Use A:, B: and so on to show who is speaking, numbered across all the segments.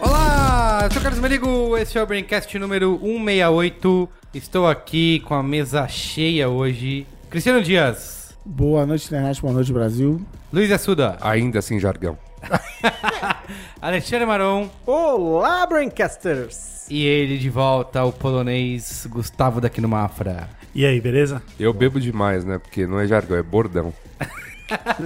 A: Olá, eu sou o Carlos Merigo, esse é o Braincast número 168. Estou aqui com a mesa cheia hoje. Cristiano Dias,
B: Boa noite, internet. Boa noite, Brasil.
A: Luiz Assuda,
C: Ainda sem jargão.
A: Alexandre Maron
D: Olá, Braincasters!
A: e ele de volta, o polonês Gustavo daqui no Mafra.
E: E aí, beleza?
C: Eu bebo demais, né? Porque não é jargão, é bordão.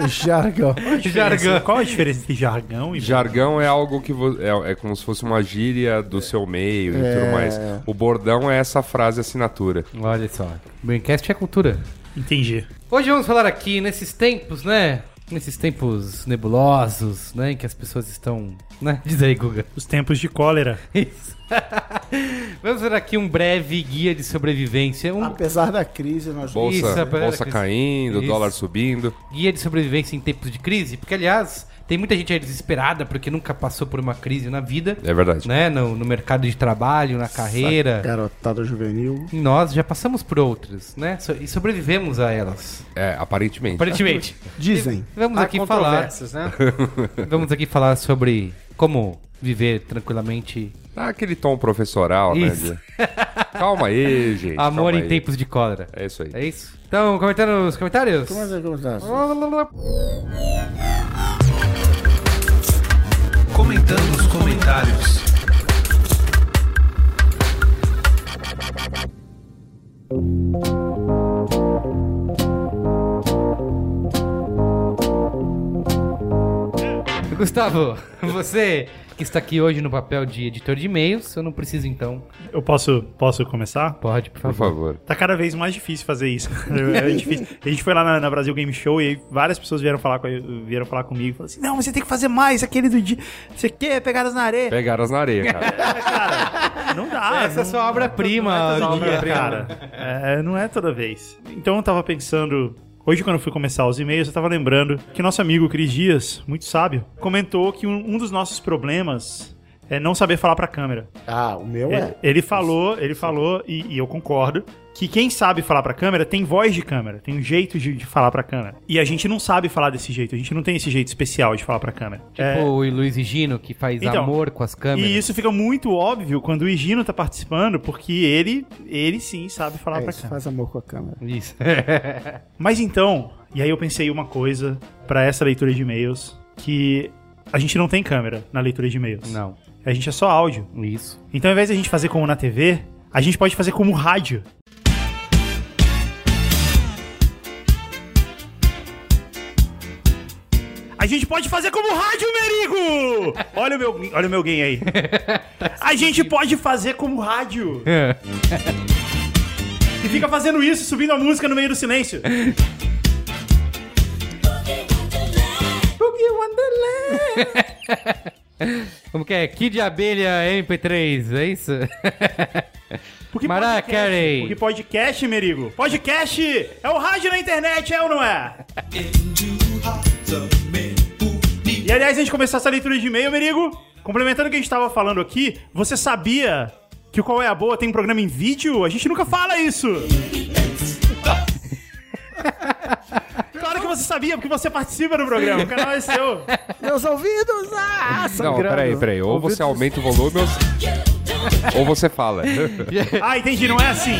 B: Jargão.
A: Jargão.
E: Qual a diferença entre jargão e
C: Jargão é algo que vo- é, é como se fosse uma gíria
A: É.
C: do seu meio e tudo mais. O bordão é essa frase assinatura.
A: Olha só, Braincast é cultura.
E: Entendi.
A: Hoje vamos falar aqui nesses tempos, né? Nesses tempos nebulosos, né? Em que as pessoas estão, né? Diz aí, Guga.
E: Os tempos de cólera.
A: Isso. Vamos fazer aqui um breve guia de sobrevivência, um
B: Apesar da crise, nós
C: Bolsa,
A: Isso, é pra-
C: bolsa caindo,
A: Isso.
C: dólar subindo.
A: guia de sobrevivência em tempos de crise, porque aliás, tem muita gente aí desesperada porque nunca passou por uma crise na vida,
C: É verdade.
A: né, no, no mercado de trabalho, na carreira.
B: garotada juvenil.
A: E nós já passamos por outras, né? So- E sobrevivemos a elas,
C: É, aparentemente.
A: aparentemente.
B: Dizem.
A: E Vamos aqui falar,
D: né?
A: vamos aqui falar sobre como viver tranquilamente
C: Dá aquele tom professoral,
A: Isso.
C: né? de- Calma aí, gente.
A: amor
C: calma
A: em
C: aí.
A: tempos de cólera.
C: É isso aí.
A: É isso? Então, comentando nos comentários.
B: Como é que acontece?
F: Comentando nos comentários.
A: Gustavo, você que está aqui hoje no papel de editor de e-mails, eu não preciso então.
E: Eu posso, posso começar?
A: Pode, por
C: Por
A: favor.
C: favor.
E: Tá cada vez mais difícil fazer isso. É difícil. A gente foi lá na, na Brasil Game Show e aí várias pessoas vieram falar, com- vieram falar comigo e falaram assim: Não, você tem que fazer mais, aquele do dia. Você quer pegadas na areia?
C: Pegaram as na areia, cara.
E: Não dá.
A: Essa é
E: não-
A: sua obra-prima,
E: não é toda
A: Guia,
E: obra-prima,
A: cara.
E: É, não é toda vez. Então eu tava pensando. Hoje, quando eu fui começar os e-mails, eu tava lembrando que nosso amigo Cris Dias, muito sábio, comentou que um, um dos nossos problemas é não saber falar pra câmera.
B: Ah, o meu
E: Ele,
B: é.
E: ele falou, ele falou, e, e eu concordo, que quem sabe falar pra câmera tem voz de câmera, tem um jeito de, de falar pra câmera. E a gente não sabe falar desse jeito, a gente não tem esse jeito especial de falar pra câmera.
A: Tipo o Luiz e Gino, que faz
E: É. Então,
A: amor com as câmeras.
E: E isso fica muito óbvio quando o Higino tá participando, porque ele, ele sim sabe falar
B: É
E: pra
B: isso,
E: câmera.
B: faz amor com a câmera.
A: Isso.
E: Mas então, e aí eu pensei uma coisa pra essa leitura de e-mails, que a gente não tem câmera na leitura de e-mails.
A: não,
E: A gente é só áudio.
A: isso.
E: Então ao invés de a gente fazer como na TV, a gente pode fazer como rádio. A gente pode fazer como rádio, Merigo! Olha o meu, olha o meu game aí. A gente pode fazer como rádio. E fica fazendo isso, subindo a música no meio do silêncio. Boogie Wonderland.
A: Como que é? Kid Abelha MP3, é isso?
E: Porque
A: Mariah
E: podcast-
A: Carey.
E: Porque podcast, Merigo. Podcast é o rádio na internet, é ou não é? E aliás, antes de começar essa leitura de e-mail, Merigo, complementando o que a gente estava falando aqui, você sabia que o Qual é a Boa tem um programa em vídeo? A gente nunca fala isso! Claro que você sabia, porque você participa do programa, o canal é seu.
B: Meus ouvidos! Ah,
C: Não,
B: sangrando.
C: peraí, peraí. Ou
B: Ouvidos-
C: você aumenta o volume ou você- ou você fala.
E: Ah, entendi, não é assim.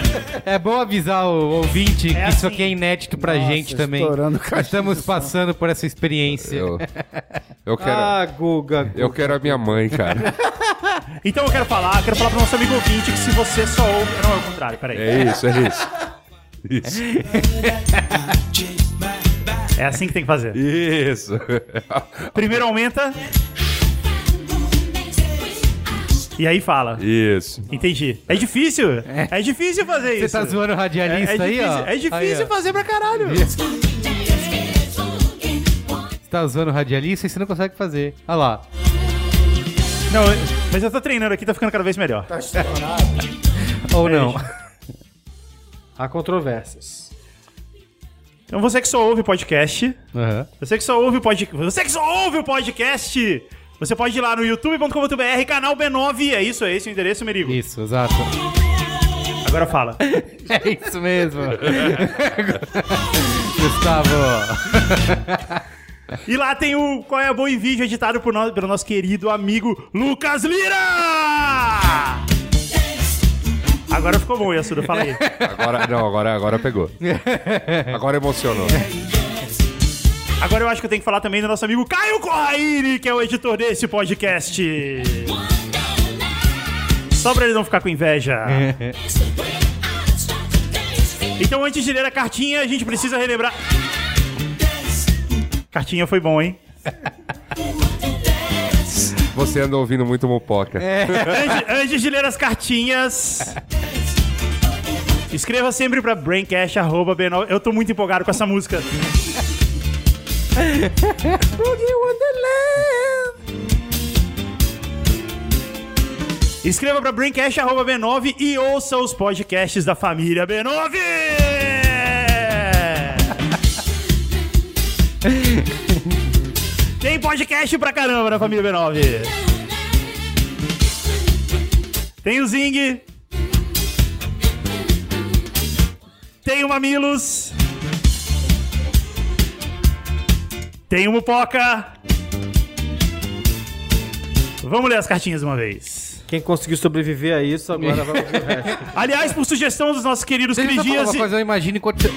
A: é bom avisar o ouvinte que
E: É
A: isso
E: assim.
A: aqui é inédito pra
B: Nossa,
A: gente também.
B: estourando caixa de
A: Estamos
B: som.
A: passando por essa experiência.
C: Eu, eu quero.
D: Ah, Guga.
C: Eu quero a minha mãe, cara.
E: Então eu quero falar, quero falar pro nosso amigo ouvinte que se você só ouve. Não, é o contrário, peraí.
C: É isso, é isso. Isso.
E: É assim que tem que fazer.
C: Isso.
E: Primeiro aumenta. E aí fala.
C: Isso.
E: Entendi. É difícil. É, difícil fazer
A: Você
E: isso.
A: tá zoando o
E: é, é
A: radialista aí,
E: difícil,
A: ó?
E: é difícil
A: Aí, ó.
E: fazer pra caralho.
A: Você tá zoando o radialista e você não consegue fazer. Olha lá.
E: Não, eu- Mas eu tô treinando aqui, tá ficando cada vez melhor.
A: Ou
E: É
A: não.
D: Há controvérsias.
E: Então você que só ouve podcast,
A: Aham.
E: Você que só ouve o podcast. Você que só ouve o podcast! Você pode ir lá no youtube.com.br, canal B9. É isso, é esse o endereço, Merigo.
A: Isso, exato.
E: Agora fala.
A: É isso mesmo. Gustavo.
E: E lá tem o Qual é a Boa em Vídeo, editado por nós, pelo nosso querido amigo Lucas Lira! Agora ficou bom, Yasuda, fala aí.
C: Agora, não, agora, agora pegou. Agora emocionou.
E: Agora eu acho que eu tenho que falar também do nosso amigo Caio Corraine, que é o editor desse podcast. Só pra ele não ficar com inveja. Então, antes de ler a cartinha, a gente precisa relembrar. Cartinha foi bom, hein?
C: Você anda ouvindo muito mopoca.
E: Antes, antes de ler as cartinhas. Escreva sempre pra braincast.b9. Eu tô muito empolgado com essa música. Escreva pra braincast.b9 e ouça os podcasts da família B9! Tem podcast pra caramba na família B9. Tem o Zing. Tem o Mamilos. Tem o Mupoca. Vamos ler as cartinhas de uma vez.
D: Quem conseguiu sobreviver a isso, agora vamos ver o resto.
E: Aliás, por sugestão dos nossos queridos
A: Deixa eu só falar
E: Cris
A: uma
E: Dias
A: coisa, eu imagino enquanto você...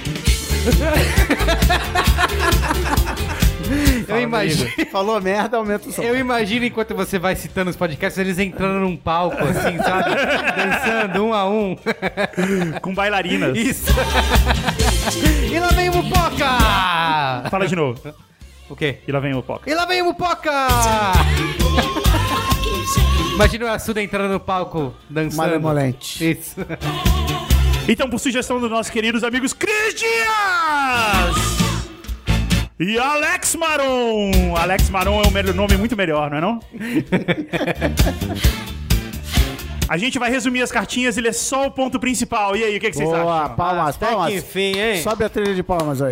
A: Eu imagino,
B: Falou merda, aumenta o som.
A: eu imagino enquanto você vai citando os podcasts, eles entrando num palco, assim, sabe? Dançando um a um.
E: e- com bailarinas.
A: Isso! E lá vem o Mupoca!
E: Fala de novo.
A: O quê?
E: E lá vem o Mupoca.
A: E lá vem o Mupoca! Imagina o Assuda entrando no palco, dançando.
B: Malemolente.
A: Isso.
E: Então, por sugestão dos nossos queridos amigos Cris Dias e Alex Maron. Alex Maron é um melhor- nome muito melhor, não é não? A gente vai resumir as cartinhas e ler só o ponto principal. E aí, o que, que vocês
B: Boa,
E: acham?
B: palmas,
D: Até que
B: palmas.
D: enfim, hein?
B: Sobe a trilha de palmas aí.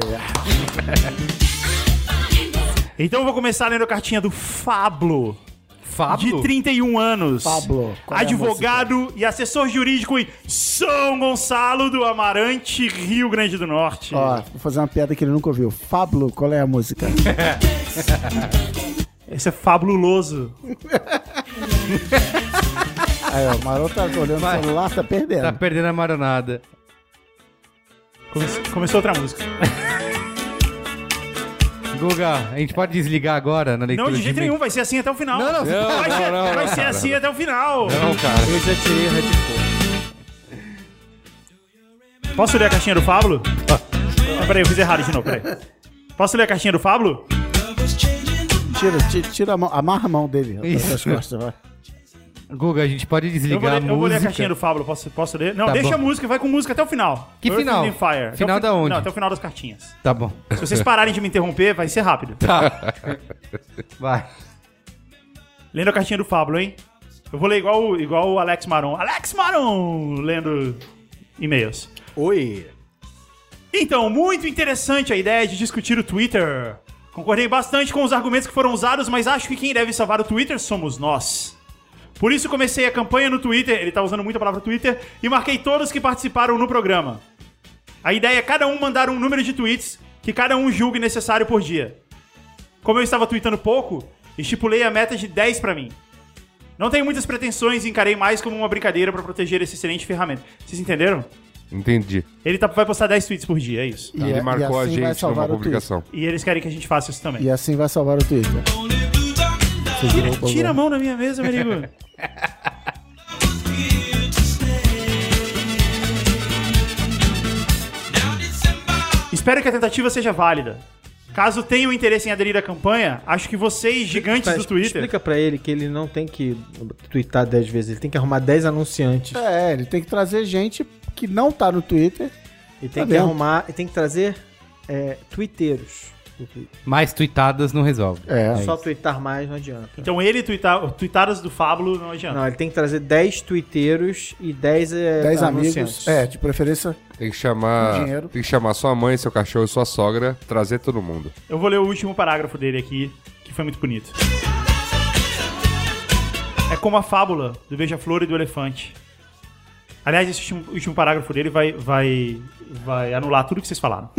E: Então eu vou começar lendo a cartinha do Fablo,
A: Fábio?
E: de 31 anos.
B: Pablo. qual é a
E: advogado e assessor jurídico em São Gonçalo do Amarante, Rio Grande do Norte.
B: música? Ó, vou fazer uma piada que ele nunca ouviu. Fablo, qual é a música?
E: Esse é fabuloso.
B: Aí, ó, o Maroto tá olhando o celular, tá
A: Tá
B: perdendo.
A: perdendo a maronada.
E: Come- Começou outra música.
A: Guga, a gente pode desligar agora na leitura
E: Não, de jeito
A: e-mail?
E: nenhum, vai ser assim até o final.
A: Não, não,
C: Não,
E: vai
C: não,
E: ser,
C: não,
E: vai
C: não,
E: ser
C: cara.
E: assim até o final.
C: Não, cara.
D: Eu já tirei a Red Bull.
E: Posso ler a cartinha do Pablo? Ah, peraí, eu fiz errado de novo, peraí. Posso ler a cartinha do Pablo?
B: Tira, tira, tira a mão, amarra a mão dele.
A: Isso.
B: Das costas, vai.
A: Guga, a gente pode
E: Eu vou,
A: desligar
E: ler,
A: a
E: eu vou ler a
A: música.
E: cartinha do Pablo, posso, posso ler? Não,
A: Tá
E: deixa
A: bom.
E: a música, vai com música até o final.
A: Que final?
E: and Fire. Até o
A: Final
E: fi-
A: da onde?
E: Não, até o final das cartinhas.
A: Tá bom.
E: Se vocês pararem de me interromper, vai ser rápido.
A: Tá. Vai.
E: Lendo a cartinha do Pablo, hein? Eu vou ler igual, o- igual o Alex Maron. Alex Maron! Lendo e-mails.
D: Oi.
E: Então, muito interessante a ideia de discutir o Twitter. Concordei bastante com os argumentos que foram usados, mas acho que quem deve salvar o Twitter somos nós. Por isso comecei a campanha no Twitter, ele tá usando muito a palavra Twitter, e marquei todos que participaram no programa. A ideia é cada um mandar um número de tweets que cada um julgue necessário por dia. Como eu estava tweetando pouco, estipulei a meta de 10 pra mim. Não tenho muitas pretensões e encarei mais como uma brincadeira pra proteger essa excelente ferramenta. Vocês entenderam?
C: Entendi.
E: Ele tá- vai postar 10 tweets por dia, é isso.
B: E
C: Ele
B: a- e
C: marcou
B: assim
C: a
B: vai
C: gente numa
B: salvar o
C: publicação.
E: E eles querem que a gente faça isso também.
B: E assim vai salvar o Twitter. Tira,
E: Tira a mão da minha mesa, Merigo. Espero que a tentativa seja válida. Caso tenham interesse em aderir à campanha, acho que vocês, gigantes do Twitter,
D: Explica pra ele que ele não tem que twittar 10 vezes, ele tem que arrumar 10 anunciantes.
B: É, ele tem que trazer gente que não tá no Twitter.
D: E
B: Tá
D: tem que
B: dentro.
D: arrumar, e tem que trazer é, twitteiros. por tweet.
A: Mais tweetadas não resolve.
B: É.
D: Só twittar mais não adianta.
E: Então ele tweetar, tweetadas do Fábulo não adianta.
D: Não, ele tem que trazer 10 twitteiros e 10 é,
B: 10 amigos.
D: anunciantes.
B: É, de preferência.
C: Tem que chamar.
B: Dinheiro.
C: Tem que chamar sua mãe, seu cachorro e sua sogra, trazer todo mundo.
E: Eu vou ler o último parágrafo dele aqui, que foi muito bonito. É como a fábula do beija-flor e do elefante. Aliás, esse último, último parágrafo dele vai, vai, vai anular tudo que vocês falaram.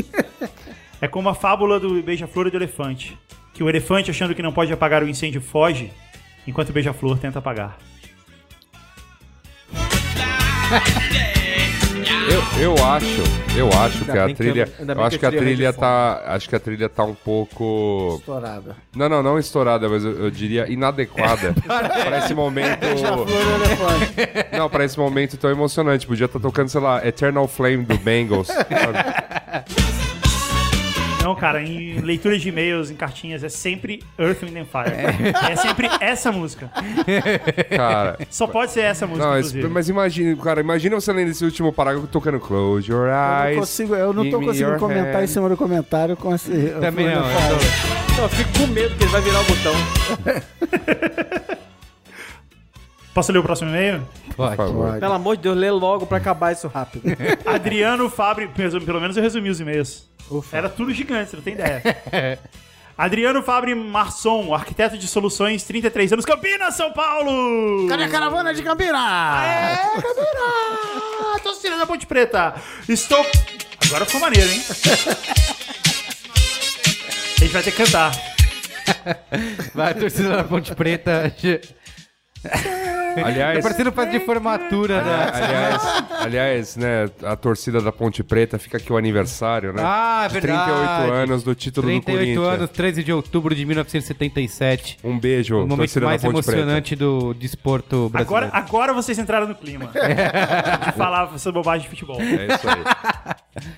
E: É como a fábula do beija-flor e do elefante. Que o elefante, achando que não pode apagar o incêndio, foge, enquanto o beija-flor tenta apagar.
C: Eu, eu acho, eu acho que
D: bem
C: a
D: que
C: trilha.
D: eu- ainda
C: Eu
D: bem
C: acho
D: que
C: que
D: eu
C: a
D: tirei
C: trilha
D: de
C: tá. Acho que a trilha tá um pouco.
B: Estourada.
C: Não, não, não estourada, mas eu, eu diria inadequada para esse momento. não, para esse momento tão emocionante. Podia estar tocando, sei lá, Eternal Flame do Bengals. sabe?
E: Não, cara, em leituras de e-mails, em cartinhas, é sempre Earth, Wind and Fire. É sempre essa música.
C: Cara.
E: Só pode ser essa música,
C: Não, esse-
E: inclusive.
C: mas imagina, cara, imagina você lendo esse último parágrafo tocando Close Your
B: Eu
C: Eyes.
B: não, consigo, eu não tô
C: give me
B: conseguindo
C: your
B: comentar
C: hand. é.
B: em cima do comentário com esse.
A: Também não. então
B: Flamengo.
A: eu tô-
D: Não, Então, eu fico com medo que ele vai virar o botão.
E: Posso ler o próximo e-mail?
C: Por
A: Pode.
C: favor.
B: Pode.
D: Pelo amor de Deus, lê logo pra acabar isso rápido.
E: Adriano Fábio. Pelo menos eu resumi os e-mails. Era tudo gigante, você não tem ideia. Adriano Fábio Marçom, arquiteto de soluções, 33 anos, Campinas, São Paulo!
B: Cadê a caravana de Campinas?
E: É, Campinas! Tô tirando a Ponte Preta. Estou. Agora ficou maneiro, hein? A gente vai ter que cantar.
A: Vai, torcida da Ponte Preta. Tá
B: Tá
C: Aliás,
A: parecendo fase de formatura né? da.
C: aliás, aliás, né, a torcida da Ponte Preta fica aqui o aniversário, né?
A: Ah, é
C: De
A: verdade.
C: 38 anos do título do
A: 38
C: Corinthians.
A: anos, 13 de outubro de 1977.
C: Um beijo,
A: O momento
C: torcida da
A: mais
C: Ponte Preta.
A: emocionante do desporto brasileiro.
E: Agora, agora vocês entraram no clima. De falar sobre bobagem de futebol.
C: É isso aí.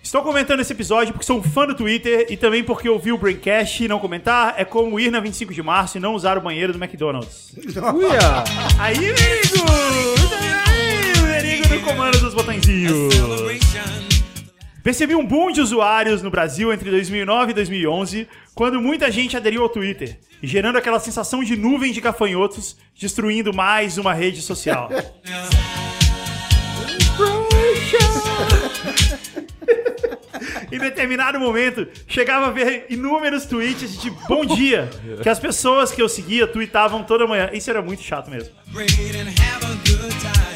E: Estou comentando esse episódio porque sou um fã do Twitter e também porque ouvi o Braincast e não comentar é como ir na 25 de março e não usar o banheiro do McDonald's.
D: Uia!
E: Aí, Merigo! Aí, Merigo no comando dos botõezinhos. Percebi um boom de usuários no Brasil entre 2009 e 2011, quando muita gente aderiu ao Twitter, gerando aquela sensação de nuvem de gafanhotos destruindo mais uma rede social. em determinado momento, chegava a ver inúmeros tweets de bom dia, que as pessoas que eu seguia tweetavam toda manhã. Isso era muito chato mesmo.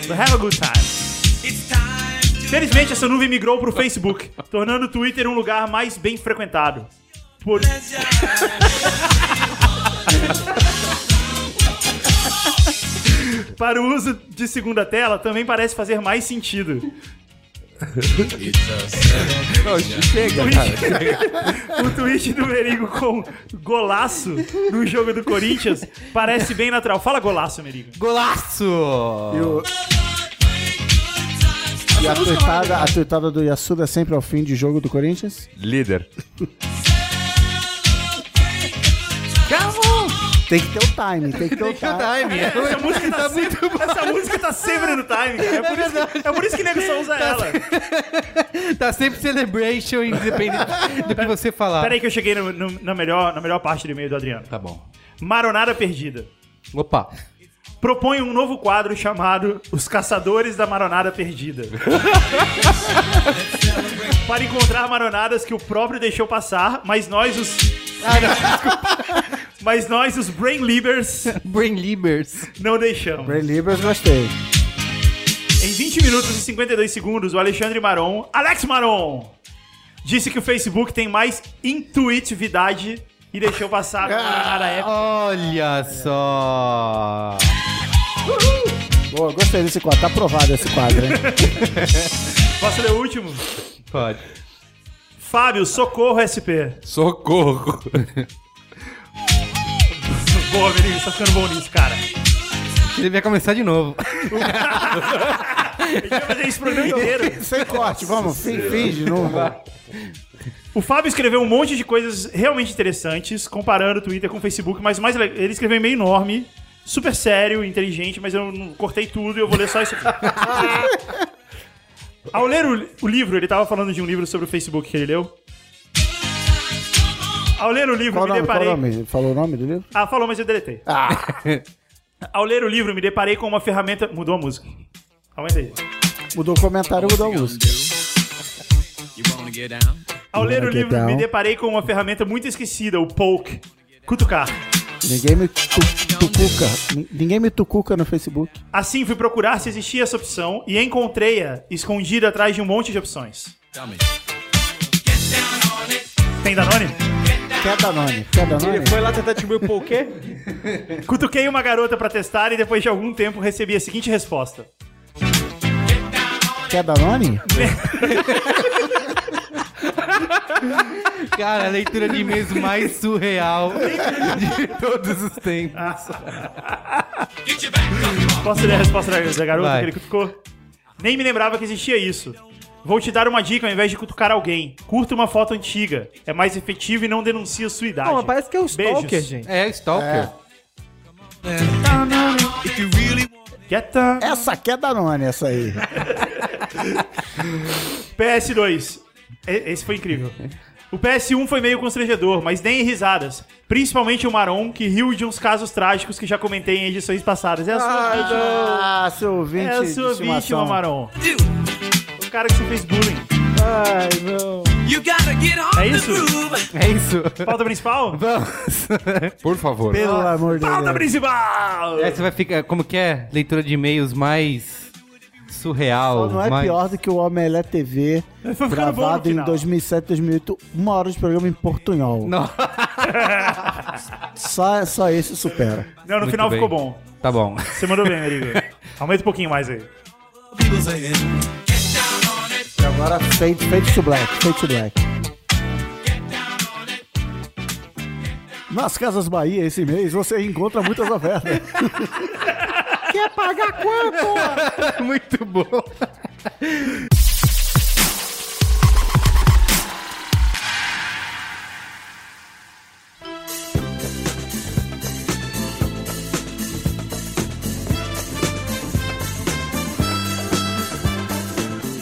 E: So have a good time. Felizmente, essa nuvem migrou para o Facebook, tornando o Twitter um lugar mais bem frequentado. Por... Para o uso de segunda tela, também parece fazer mais sentido.
C: Não, chega, cara.
E: O tweet do Merigo com golaço no jogo do Corinthians parece bem natural. Fala golaço, Merigo.
A: Golaço!
B: E, o- e a tuitada, a tuitada do Yasuda é sempre ao fim de jogo do Corinthians?
C: Líder.
B: Tem que ter o time, tem que ter o
A: Tá.
B: time.
E: Essa música tá, sempre, essa música tá sempre no time, cara. É por isso que, é por isso que nego só usa ela.
A: Tá sempre celebration, independente do que você falar.
E: Pera aí que eu cheguei no- no- na, melhor, na melhor parte do e-mail do Adriano.
A: Tá bom.
E: Maronada Perdida.
A: Opa.
E: Propõe um novo quadro chamado Os Caçadores da Maronada Perdida. Para encontrar maronadas que o próprio deixou passar, mas nós os... mas nós, os Brain Leavers,
A: Brain Libers.
E: não deixamos.
B: Bray Libras, gostei.
E: Em 20 minutos e 52 segundos, o Alexandre Maron, Alex Maron, disse que o Facebook tem mais intuitividade e deixou passar
A: Ah.
E: para a época.
A: Olha só.
B: Boa, gostei desse quadro. Tá aprovado esse quadro, hein?
E: Posso ler o último?
A: Pode.
E: Fábio, socorro SP.
C: Socorro.
E: Boa, menino, tá ficando bom nisso, cara.
A: Ele vai começar de novo.
E: A gente vai fazer isso o programa inteiro.
B: Sem corte, vamos. Fim, fim de novo.
E: O Fábio escreveu um monte de coisas realmente interessantes, comparando o Twitter com o Facebook, mas o mais le- ele escreveu um e-mail enorme, super sério, inteligente, mas eu não cortei tudo e eu vou ler só isso aqui. Ao ler o, li- o livro, ele tava falando de um livro sobre o Facebook que ele leu. Ao ler o livro,
B: Qual o
E: me
B: nome? Qual o
E: deparei.
B: nome? Ele Falou o nome do livro?
E: Ah, falou, mas eu deletei. Ao ler o livro, me deparei com uma ferramenta. Mudou a música. Aumenta aí.
B: Mudou o comentário, mudou a música.
E: Ao ler o
B: Wanna get
E: livro, me
B: down?
E: deparei com uma ferramenta muito esquecida, o poke. Cutucar.
B: Ninguém me tu- tucuca. Nin- Ninguém me tucuca no Facebook.
E: Assim, fui procurar se existia essa opção e encontrei-a escondida atrás de um monte de opções. Tem Danone?
B: Quer Danone? Quer Danone?
D: Ele foi lá tentar descobrir o quê?
E: Cutuquei uma garota pra testar e depois de algum tempo recebi a seguinte resposta.
B: Quer Danone?
A: Cara, a leitura de e-mails mais surreal de todos os tempos.
E: Posso ler a resposta da, da garota
A: Vai.
E: que ele cutucou? Nem me lembrava que existia isso. Vou te dar uma dica ao invés de cutucar alguém. Curta uma foto antiga. É mais efetivo e não denuncia sua idade.
D: Não, mas parece que é o
E: Beijos.
D: Stalker, gente.
A: É, Stalker.
E: Get down.
B: Essa quer Danone, essa aí.
E: PS2. E- Esse foi incrível. O PS1 foi meio constrangedor, mas nem em risadas. Principalmente o Maron, que riu de uns casos trágicos que já comentei em edições passadas. É a sua vítima.
B: Ah, seu ouvinte.
E: É a
B: de
E: sua
B: estimação.
E: vítima, Maron. O cara que se fez bullying.
D: Ai, não.
E: É isso?
A: É isso.
E: Pauta principal?
A: Vamos.
C: Por favor.
B: Pelo
E: Ah,
B: amor de
E: Pauta
B: Deus.
E: principal!
A: Essa vai ficar, como que é? Leitura de e-mails mais surreal.
B: Só não é
A: mais-
B: pior do que o Omelé TV
E: Foi ficando bom no
B: gravado em
E: final.
B: 2007, 2008, uma hora de programa em portunhol.
A: Não.
B: Só, só esse supera.
E: Não, no
A: Muito
E: final
A: bem.
E: ficou bom.
A: Tá bom.
E: Você mandou bem, Merigo. Aumenta um pouquinho mais aí.
B: E agora fade, fade to black, fade to black. Nas Casas Bahia, esse mês, você encontra muitas ofertas. Quer pagar quanto?
E: É
A: Muito bom.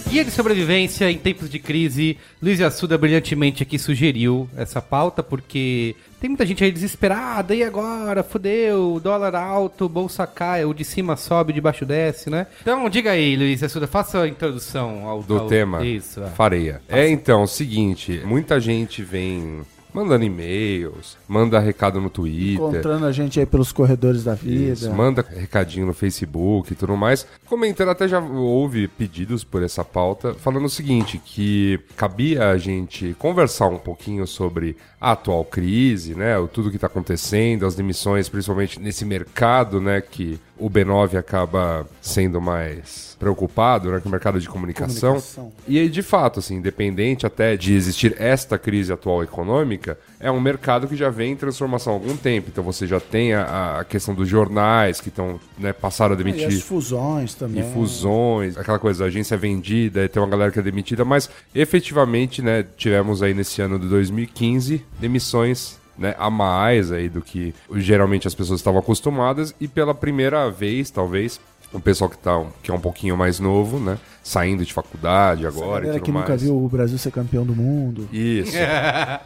A: Guia de sobrevivência em tempos de crise. Luiz Assuda brilhantemente aqui sugeriu essa pauta porque tem muita gente aí desesperada. E agora? Fudeu, dólar alto, bolsa cai, o de cima sobe, o de baixo desce, né? Então diga aí, Luiz Assuda, faça a introdução ao
C: do
A: ao-
C: tema.
A: Isso. é.
C: Fareia. É então, o seguinte, muita gente vem mandando e-mails, manda recado no Twitter.
B: Encontrando a gente aí pelos corredores da vida.
C: Isso, manda recadinho no Facebook e tudo mais. Comentando, até já houve pedidos por essa pauta, falando o seguinte, que cabia a gente conversar um pouquinho sobre a atual crise, né? o- Tudo que está acontecendo, as demissões, principalmente nesse mercado, né? Que o B9 acaba sendo mais preocupado, né? Com o mercado de comunicação.
B: Comunicação.
C: E aí, de fato, assim, independente até de existir esta crise atual econômica, é um mercado que já vem em transformação há algum tempo. Então você já tem a, a questão dos jornais que estão, né, passaram a
B: E é as
C: demitir.
B: fusões também.
C: E fusões, aquela coisa, a agência é vendida, e tem uma galera que é demitida, mas efetivamente, né, tivemos aí nesse ano de 2015 demissões, né, a mais aí do que geralmente as pessoas estavam acostumadas e pela primeira vez, talvez, o pessoal que tá, que é um pouquinho mais novo, né, saindo de faculdade agora e
B: Galera
C: tudo
B: que
C: mais.
B: nunca viu o Brasil ser campeão do mundo.
C: Isso.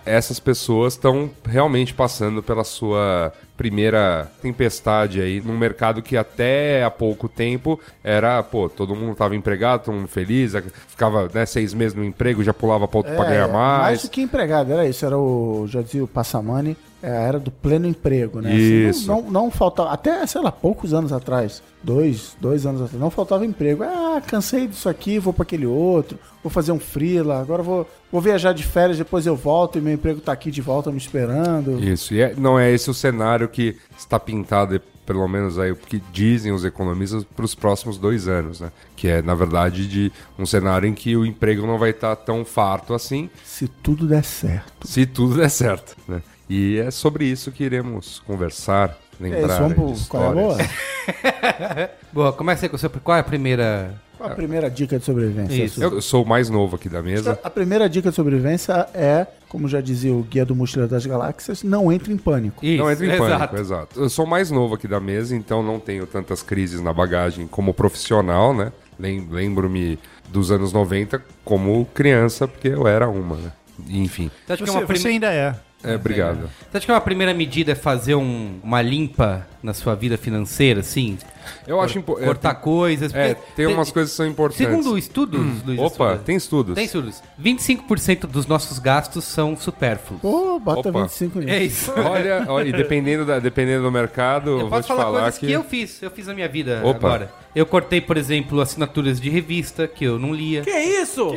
C: Essas pessoas estão realmente passando pela sua primeira tempestade aí num mercado que até há pouco tempo era, pô, todo mundo tava empregado, todo mundo feliz, a- ficava né, seis meses no emprego, já pulava pra, outro pra ganhar
B: É, mais
C: mais.
B: do que empregado, era isso, era o, já dizia o Passamani, é, era do pleno emprego, né?
C: Isso.
B: não, não, não faltava, até, sei lá, poucos anos atrás, dois, dois anos atrás, não faltava emprego. Ah, cansei disso aqui, vou pra aquele outro, vou fazer um freela, agora vou, vou viajar de férias, depois eu volto e meu emprego tá aqui de volta me esperando.
C: Isso, e é- não é esse o cenário que está pintado, pelo menos aí o que dizem os economistas, para os próximos dois anos, né? Que é, na verdade, de um cenário em que o emprego não vai estar tão farto assim,
B: Se tudo der certo.
C: Se tudo der certo, né? E é sobre isso que iremos conversar,
B: É isso,
C: lembrar
B: vamos
C: de
B: pro qual é a boa?
C: histórias.
A: Boa, começa aí com o seu. Qual é a primeira?
B: Qual a primeira dica de sobrevivência?
A: Isso.
B: Su?
C: Eu sou o mais novo aqui da mesa.
B: A primeira dica de sobrevivência é, como já dizia o Guia do Mochileiro das Galáxias, não entre em pânico.
A: Isso,
C: não entra em pânico,
A: exato.
C: exato. Eu sou o mais novo aqui da mesa, então não tenho tantas crises na bagagem como profissional, né? Lem- Lembro-me dos anos 90 como criança, porque eu era uma, né? Enfim.
A: Então, acho que é
E: Você,
A: uma prime-
E: você ainda é.
C: É, obrigado.
A: Você acha que uma primeira medida é fazer um- uma limpa na sua vida financeira, assim?
C: Eu acho importante.
A: Cortar coisas?
C: É,
A: porque
C: tem umas coisas que são importantes.
A: Segundo estudos, Luiz
C: Opa,
A: Assuda,
C: tem estudos.
A: Tem estudos. 25% dos nossos gastos são supérfluos.
B: Pô, bota
C: Opa.
B: 25 nisso.
A: É isso.
C: Olha, olha, e dependendo, da, dependendo do mercado, eu
A: Eu
C: vou
A: posso
C: te
A: falar,
C: falar,
A: coisas
C: que...
A: que... eu fiz, eu fiz na minha vida
C: Opa.
A: agora. Eu cortei, por exemplo, assinaturas de revista que eu não lia.
G: Que isso?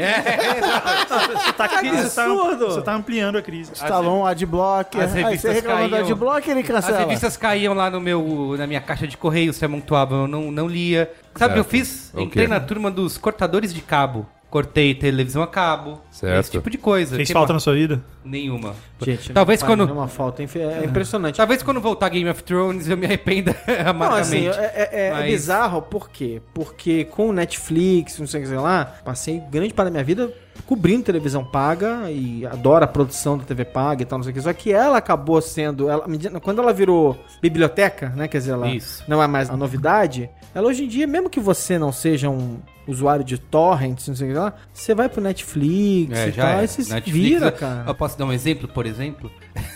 E: Você tá,
G: Que
E: você tá-
G: absurdo!
E: você tá ampliando a crise. Ah,
B: Stallone, Adblock. é,
A: as
B: Aí você
A: revistas
B: reclamando do
A: caíam.
B: Adblock, ele
A: As
B: cancela.
A: revistas caíam lá no meu, na minha caixa de correio, se amontoavam, eu não, não lia. Sabe o que eu
C: Certo.
A: fiz?
C: O
A: Entrei
C: quê?
A: na turma dos cortadores de cabo. Cortei televisão a cabo.
C: Certo.
A: Esse tipo de coisa.
E: Fez
A: Que
E: falta na
A: mais?
E: sua vida?
A: Nenhuma.
D: Gente,
A: Talvez
D: não faz
A: quando-
D: nenhuma falta, enfim, é impressionante.
A: Talvez quando voltar Game of Thrones eu me arrependa
D: Não, assim,
A: amargamente.
D: é, é- é
A: Mas-
D: bizarro, por quê? Porque com o Netflix, não sei o que sei lá, passei grande parte da minha vida cobrindo televisão paga e adoro a produção da TV paga e tal, não sei o que. Só que ela acabou sendo. Ela, à medida- quando ela virou biblioteca, né? Quer dizer, ela
A: Isso.
D: não é mais a novidade. Ela hoje em dia, mesmo que você não seja um usuário de torrents, não sei o que lá, você vai pro Netflix
A: É,
D: e
A: já
D: tal,
A: é.
D: e você se
A: Netflix,
D: vira,
A: eu-
D: cara.
A: Eu posso dar um exemplo, por exemplo?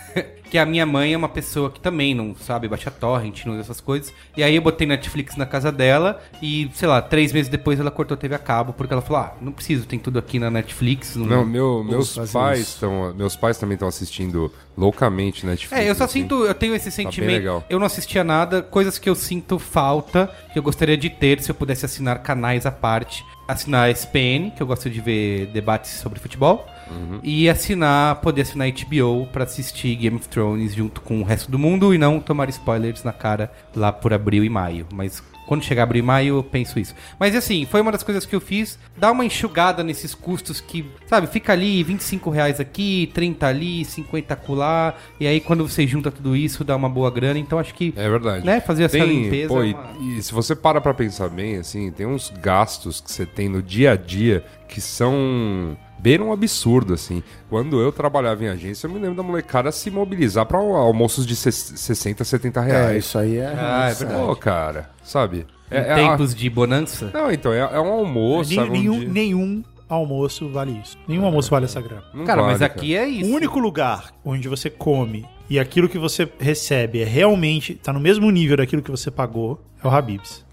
A: que a minha mãe é uma pessoa que também não sabe baixar torrent, não usa essas coisas. E aí eu botei Netflix na casa dela e, sei lá, três meses depois ela cortou a TV a cabo, porque ela falou, ah, não preciso, tem tudo aqui na Netflix.
C: Não, meu, meus
B: fazer
C: pais
B: isso.
C: estão. Meus pais também estão assistindo loucamente Netflix.
A: É, eu só
C: assim.
A: sinto, eu tenho esse sentimento.
C: legal.
A: Eu não assistia nada, coisas que eu sinto falta, que eu gostaria de ter se eu pudesse assinar canais à parte. Assinar a SPN, que eu gosto de ver debates sobre futebol.
C: Uhum.
A: E assinar, poder assinar HBO pra assistir Game of Thrones junto com o resto do mundo e não tomar spoilers na cara lá por abril e maio. Mas quando chegar abril e maio, eu penso isso. Mas assim, foi uma das coisas que eu fiz. Dá uma enxugada nesses custos que, sabe, fica ali 25 reais aqui, 30 ali, 50 acolá. E aí quando você junta tudo isso, dá uma boa grana. Então acho que
C: É verdade.
A: Né, fazer essa limpeza
C: pô,
A: é
C: e-
A: uma-
C: e, se você para pra pensar bem, assim, tem uns gastos que você tem no dia a dia que são bem um absurdo, assim. Quando eu trabalhava em agência, eu me lembro da molecada se mobilizar pra almoços de ses- 60, 70
B: É,
C: reais.
B: isso aí é.
A: Ah, é
B: isso
A: verdade.
C: Pô, cara, sabe? É,
A: em
C: é
A: tempos de bonança.
C: a- Não, então, é, é um almoço,
E: Nenhum,
C: sabe? Um
E: nenhum,
C: dia-
E: nenhum almoço vale isso.
A: Ah,
E: Nenhum almoço
A: é.
E: vale essa grana.
C: Não
A: cara,
C: vale,
A: mas aqui é isso.
E: O único lugar onde você come e aquilo que você recebe é realmente tá no mesmo nível daquilo que você pagou é o Habib's.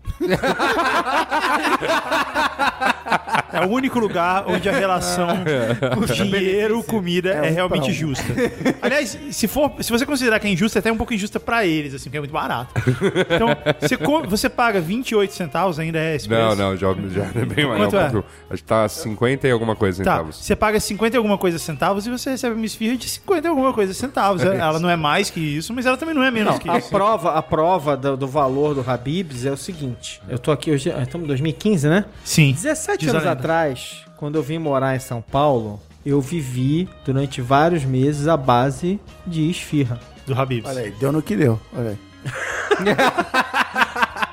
E: é o único lugar onde a relação
C: É.
E: dinheiro comida é,
B: um
E: realmente
B: pra um.
E: justa. Aliás, se for, se você considerar que é injusta, é até um pouco injusta pra eles, assim, porque é muito barato. Então, você, come- você paga 28 centavos ainda é esse
C: Não,
E: preço?
C: não, já, já é bem mais.
E: Quanto
C: não,
E: é?
C: quanto- Acho que tá 50 e alguma coisa
E: Tá,
C: centavos.
E: você paga 50 e alguma coisa centavos e você recebe uma esfirra de 50 e alguma coisa centavos. ela não é mais que isso, mas ela também não é menos que
D: Não, a
E: isso.
D: prova, a prova do, do valor do Habibs é o seguinte. Eu tô aqui hoje, ah, estamos em 2015, né?
E: Sim.
D: 17
E: Diz a
D: anos
E: lenda.
D: atrás, quando eu vim morar em São Paulo, eu vivi durante vários meses a base de esfirra.
E: Do Habibs.
B: Olha aí, deu no que deu. Olha aí.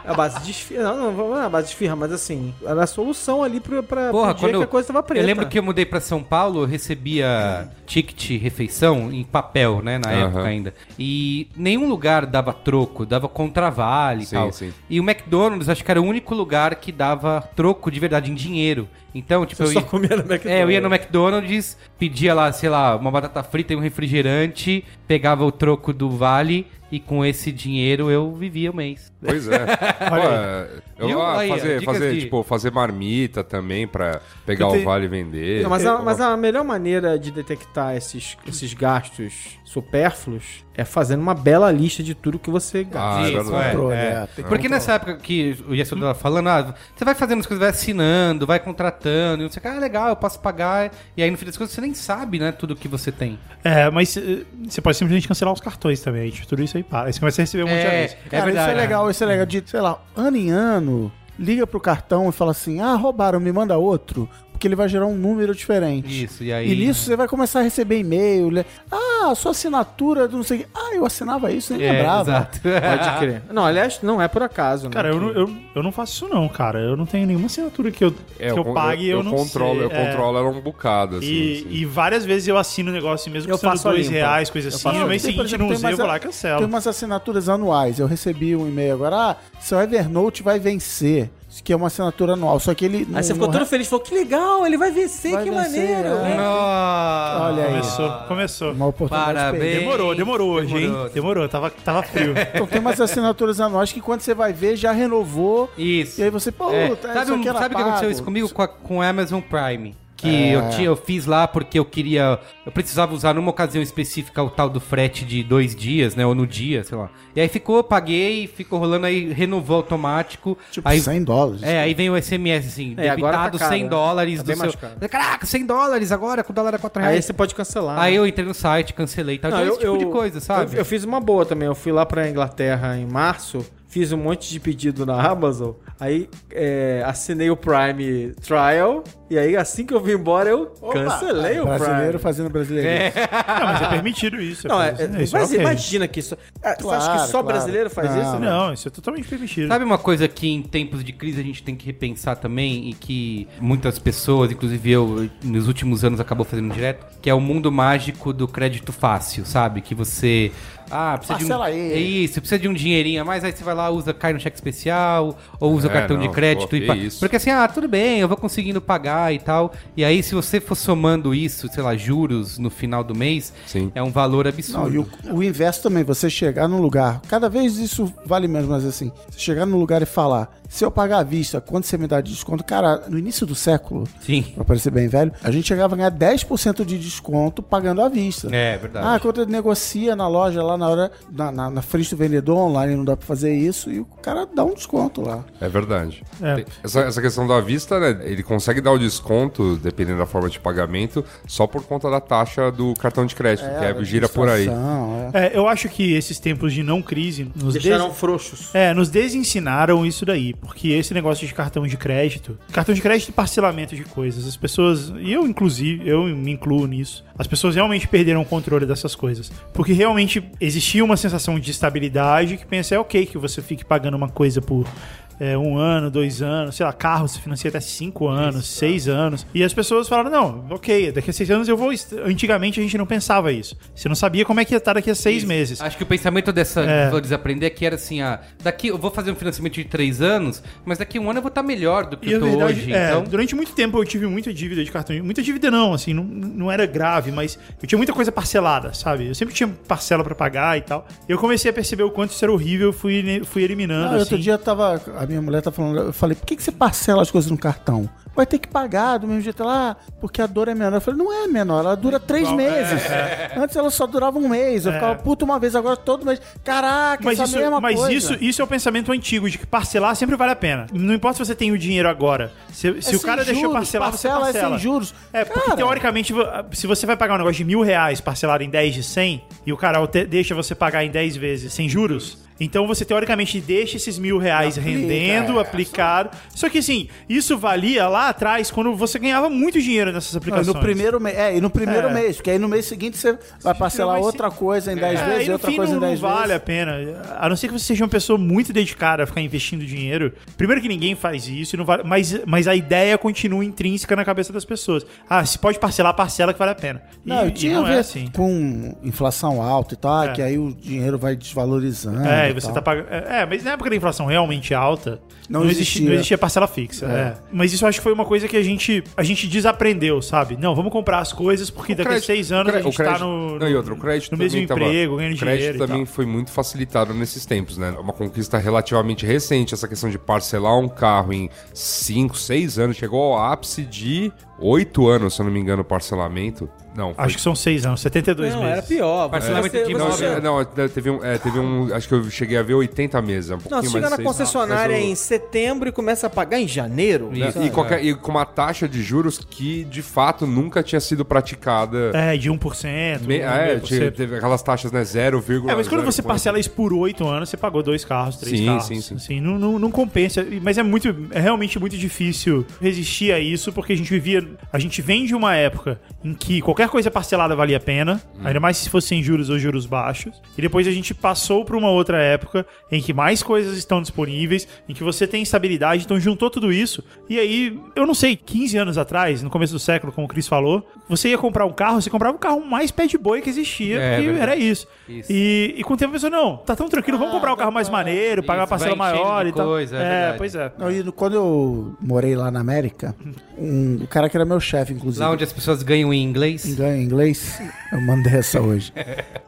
D: A base de esfirra, não, não, não é a base de esfirra, mas assim, era a solução ali pra, pra
A: Porra,
D: pro dia
A: quando
D: que a coisa tava preta.
A: Eu lembro que eu mudei pra São Paulo, eu recebia ticket refeição em papel, né, na
C: Aham.
A: época ainda. E nenhum lugar dava troco, dava contravale e
C: Sim,
A: tal.
C: sim.
A: E o McDonald's acho que era o único lugar que dava troco de verdade em dinheiro. Então, tipo,
D: eu
A: eu
D: só
A: ia,
D: comia no McDonald's.
A: é, eu ia no McDonald's, pedia lá, sei lá, uma batata frita e um refrigerante, pegava o troco do vale e com esse dinheiro eu vivia o mês.
C: Pois é. Pô, eu
A: Viu?
C: ah,
A: Aí, ó,
C: fazer,
A: dicas
C: fazer,
A: de-
C: tipo, fazer marmita também pra pegar
E: Porque
C: o vale e vender.
D: Não, mas, a, mas a melhor maneira de detectar esses, esses gastos supérfluos é fazendo uma bela lista de tudo que você gasta.
C: Ah, é
A: Isso,
C: verdade.
A: é.
B: Pro, né? Tem que
A: Porque
B: comprar.
A: nessa época que o Yasuda tava falando, ah, você vai fazendo as coisas, vai assinando, vai contratando, e não sei o que, ah, legal, eu posso pagar. E aí no fim das contas você nem sabe, né, tudo que você tem.
E: É, mas eh, você pode simplesmente cancelar os cartões também. aí, tipo, Tudo isso aí para. Aí você começa a receber um monte de anúncio.
B: Cara, isso é legal, isso é legal. De, sei lá, ano em ano, liga pro cartão e fala assim: ah, roubaram, me manda outro. Porque ele vai gerar um número diferente.
A: Isso, e aí.
B: E nisso você vai começar a receber e-mail. le- Ah, sua assinatura do não sei o quê. Ah, eu assinava isso, nem
A: é,
B: lembrava.
A: exato.
D: Pode crer. Não, aliás, não é por acaso, né?
E: Cara, eu
D: Que-
E: não, eu, eu não faço isso não, cara. Eu não tenho nenhuma assinatura que eu,
C: É,
E: que eu,
C: con-
E: pague e eu, não
C: controlo,
E: sei.
C: Eu
E: É.
C: controlo ela um bocado, assim.
E: E,
C: assim.
E: e várias vezes eu assino o negócio mesmo
D: Eu
E: custando
D: faço a
E: dois
D: limpa.
E: reais, coisa
D: Eu
E: assim.
D: faço a
E: No mês
B: Tem, por
E: seguinte
B: exemplo,
E: não
B: tem
E: usei, eu
B: umas
E: vou lá
B: a-
E: e cancelo.
B: Tem umas assinaturas anuais. Eu recebi um e-mail agora, ah, seu Evernote vai vencer. que é uma assinatura anual. Só que ele.
D: Aí você ficou
A: é-
D: todo feliz, falou, que legal, ele vai vencer,
B: Vai
D: que
B: vencer,
D: maneiro.
B: é.
A: Nossa!
B: Olha aí.
E: Começou, começou.
B: Uma oportunidade
A: Parabéns.
B: perdida.
E: Demorou, demorou hoje, hein?
A: Demorou.
E: Demorou, tava, tava frio.
B: Então tem umas assinaturas anuais que quando você vai ver, já renovou.
A: Isso.
B: E aí você, pô,
A: É,
B: tá,
A: sabe
B: isso
A: um-
B: aqui era
A: sabe o que aconteceu
B: pago. É.
A: isso comigo com a, com a Amazon Prime? Que eu, tinha, eu fiz lá porque eu queria. Eu precisava usar numa ocasião específica o tal do frete de dois dias, né? Ou no dia, sei lá. E aí ficou, paguei, ficou rolando, aí renovou automático.
B: Tipo,
A: aí,
B: 100 dólares.
A: É, aí vem o SMS assim,
D: É, agora tá
A: debitado
D: caro,
A: 100
D: né?
A: dólares
D: Tá
A: do
D: bem
A: seu.
D: mais caro.
A: Caraca, 100 dólares agora, com o dólar a 4
D: Aí
A: reais.
D: você pode cancelar.
A: Aí
D: né?
A: eu entrei no site, cancelei, tá?
D: Não,
A: Então, esse tipo de coisa, sabe?
D: Eu, eu fiz uma boa também. Eu fui lá pra Inglaterra em março, fiz um monte de pedido na Amazon, aí é, assinei o Prime Trial, e aí assim que eu vim embora eu cancelei o
B: Brasileiro
D: Prime.
B: fazendo brasileiro.
E: Não, mas é permitido isso. é
D: Não, é, é,
E: permitido, isso é
D: mas
E: ok.
D: imagina que isso. Ah, você acha
B: Claro,
D: que só
B: claro.
D: brasileiro faz
B: Não.
D: isso? né?
E: Não, isso é totalmente permitido.
A: Sabe uma coisa que em tempos de crise a gente tem que repensar também e que muitas pessoas, inclusive eu, nos últimos anos acabou fazendo direto, que é o mundo mágico do crédito fácil, sabe? Que você ah, precisa de um,
B: Parcela aí.
A: É isso, precisa de um dinheirinho a mais, aí você vai lá, usa, cai no cheque especial, ou usa o
C: É,
A: cartão
C: não,
A: de crédito
C: pô,
A: e
C: que
A: pá.
C: isso.
A: Porque assim, ah, tudo bem, eu vou conseguindo pagar e tal. E aí se você for somando isso, sei lá, juros no final do mês,
C: Sim.
A: é um valor
B: Não, e
A: absurdo.
B: o, o inverso também, você chegar num lugar, cada vez isso vale menos, mas assim, você chegar num lugar e falar, se eu pagar à vista, quanto você me dá de desconto? Cara, no início do século,
A: Sim.
B: pra parecer bem velho, a gente chegava a ganhar 10% de desconto pagando à vista.
A: É, verdade.
B: Ah, quando negocia na loja lá na hora, na, na, na frente do vendedor online, não dá pra fazer isso, e o cara dá um desconto lá.
C: É verdade.
E: É.
C: Tem- Essa, essa questão da vista, né? Ele consegue dar o desconto, dependendo da forma de pagamento, só por conta da taxa do cartão de crédito, que é, gira por aí.
B: Situação, é.
E: É, eu acho que esses tempos de não crise nos
D: Deixaram
E: des-
D: frouxos.
E: É, nos desensinaram isso daí, porque esse negócio de cartão de crédito, cartão de crédito e parcelamento de coisas, as pessoas, e eu inclusive, eu me incluo nisso, as pessoas realmente perderam o controle dessas coisas, porque realmente existia uma sensação de estabilidade que pensa, é ok que você fique pagando uma coisa por é, um ano, dois anos, sei lá, carro se financia até cinco anos, seis anos. E as pessoas falaram, não, ok, daqui a seis anos eu vou... est- Antigamente a gente não pensava isso. Você não sabia como é que ia estar daqui a seis meses.
A: Acho que o pensamento dessa
E: É.
A: é. desaprender é que era assim, ah, daqui eu vou fazer um financiamento de três anos, mas daqui um ano eu vou estar melhor do que
E: E
A: eu
E: a
A: tô
E: verdade,
A: hoje.
E: é,
A: então,
E: durante muito tempo eu tive muita dívida de cartão. Muita dívida não, assim, não, não era grave, mas eu tinha muita coisa parcelada, sabe? Eu sempre tinha parcela pra pagar e tal. Eu comecei a perceber o quanto isso era horrível, eu fui, fui eliminando,
B: Ah,
E: assim.
B: outro dia tava. A minha mulher tá falando, eu falei, por que, que você parcela as coisas no cartão? Vai ter que pagar do mesmo jeito lá, porque a dor é menor. Eu falei, não é menor, ela dura três meses. Antes ela só durava um mês. Eu ficava puto uma vez, agora todo mês. Caraca,
E: Mas,
B: essa
E: isso,
B: é mesma
E: mas
B: coisa.
E: isso, isso é o pensamento antigo, de que parcelar sempre vale a pena. Não importa se você tem o dinheiro agora. Se, se o
B: É sem
E: cara deixou
B: juros,
E: parcelar,
B: parcela é
E: você parcela.
B: sem juros.
E: É, porque
B: Cara.
E: teoricamente, vo- se você vai pagar um negócio de mil reais parcelado em 10 de 100, e o cara te- deixa você pagar em 10 vezes sem juros, então você teoricamente deixa esses mil reais
B: é.
E: rendendo, aplicado. Só que assim, isso valia lá atrás, quando você ganhava muito dinheiro nessas
B: Não,
E: aplicações.
B: no primeiro mês. É, e no primeiro
E: É.
B: mês, porque aí no mês seguinte você vai parcelar
E: mas se-
B: outra coisa em dez
E: É,
B: vezes,
E: e no
B: outra
E: fim
B: coisa
E: não,
B: em dez
E: não vale a
B: vezes.
E: pena. A não ser que você seja uma pessoa muito dedicada a ficar investindo dinheiro. Primeiro que ninguém faz isso, e não vale, mas, mas a ideia continua intrínseca na cabeça das pessoas. Ah, se pode parcelar, parcela que vale a pena. E-
B: Não,
E: e,
B: eu tinha
E: não
B: a ver
E: é assim.
B: com inflação alta e tal,
E: É.
B: que aí o dinheiro vai desvalorizando.
E: É, e
B: e
E: você
B: tal.
E: tá pagando. É, é, mas na época da inflação realmente alta,
B: Não
E: não, existia.
B: existia.
E: não existia parcela fixa. é. Mas isso eu acho que foi uma coisa que a gente, a gente desaprendeu, sabe? Não, vamos comprar as coisas, porque daqui
C: crédito-
E: a seis anos
C: o
E: a gente
C: crédito-
E: tá no,
C: não, e outro, o crédito
E: no mesmo
C: também tava-
E: emprego, ganhando
C: o
E: dinheiro.
C: crédito
E: e tal.
C: também foi muito facilitado nesses tempos, né? Uma conquista relativamente recente, essa questão de parcelar um carro em 5, 6 anos, chegou ao ápice de 8 anos, se eu não me engano, o parcelamento. Não, foi
E: Acho que são seis anos, 72
D: Não,
E: meses.
D: era pior.
A: Parcelamento de
C: Não,
A: nove
D: você-
C: é, não, é, teve um, é, teve um. Acho que eu cheguei a ver 80 meses. é Um pouquinho
D: Não, chega
C: mais
D: na
C: seis,
D: concessionária
C: mas o-
D: em setembro e começa a pagar em janeiro.
C: né,
A: Isso,
C: e,
A: é.
C: qualquer- e com uma taxa de juros que de fato nunca tinha sido praticada.
E: É, de 1%.
C: Me- é,
E: 1,5%.
C: tinha- teve aquelas taxas, né? 0,
E: É, mas quando você parcela isso por oito anos, você pagou dois carros, três
C: Sim,
E: carros.
C: sim, sim.
E: Assim, não, não, não compensa. E- Mas é muito, é realmente muito difícil resistir a isso, porque a gente vivia. A gente vem de uma época em que qualquer coisa parcelada valia a pena,
A: Uhum.
E: ainda mais se fosse sem juros ou juros baixos. E depois a gente passou para uma outra época em que mais coisas estão disponíveis, em que você tem estabilidade, então juntou tudo isso. E aí, eu não sei, 15 anos atrás, no começo do século, como o Cris falou, Você ia comprar um carro, você comprava o carro mais pé de boi que existia,
A: É,
E: e
A: verdade.
E: era isso.
A: Isso. Ah, tá,
E: E, e com o tempo a pessoa, não, tá tão tranquilo, vamos comprar o carro mais maneiro, pagar a
A: Isso,
E: parcela
A: vai enchendo
E: maior
A: de
E: e tal.
A: coisa, é
E: é,
A: verdade.
E: pois é.
B: Não, e no- quando eu morei lá na América, um, o cara que era meu chefe, inclusive.
A: Lá onde as pessoas ganham em inglês.
B: Engano em inglês? Eu mandei essa hoje.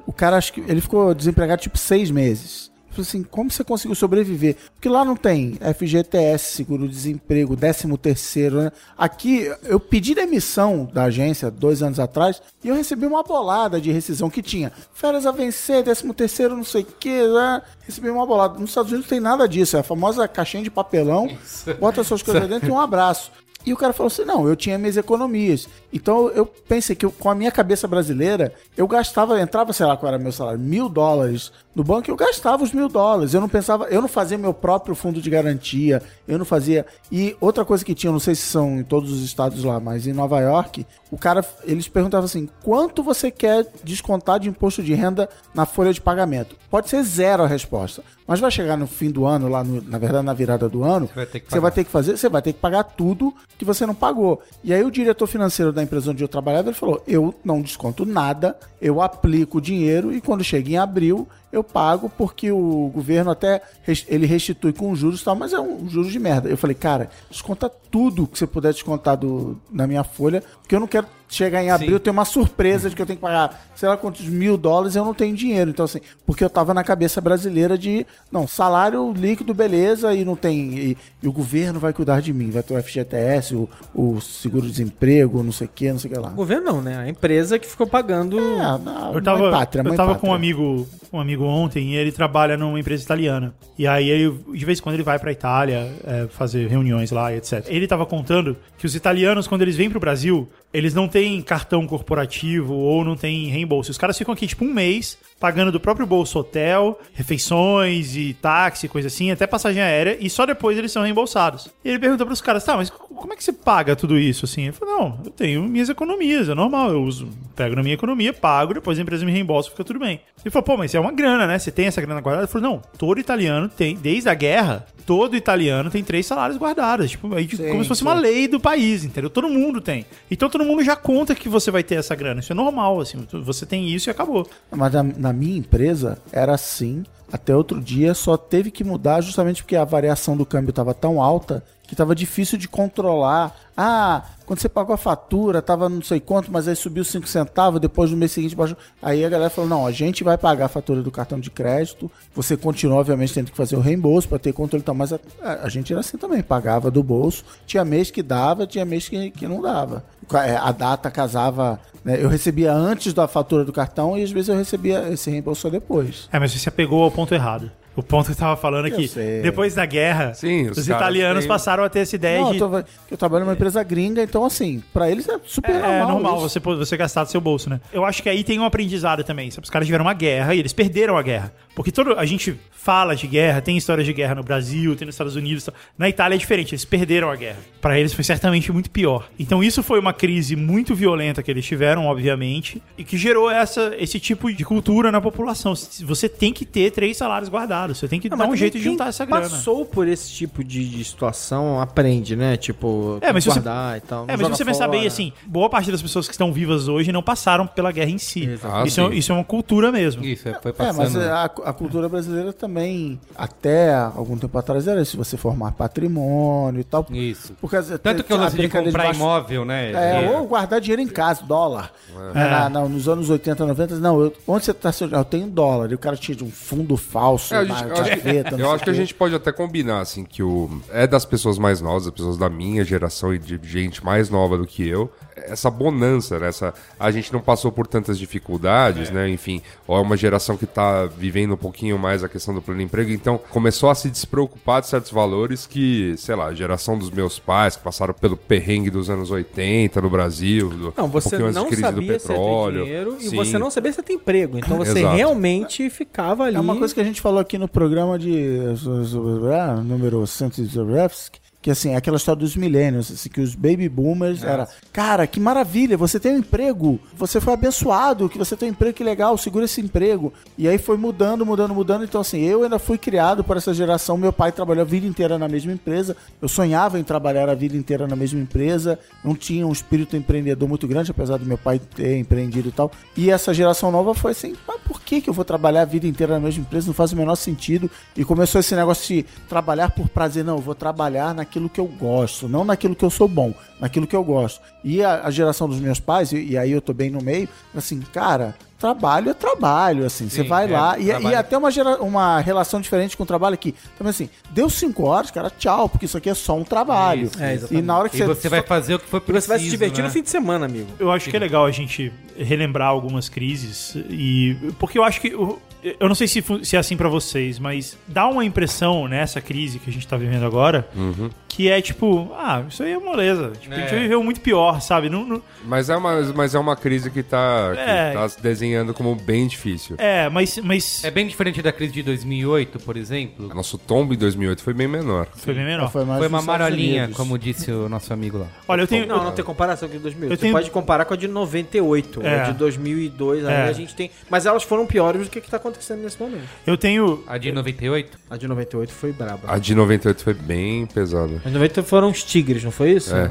B: O cara, acho que ele ficou desempregado tipo seis meses. Eu Falei assim, como você conseguiu sobreviver? Porque lá não tem FGTS, seguro-desemprego, 13 terceiro, né? Aqui, eu pedi demissão da agência dois anos atrás e eu recebi uma bolada de rescisão que tinha. Férias a vencer, 13 terceiro, não sei o que, né? Recebi uma bolada. Nos Estados Unidos não tem nada disso, é a famosa caixinha de papelão, bota suas coisas lá dentro e um abraço. E o cara falou assim: não, eu tinha minhas economias. Então eu pensei que eu- com a minha cabeça brasileira, eu gastava, entrava, sei lá qual era meu salário, mil dólares no banco, eu gastava os mil dólares. Eu não pensava, eu não fazia meu próprio fundo de garantia, eu não fazia. E outra coisa que tinha, não sei se são em todos os estados lá, mas em Nova York, o cara, eles perguntavam assim: quanto você quer descontar de imposto de renda na folha de pagamento? Pode ser zero a resposta. Mas vai chegar no fim do ano, lá no- na verdade, na virada do ano,
A: vai ter que
B: você vai
A: pagar.
B: ter que fazer, você vai ter que pagar tudo que você não pagou. E aí o diretor financeiro da empresa onde eu trabalhava, ele falou: "Eu não desconto nada, eu aplico o dinheiro e quando chega em abril, eu pago porque o governo até res- ele restitui com juros e tal, mas é um juros de merda". Eu falei: "Cara, desconta tudo que você puder descontar do, na minha folha, porque eu não quero chegar em abril ter uma surpresa de que eu tenho que pagar, sei lá quantos mil dólares, eu não tenho dinheiro". Então assim, porque eu tava na cabeça brasileira de, não, salário líquido, beleza, e não tem e, e o governo vai cuidar de mim, vai ter o FGTS, o, o seguro-desemprego, não sei o que, não sei o que lá.
D: O governo não, né? A empresa que ficou pagando.
B: É, não,
E: Eu tava,
B: mãe pátria,
E: eu
B: mãe
E: tava
B: pátria.
E: com um amigo, um amigo ontem e ele trabalha numa empresa italiana. E aí, ele, de vez em quando, ele vai pra Itália é, fazer reuniões lá e etc. Ele tava contando que os italianos, quando eles vêm pro Brasil, eles não têm cartão corporativo ou não têm reembolso. Os caras ficam aqui, tipo, um mês pagando do próprio bolso hotel, refeições e táxi, coisa assim, até passagem aérea, e só depois eles são reembolsados. E ele perguntou pros caras, tá, mas como é que você paga tudo isso, assim? Ele falou, não, eu tenho minhas economias, é normal, eu uso, pego na minha economia, pago, depois a empresa me reembolsa, fica tudo bem. Ele falou, pô, mas é uma grana, né? Você tem essa grana guardada? Ele falou, não, todo italiano tem, desde a guerra, todo italiano tem três salários guardados, tipo, aí, tipo,
B: Sim,
E: como se fosse uma lei do país, entendeu? Todo mundo tem. Então todo mundo já conta que você vai ter essa grana, isso é normal, assim, você tem isso e acabou.
B: Mas na, na minha empresa era assim. Até outro dia só teve que mudar justamente porque a variação do câmbio estava tão alta que estava difícil de controlar. Ah, quando você pagou a fatura, estava não sei quanto, mas aí subiu 5 centavos, depois no mês seguinte baixou. Aí a galera falou: não, a gente vai pagar a fatura do cartão de crédito. Você continua, obviamente, tendo que fazer o reembolso para ter controle e tal. Mas a, a- a gente era assim também, pagava do bolso. Tinha mês que dava, tinha mês que, que não dava. Ca- é, A data casava. né? Eu recebia antes da fatura do cartão e às vezes eu recebia esse reembolso só depois.
E: É, mas você se apegou ao ponto errado. O ponto que eu tava falando é
B: Eu
E: que
B: sei.
E: depois da guerra,
C: Sim,
E: os,
C: os caras
E: italianos
C: têm-
E: passaram a ter
A: É,
E: essa ideia
B: Não,
E: de.
B: eu, tô- eu trabalho numa empresa gringa, então assim, pra eles é super
E: É é normal,
B: normal. isso.
E: você, pô- você gastar do seu bolso, né? Eu acho que aí tem um aprendizado também. Sabe? Os caras tiveram uma guerra e eles perderam a guerra. Porque todo, a gente fala de guerra, tem histórias de guerra no Brasil, tem nos Estados Unidos. tal. Na Itália é diferente, eles perderam a guerra. Pra eles foi certamente muito pior. Então isso foi uma crise muito violenta que eles tiveram, obviamente, e que gerou essa, esse tipo de cultura na população. Você tem que ter três salários guardados, você tem que
D: Não,
E: dar
D: mas
E: um
D: quem-
E: jeito de
D: quem
E: juntar essa grana.
D: Passou por esse tipo de, de situação, aprende, né? Tipo,
E: É, mas se você-
D: guardar e tal.
E: É,
D: não
E: mas
D: joga
E: você pensar
D: fora.
E: bem assim, boa parte das pessoas que estão vivas hoje não passaram pela guerra em si.
C: Exato.
E: Isso, é,
C: Ah, sim.
E: isso é uma cultura mesmo.
A: Isso, é, foi
B: É, mas
A: passando.
B: a, a cultura brasileira também, até algum tempo atrás, era se você formar patrimônio e tal.
A: Isso.
B: Por causa-
A: Tanto que eu
B: é, a
A: lance de
B: brincadeira
A: comprar
B: baixo-
A: imóvel, né?
B: É,
A: de-
B: ou guardar dinheiro em casa, dólar. É, na- na- nos anos 80, 90, não, eu- onde você tá seu Eu tenho dólar. E o cara tinha de um fundo falso,
C: É, a
B: na
C: gente- eu acho que-
B: gaveta,
D: Então,
B: não
C: eu
B: sei
C: acho que a
B: o quê.
C: gente pode até combinar, assim, que o é das pessoas mais novas, das pessoas da minha geração e de gente mais nova do que eu, essa bonança, né? Essa, a gente não passou por tantas dificuldades, né? Enfim, ou é uma geração que tá vivendo um pouquinho mais a questão do pleno emprego, então começou a se despreocupar de certos valores que, sei lá, a geração dos meus pais, que passaram pelo perrengue dos anos 80 no Brasil, do,
D: Não,
C: um
D: você
C: pouquinho antes
D: não
C: de crise do
D: sabia se ia ter
C: petróleo.
D: dinheiro e
C: Sim.
D: você não sabia se ia ter emprego. Então você
C: Exato.
D: realmente ficava ali.
B: É uma coisa que a gente falou aqui no programa de ah, número 100 de Zurevski, Que assim, é aquela história dos millennials, assim, que os baby boomers era, cara, que maravilha, você tem um emprego, você foi abençoado, que você tem um emprego, que legal, segura esse emprego. E aí foi mudando, mudando, mudando. Então, assim, eu ainda fui criado por essa geração. Meu pai trabalhou a vida inteira na mesma empresa. Eu sonhava em trabalhar a vida inteira na mesma empresa. Não tinha um espírito empreendedor muito grande, apesar do meu pai ter empreendido e tal. E essa geração nova foi assim, mas por que, que eu vou trabalhar a vida inteira na mesma empresa? Não faz o menor sentido. E começou esse negócio de trabalhar por prazer. Não, eu vou trabalhar naquilo que eu gosto, não naquilo que eu sou bom, naquilo que eu gosto. E a, a geração dos meus pais, e, e aí eu tô bem no meio, assim, cara, trabalho é trabalho, assim, você
A: Sim,
B: vai
A: é,
B: lá. E,
A: trabalho.
B: e até uma, gera- uma relação diferente com o trabalho aqui. Também assim, deu cinco horas, cara, tchau, porque isso aqui é só um trabalho.
A: Isso,
D: é, exatamente.
B: e na hora que
A: E você vai
B: só-
A: fazer o que foi
D: E
A: preciso,
D: você vai se divertir
A: né?
D: no fim de semana, amigo.
E: Eu acho que é legal a gente relembrar algumas crises e porque eu acho que o- eu não sei se, fu- se é assim pra vocês, mas dá uma impressão nessa crise que a gente tá vivendo agora que é tipo, ah, isso aí é moleza. Tipo, A gente
A: É.
E: viveu muito pior, sabe? Não, não-
C: Mas é uma, mas é uma crise que tá, que
E: É.
C: tá se desenhando como bem difícil.
E: é, mas, mas
A: É bem diferente da crise de 2008, por exemplo.
C: Nosso tombo em 2008 foi bem menor.
E: foi bem menor.
B: mais
A: Foi
B: nos
A: uma
B: Estados
A: marolinha,
B: Unidos.
A: como disse o nosso amigo lá.
E: Olha, eu tenho
D: Não, não tem comparação com a de 2000.
E: Eu
D: Você
E: tenho-
D: pode comparar com a de 98,
E: É.
D: a de 2002, aí
E: É.
D: a gente tem... Mas elas foram piores do que está acontecendo nesse momento.
E: eu tenho
A: A de 98?
D: A de 98 foi braba.
C: A de 98 foi bem pesada.
D: A de 98 foram os tigres, não foi isso?
C: É.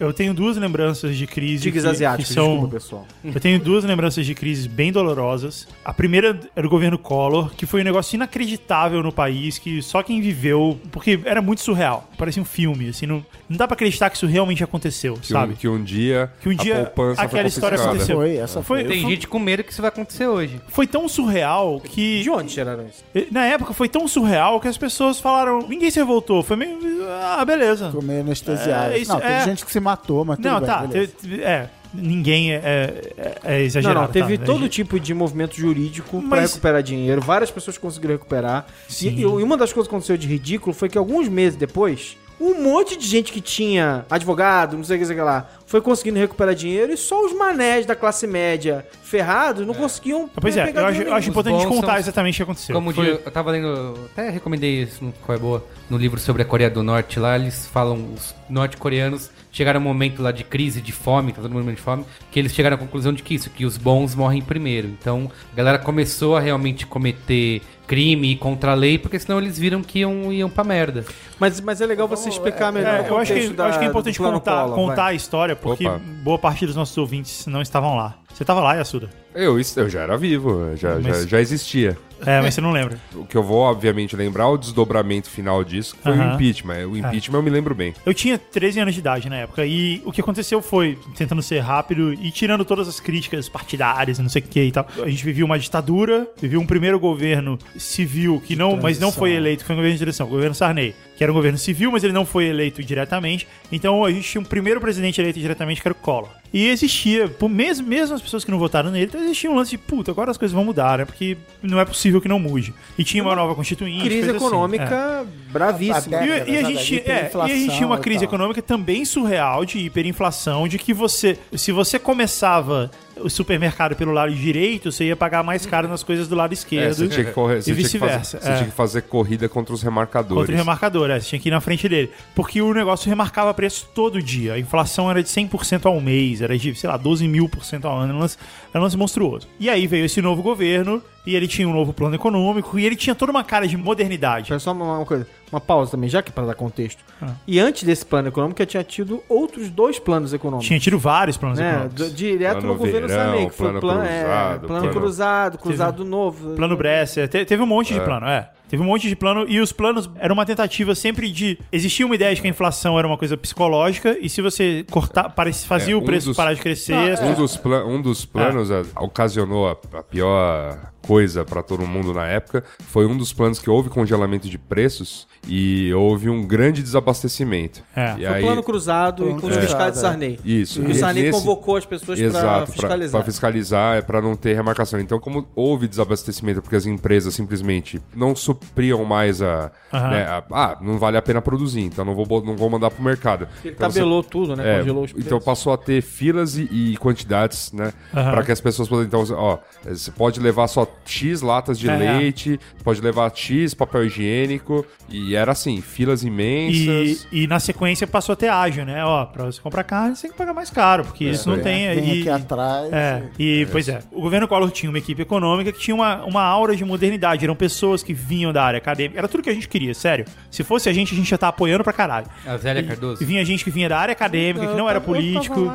E: eu tenho duas lembranças de crise
D: Tigres
E: que- que
D: asiáticos,
E: são
D: desculpa, pessoal.
E: Uhum. Eu tenho duas lembranças de crises bem dolorosas. A primeira era o governo Collor, que foi um negócio inacreditável no país, que só quem viveu, porque era muito surreal. Parecia um filme, assim, não, não dá pra acreditar que isso realmente aconteceu,
C: Que um,
E: sabe?
C: que um dia
E: Que um
C: a
E: dia
C: poupança foi
E: aquela história
C: confiscada.
E: aconteceu.
B: Foi, essa foi.
A: Tem gente com medo que isso vai acontecer hoje.
E: Foi tão surreal que
D: De onde tiraram isso?
E: na época foi tão surreal que as pessoas falaram, ninguém se revoltou, foi meio ah, beleza.
B: Ficou meio anestesiado.
E: É, isso
B: não, tem
E: é-
B: gente que se matou, mas tudo
E: Não,
B: bem,
E: tá,
B: beleza.
E: te- te- é, ninguém é, é- é
D: Não,
E: exagerado.
D: não, teve
E: tá,
D: todo tipo de movimento jurídico pra
E: Mas-
D: recuperar dinheiro, várias pessoas conseguiram recuperar. E, e uma das coisas que aconteceu de ridículo foi que alguns meses depois, um monte de gente que tinha advogado, não sei o que, sei o que lá, foi conseguindo recuperar dinheiro e só os manés da classe média ferrados não conseguiam.
E: Pois é, eu
D: pegar
E: acho,
D: dinheiro
E: eu acho
D: nenhum.
E: importante a gente
A: bons
E: contar
A: são-
E: exatamente o que aconteceu.
A: Como
E: Foi-
A: de- eu tava lendo, até recomendei isso no Qual é Boa, no livro sobre a Coreia do Norte lá, eles falam, os norte-coreanos chegaram a um momento lá de crise, de fome, tá todo mundo morrendo de fome, que eles chegaram à conclusão de que isso, que os bons morrem primeiro. Então, a galera começou a realmente cometer crime e contra a lei, porque senão eles viram que iam, iam pra merda.
D: Mas, mas é legal você explicar melhor.
E: É,
D: o
E: eu acho que,
D: contexto
E: eu acho que é
D: da-
E: importante
D: do plano
E: contar,
D: Collor,
E: contar
D: vai.
E: a história, porque
C: Opa.
E: boa parte dos nossos ouvintes não estavam lá. Você estava lá, Yasuda?
C: Eu, isso- eu já era vivo, eu já,
E: Mas-
C: já, já existia.
E: É, mas você não lembra.
C: O que eu vou, obviamente, lembrar o desdobramento final disso que foi
E: Aham. É.
C: o impeachment. O impeachment eu me lembro bem.
E: Eu tinha 13 anos de idade na época, e o que aconteceu foi, tentando ser rápido e tirando todas as críticas partidárias e não sei o que e tal, a gente vivia uma ditadura, vivia um primeiro governo civil, que não, mas não foi eleito, foi um governo de direção, o governo Sarney, que era um governo civil, mas ele não foi eleito diretamente, então a gente tinha um primeiro presidente eleito diretamente, que era o Collor. E existia, por mesmo, mesmo as pessoas que não votaram nele, existia um lance de, puta, agora as coisas vão mudar, né? Porque não é possível que não mude. E tinha uma nova constituinte.
D: Crise
E: coisa assim, é.
D: econômica bravíssima.
B: Até-
E: E-
B: década,
E: E, a
B: sabe?
E: gente, é, e a
B: né? Hiperinflação
E: gente tinha uma
B: e
E: crise
B: tal.
E: econômica também surreal de hiperinflação, de que você, se você começava o supermercado pelo lado direito, você ia pagar mais caro nas coisas do lado esquerdo.
C: É, você tinha que correr, você
E: e
C: tinha que fazer,
E: vice-versa.
C: você
E: é.
C: tinha que fazer corrida contra os remarcadores.
E: Contra o remarcador, é, você tinha que ir na frente dele. Porque o negócio remarcava preço todo dia. A inflação era de 100% ao mês, era de, sei lá, 12 mil por cento ao ano. Era um lance, era um lance monstruoso. E aí veio esse novo governo, e ele tinha um novo plano econômico, e ele tinha toda uma cara de modernidade.
D: Espera só uma, uma coisa, uma pausa também, já que é para dar contexto.
E: Ah.
D: E antes desse plano econômico, eu tinha tido outros dois planos econômicos.
E: Tinha tido vários planos
B: É,
D: né?
E: econômicos.
D: Do- direto
C: Plano
D: no governo
C: verão,
D: Sarney, que foi
C: plano
D: o plano, é,
C: cruzado,
D: plano
C: plano-
D: cruzado, cruzado novo.
E: Plano Bresser, te- teve um monte de plano, é. Teve um monte de plano e os planos eram uma tentativa sempre de. Existia uma
C: É.
E: ideia de que a inflação era uma coisa psicológica e se você cortar, pare- fazia
C: É,
E: o
C: um
E: preço
C: dos-
E: parar de crescer. as
C: Um
E: pessoas-
C: dos, plan- um dos planos
E: Ah.
C: eh, ocasionou a, a pior coisa para todo mundo na época. Foi um dos planos que houve congelamento de preços e houve um grande desabastecimento.
E: É.
C: E
D: Foi
C: aí,
D: plano cruzado e
B: Plano
D: com os
B: cruzado,
D: fiscais de Sarney.
C: Isso.
D: E o
C: E
D: Sarney
C: nesse-
D: convocou as pessoas para
C: Exato, para
D: fiscalizar.
C: é fiscalizar, para não ter remarcação. Então, como houve desabastecimento porque as empresas simplesmente não, su- supriam mais a,
E: Aham.
C: né, a- Ah, não vale a pena produzir, então não vou, bo- não vou mandar pro mercado.
D: Ele
C: Então você-
D: tabelou tudo, né?
C: é,
D: Congelou os
C: então
D: preços.
C: passou a ter filas e, e quantidades, né?
E: Aham.
C: Pra que as pessoas possam. Então, ó, você pode levar só X latas de
E: É.
C: leite, pode levar X papel higiênico. E era assim, filas
E: E,
C: imensas.
E: e na sequência passou a ter ágil, né? Ó, pra você comprar carne, você tem que pagar mais caro,
C: É,
E: porque isso não tem
B: É. Vem
E: aí.
B: aqui atrás.
E: É, e pois é. O governo Collor tinha uma equipe econômica que tinha uma, uma aura de modernidade. Eram pessoas que vinham da área acadêmica. Era tudo que a gente queria, sério. Se fosse a gente, a gente já tá apoiando pra caralho.
A: A Zélia Cardoso.
E: E vinha gente que vinha da área acadêmica, que não era político.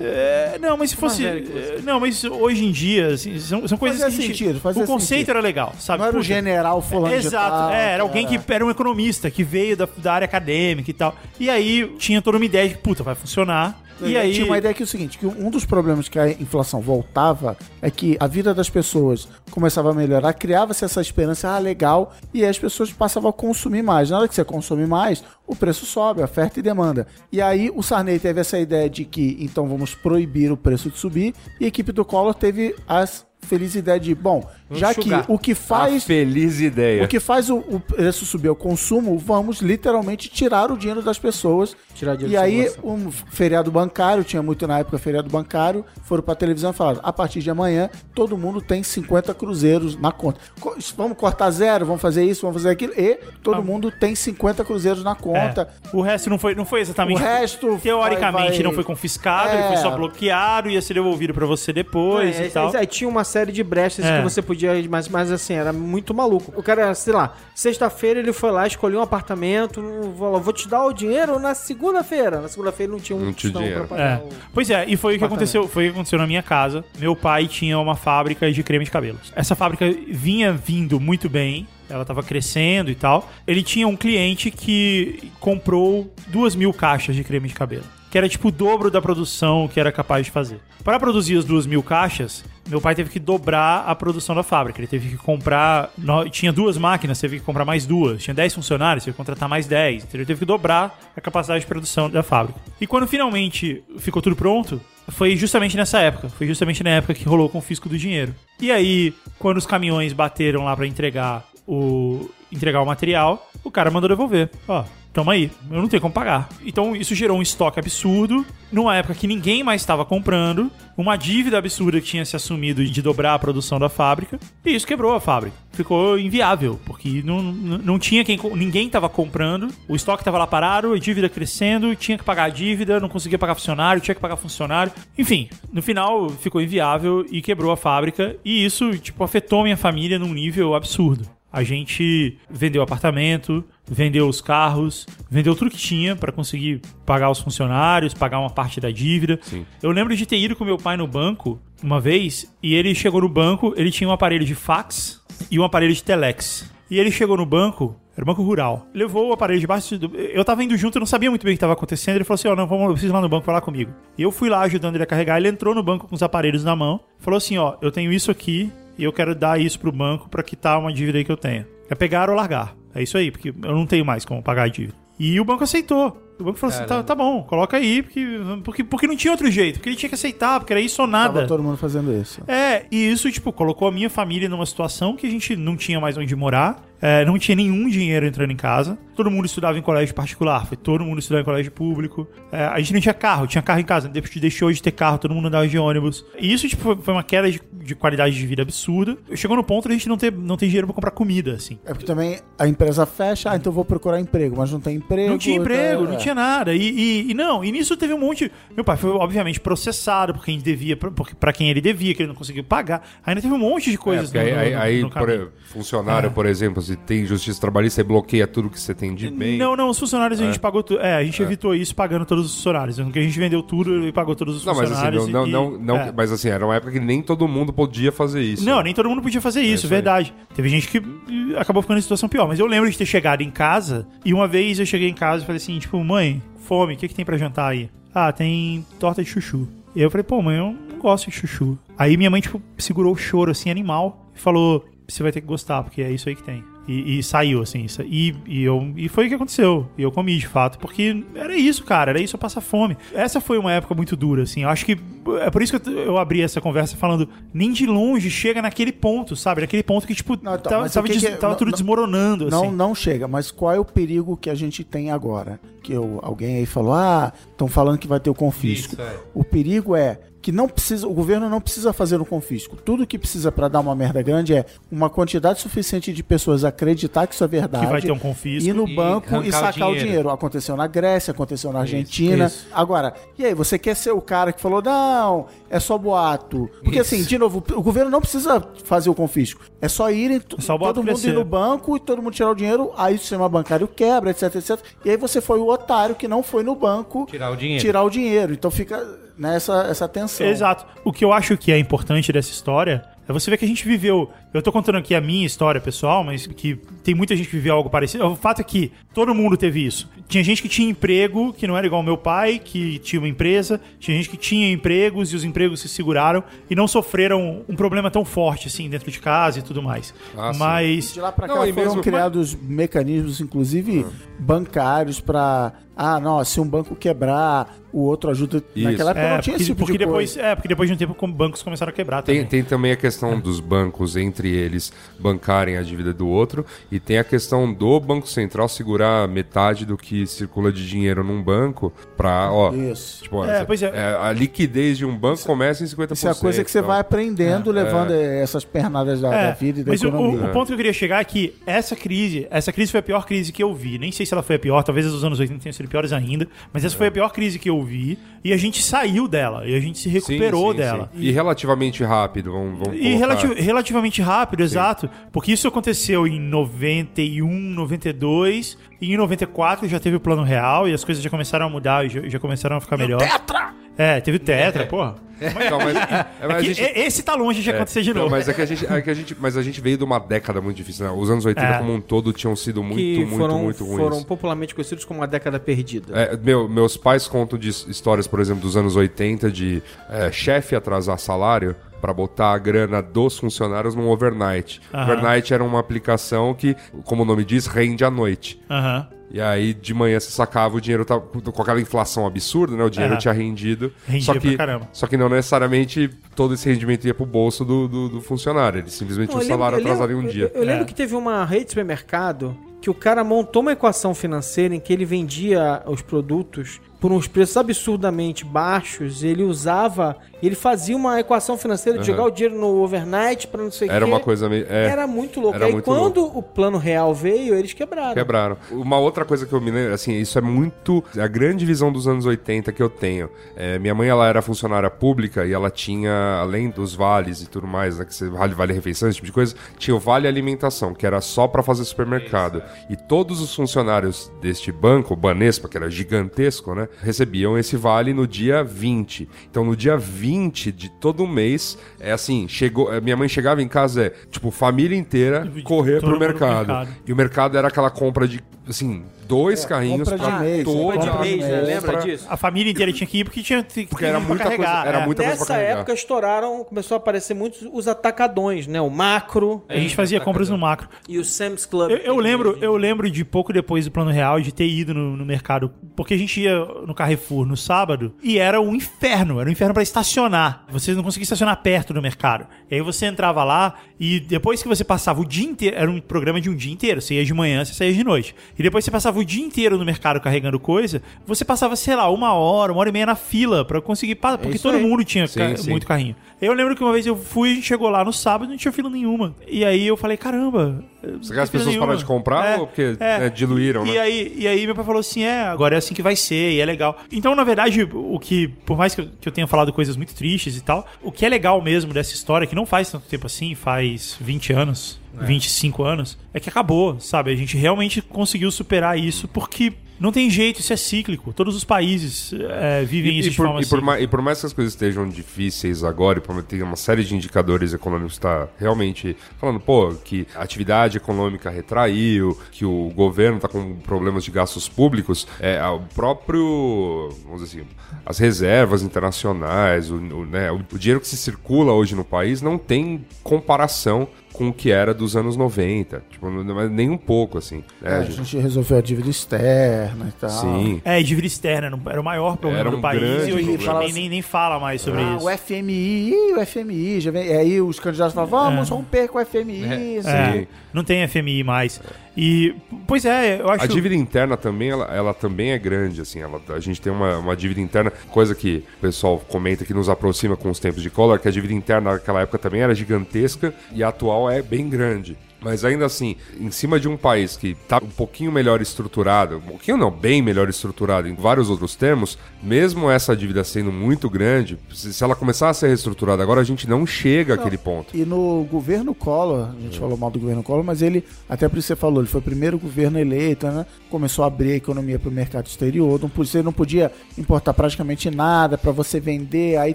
E: É, não, mas se fosse.
D: Evangélico, você.
E: é, Não, mas hoje em dia, assim, são, são coisas
B: Fazia
E: que. a gente-
B: sentido, fazia
E: o conceito
B: sentido.
E: era legal, sabe?
B: Não era o
E: Puxa,
B: general fulano de
E: Exato,
B: tal,
E: é, era alguém que era um economista, que veio da, da área acadêmica e tal. E aí tinha toda uma ideia de, puta, vai funcionar. E aí.
B: tinha uma ideia que é o seguinte, que um dos problemas que a inflação voltava é que a vida das pessoas começava a melhorar, criava-se essa esperança, ah, legal, e aí as pessoas passavam a consumir mais. Na hora que você consome mais, o preço sobe, oferta e demanda. E aí o Sarney teve essa ideia de que, então vamos proibir o preço de subir, e a equipe do Collor teve a feliz ideia de, bom, já que
D: enxugar.
B: o que faz...
C: A feliz
E: É.
C: ideia.
B: O que faz o, o preço subir é o consumo, vamos literalmente tirar o dinheiro das pessoas.
D: Tirar dinheiro
B: e
D: do
B: aí,
D: circulação.
B: um feriado bancário, tinha muito na época feriado bancário, foram pra televisão e falaram: a partir de amanhã, todo mundo tem 50 cruzeiros na conta. Co- Vamos cortar zero, vamos fazer isso, vamos fazer aquilo. E todo mundo tem 50 cruzeiros na
E: Ah. é,
B: conta.
E: o resto não foi, não
B: O
E: foi exatamente.
B: resto.
E: Teoricamente
B: vai- vai-
E: não foi confiscado,
B: É.
E: ele foi só bloqueado, ia ser devolvido pra você depois
D: É,
E: e tal.
D: é, é, tinha uma série de brechas
E: É.
D: que você podia ir, mas, mas assim, era muito maluco. O cara, sei lá, sexta-feira ele foi lá, escolheu um apartamento, falou, vou te dar o dinheiro na segunda-feira. Na segunda-feira não tinha um
C: Não tinha
D: tostão
C: dinheiro.
D: pra
E: É.
D: pagar o-
E: Pois é, e foi o que
D: Apartamento.
E: aconteceu, foi o que aconteceu na minha casa. Meu pai tinha uma fábrica de creme de cabelo. Essa fábrica vinha vindo muito bem, ela tava crescendo e tal. Ele tinha um cliente que comprou duas mil caixas de creme de cabelo. Que era tipo o dobro da produção que era capaz de fazer. Para produzir as duas mil caixas, meu pai teve que dobrar a produção da fábrica. Ele teve que comprar. no- Tinha duas máquinas, teve que comprar mais duas. Tinha 10 funcionários, teve que contratar mais 10. Entendeu? Ele teve que dobrar a capacidade de produção da fábrica. E quando finalmente ficou tudo pronto, foi justamente nessa época. Foi justamente na época que rolou o confisco do dinheiro. E aí, quando os caminhões bateram lá pra entregar o. entregar o material, o cara mandou devolver. Ó, Tamo aí, eu não tenho como pagar. Então isso gerou um estoque absurdo, numa época que ninguém mais estava comprando, uma dívida absurda que tinha se assumido de dobrar a produção da fábrica, e isso quebrou a fábrica. Ficou inviável, porque não, não, não tinha quem. co- ninguém estava comprando, o estoque estava lá parado, a dívida crescendo, tinha que pagar a dívida, não conseguia pagar funcionário, tinha que pagar funcionário. Enfim, no final ficou inviável e quebrou a fábrica, e isso, tipo, afetou minha família num nível absurdo. A gente vendeu apartamento, vendeu os carros, vendeu tudo que tinha pra conseguir pagar os funcionários, pagar uma parte da dívida. Eu lembro de ter ido com meu pai no banco uma vez e ele chegou no banco, ele tinha um aparelho de fax e um aparelho de telex. E ele chegou no banco, era o banco rural. Levou o aparelho debaixo do. Eu tava indo junto, eu não sabia muito bem o que tava acontecendo. Ele falou assim: Ó, não, vamos, eu preciso ir lá no banco falar comigo. E eu fui lá ajudando ele a carregar. Ele entrou no banco com os aparelhos na mão, falou assim: Ó, eu tenho isso aqui e eu quero dar isso pro banco pra quitar uma dívida aí que eu tenho. É pegar ou largar. É isso aí, porque eu não tenho mais como pagar a dívida. E o banco aceitou. O banco falou assim: tá, tá bom, coloca aí, porque, porque, porque não tinha outro jeito, porque ele tinha que aceitar, porque era isso ou nada.
B: Tava todo mundo fazendo isso.
E: É, e isso, tipo, colocou a minha família numa situação que a gente não tinha mais onde morar, é, não tinha nenhum dinheiro entrando em casa. Todo mundo estudava em colégio particular, foi todo mundo estudava em colégio público. É, a gente não tinha carro, tinha carro em casa, depois deixou de ter carro, todo mundo andava de ônibus. E isso, tipo, foi uma queda de, de qualidade de vida absurda. Chegou no ponto de a gente não ter, não ter dinheiro pra comprar comida, assim.
B: É porque também a empresa fecha, ah, então eu vou procurar emprego, mas não tem emprego.
E: Não tinha emprego,
B: então,
E: não
B: é.
E: tinha nada. E, e- e não, e nisso teve um monte. Meu pai foi, obviamente, processado por quem devia, porque para quem ele devia, que ele não conseguiu pagar. Ainda teve um monte de
C: É,
E: coisas
C: porque aí,
E: no- no-
C: aí-
E: no
C: aí,
E: caminho. É.
C: por exemplo, funcionário, por exemplo, se tem justiça trabalhista, você bloqueia tudo que você tem de bem.
E: Não, não, os funcionários a gente pagou tudo. É, a gente evitou isso pagando todos os funcionários. Porque a gente vendeu tudo e pagou todos os
C: Não, mas assim,
E: funcionários.
C: não, não,
E: e-
C: não, não-
E: é.
C: mas assim, era uma época que nem todo mundo podia fazer isso.
E: Não, nem todo mundo podia fazer isso,
C: é isso aí.
E: verdade. Teve gente que eh, acabou ficando em situação pior. Mas eu lembro de ter chegado em casa e uma vez eu cheguei em casa e falei assim, tipo, mãe, fome, o que, que tem pra jantar aí? Ah, tem torta de chuchu. E eu falei, pô, mãe, eu não gosto de chuchu. Aí minha mãe, tipo, segurou o choro, assim, animal, e falou, você vai ter que gostar, porque é isso aí que tem. E, e saiu, assim. sa- E, e, eu, e foi o que aconteceu. E eu comi, de fato. Porque era isso, cara. Era isso, eu passar fome. Essa foi uma época muito dura, assim. Eu acho que... É por isso que eu, eu abri essa conversa falando... Nem de longe chega naquele ponto, sabe? Naquele ponto que, tipo,
B: Não, então,
E: tava,
B: mas o
E: tava
B: que
E: des-
B: que é-
E: tava
B: não-
E: tudo
B: não-
E: desmoronando,
B: Não,
E: assim.
B: não chega, mas qual é o perigo que a gente tem agora? Que eu- alguém aí falou: ah, estão falando que vai ter o confisco.
A: Isso, é.
B: O perigo é que não precisa, o governo não precisa fazer um confisco. Tudo que precisa para dar uma merda grande é uma quantidade suficiente de pessoas acreditar que isso é verdade.
E: Que vai ter um confisco.
B: Ir no
A: E
B: banco
A: arrancar
B: e
A: o
B: sacar o
A: dinheiro.
B: dinheiro. Aconteceu na Grécia, aconteceu na Argentina.
A: isso.
B: Agora, e aí, você quer ser o cara que falou, não, é só boato. Porque
A: Isso.
B: assim, de novo, o governo não precisa fazer o confisco. É só irem, t-
E: É só o boato
B: todo mundo
E: crescer.
B: ir no banco e todo mundo tirar o dinheiro, aí o sistema bancário quebra, etc, etc. E aí você foi o otário que não foi no banco
A: Tirar o dinheiro.
B: tirar o dinheiro. Então fica nessa essa tensão.
E: Exato. O que eu acho que é importante dessa história é você ver que a gente viveu. Eu tô contando aqui a minha história pessoal, mas que tem muita gente que viveu algo parecido. O fato é que todo mundo teve isso. Tinha gente que tinha emprego, que não era igual ao meu pai, que tinha uma empresa. Tinha gente que tinha empregos e os empregos se seguraram e não sofreram um problema tão forte assim dentro de casa e tudo mais.
C: Ah, sim.
E: mas
B: De lá pra cá
C: Não, e
B: foram
C: mesmo-
B: criados mecanismos, inclusive bancários, pra. Ah, não, se um banco quebrar, o outro ajuda.
C: Isso.
B: Naquela época
E: é,
B: não tinha
E: porque,
B: esse tipo
E: porque
B: de
E: depois,
B: coisa.
E: é, porque depois de um tempo como bancos começaram a quebrar também.
C: Tem, tem também a questão dos bancos, entre eles, bancarem a dívida do outro, e tem a questão do Banco Central segurar metade do que circula de dinheiro num banco para, ó,
B: Isso.
C: tipo, ó,
E: É,
C: essa-
E: pois é.
C: a liquidez de um banco começa em 50%.
B: Isso é a coisa que você
C: então.
B: vai aprendendo, levando eh, essas pernadas da,
E: É,
B: da vida e da
E: mas o-
B: economia.
E: O, o ponto que eu queria chegar é que essa crise, essa crise foi a pior crise que eu vi. Nem sei se ela foi a pior, talvez as dos anos 80 tenham sido piores ainda, mas essa foi a pior crise que eu vi e a gente saiu dela, e a gente se
C: Sim,
E: recuperou
C: sim,
E: dela.
C: sim. E relativamente rápido, vamos, vamos
E: E
C: colocar.
E: relati- relativamente rápido, exato, porque isso aconteceu em 91, 92, e em 94 já teve o plano real e as coisas já começaram a mudar, e já, já começaram a ficar melhor. Tetra! É, teve o Tetra, porra.
C: Então, mas, é, mas
E: É
C: a
E: que
C: gente-
E: e- Esse tá longe de acontecer de
C: Não,
E: novo.
C: mas é que a gente, é que a gente, mas a gente veio de uma década muito difícil. Né? Os anos 80
E: É.
C: como um todo tinham sido muito,
D: que
C: muito,
D: foram,
C: muito ruins.
D: foram popularmente conhecidos como a década perdida.
C: É, meu- meus pais contam de his- histórias, por exemplo, dos anos 80 de é, chefe atrasar salário para botar a grana dos funcionários num overnight. Overnight era uma aplicação que, como o nome diz, rende à noite.
E: Aham.
C: E aí de manhã você sacava o dinheiro tava, com com aquela inflação absurda, né? O dinheiro
E: É.
C: tinha rendido.
E: Rendia
C: só que,
E: pra caramba.
C: Só que não necessariamente todo esse rendimento ia pro bolso do, do- do funcionário. Ele simplesmente
D: Não,
C: o
D: eu lembro-
C: salário
D: eu lembro-
C: atrasava em um
D: eu-
C: dia.
D: Eu, lembro
E: É.
D: que teve uma rede de supermercado que o cara montou uma equação financeira em que ele vendia os produtos por uns preços absurdamente baixos. Ele usava, ele fazia uma equação financeira de
C: Aham.
D: jogar o dinheiro no overnight pra não sei o quê.
C: Era uma coisa meio. é.
D: Era muito louco.
C: Era
D: Aí
C: muito
D: quando o plano real veio, eles quebraram.
C: Quebraram. Uma outra coisa que eu me lembro, assim, isso é muito. A grande visão dos anos 80 que eu tenho. É, minha mãe, ela era funcionária pública e ela tinha, além dos vales e tudo mais, né, que você, vale, vale refeição, esse tipo de coisa, tinha o vale alimentação, que era só pra fazer supermercado.
E: é.
C: E todos os funcionários deste banco, o Banespa, que era gigantesco, né, recebiam esse vale no dia 20. Então, no dia 20 de todo mês, é assim, chegou, é, minha mãe chegava em casa, é, tipo, família inteira correr pro
E: Todo mundo pro
C: mercado.
E: mercado.
C: E o mercado era aquela compra de, assim, dois carrinhos
B: É, compra de
C: é pra
B: mês,
C: toda
B: compra
D: Foi de
B: Compra
D: mês, né?
C: compra.
D: Lembra disso?
E: A família inteira tinha que ir porque tinha que
C: Porque era muita coisa- era
E: é.
C: muita- coisa pra
D: Nessa
C: carregar.
D: época estouraram, começou a aparecer muitos os atacadões, né? O macro
E: A gente fazia compras no macro.
D: e o Sam's Club.
E: É. Eu, eu lembro, eu lembro de pouco depois do Plano Real de ter ido no, no mercado, porque a gente ia no Carrefour no sábado e era um inferno, era um inferno pra estacionar. Você não conseguia estacionar perto do mercado. E aí você entrava lá e depois que você passava o dia inteiro, era um programa de um dia inteiro, você ia de manhã, você saía de noite. E depois você passava o dia inteiro no mercado carregando coisa, você passava, sei lá, uma hora, uma hora e meia na fila pra conseguir passar, porque
D: isso
E: todo
D: aí.
E: mundo tinha
C: Sim,
E: ca-
C: sim.
E: muito carrinho. Eu lembro que uma vez eu fui, a gente chegou lá no sábado, não tinha fila nenhuma. E aí eu falei, caramba,
C: Você quer
E: Tipo
C: as pessoas pararam de comprar ou porque, né, diluíram,
E: assim, é, e
C: né?
E: Aí, e aí meu pai falou assim, é, agora é assim que vai ser e é legal. Então, na verdade, o que, por mais que eu, que eu tenha falado coisas muito tristes e tal, o que é legal mesmo dessa história, que não faz tanto tempo assim, faz 20 anos, 25 anos, é que acabou, sabe? A gente realmente conseguiu superar isso porque não tem jeito, isso é cíclico. Todos os países é, vivem isso
C: E
E: de
C: por,
E: forma
C: e, por
E: assim.
C: mais, e por mais que as coisas estejam difíceis agora, e por mais que tenha uma série de indicadores econômicos que está realmente falando, pô, que a atividade econômica retraiu, que o governo está com problemas de gastos públicos, é a- o próprio, vamos dizer assim, as reservas internacionais, o, o, né, o- o dinheiro que se circula hoje no país não tem comparação com o que era dos anos 90. Tipo, não é nem um pouco, assim. É,
B: a gente resolveu a dívida externa e tal.
C: Sim.
E: É, e dívida externa não- era o maior problema
C: Era um
E: do país
C: grande
E: e hoje em dia
B: problema.
E: nem, nem, nem fala mais sobre
B: Ah,
E: isso.
B: o FMI, ih, o FMI, já vem. E aí os candidatos falam, vamos romper com o FMI. isso
E: É,
C: Sim.
E: não tem FMI mais. E, pois é, eu acho
C: A dívida interna também, ela, ela também é grande, assim. Ela, a gente tem uma, uma dívida interna, coisa que o pessoal comenta que nos aproxima com os tempos de Collor, que a dívida interna naquela época também era gigantesca e a atual é bem grande. Mas ainda assim, em cima de um país que está um pouquinho melhor estruturado, um pouquinho não, bem melhor estruturado em vários outros termos, mesmo essa dívida sendo muito grande, se se ela começar a ser reestruturada agora, a gente não chega àquele ponto.
B: E no governo Collor, a gente falou mal do governo Collor, mas ele, até por isso você falou, ele foi o primeiro governo eleito, né? Começou a abrir a economia para o mercado exterior, não, po- você não podia importar praticamente nada para você vender, aí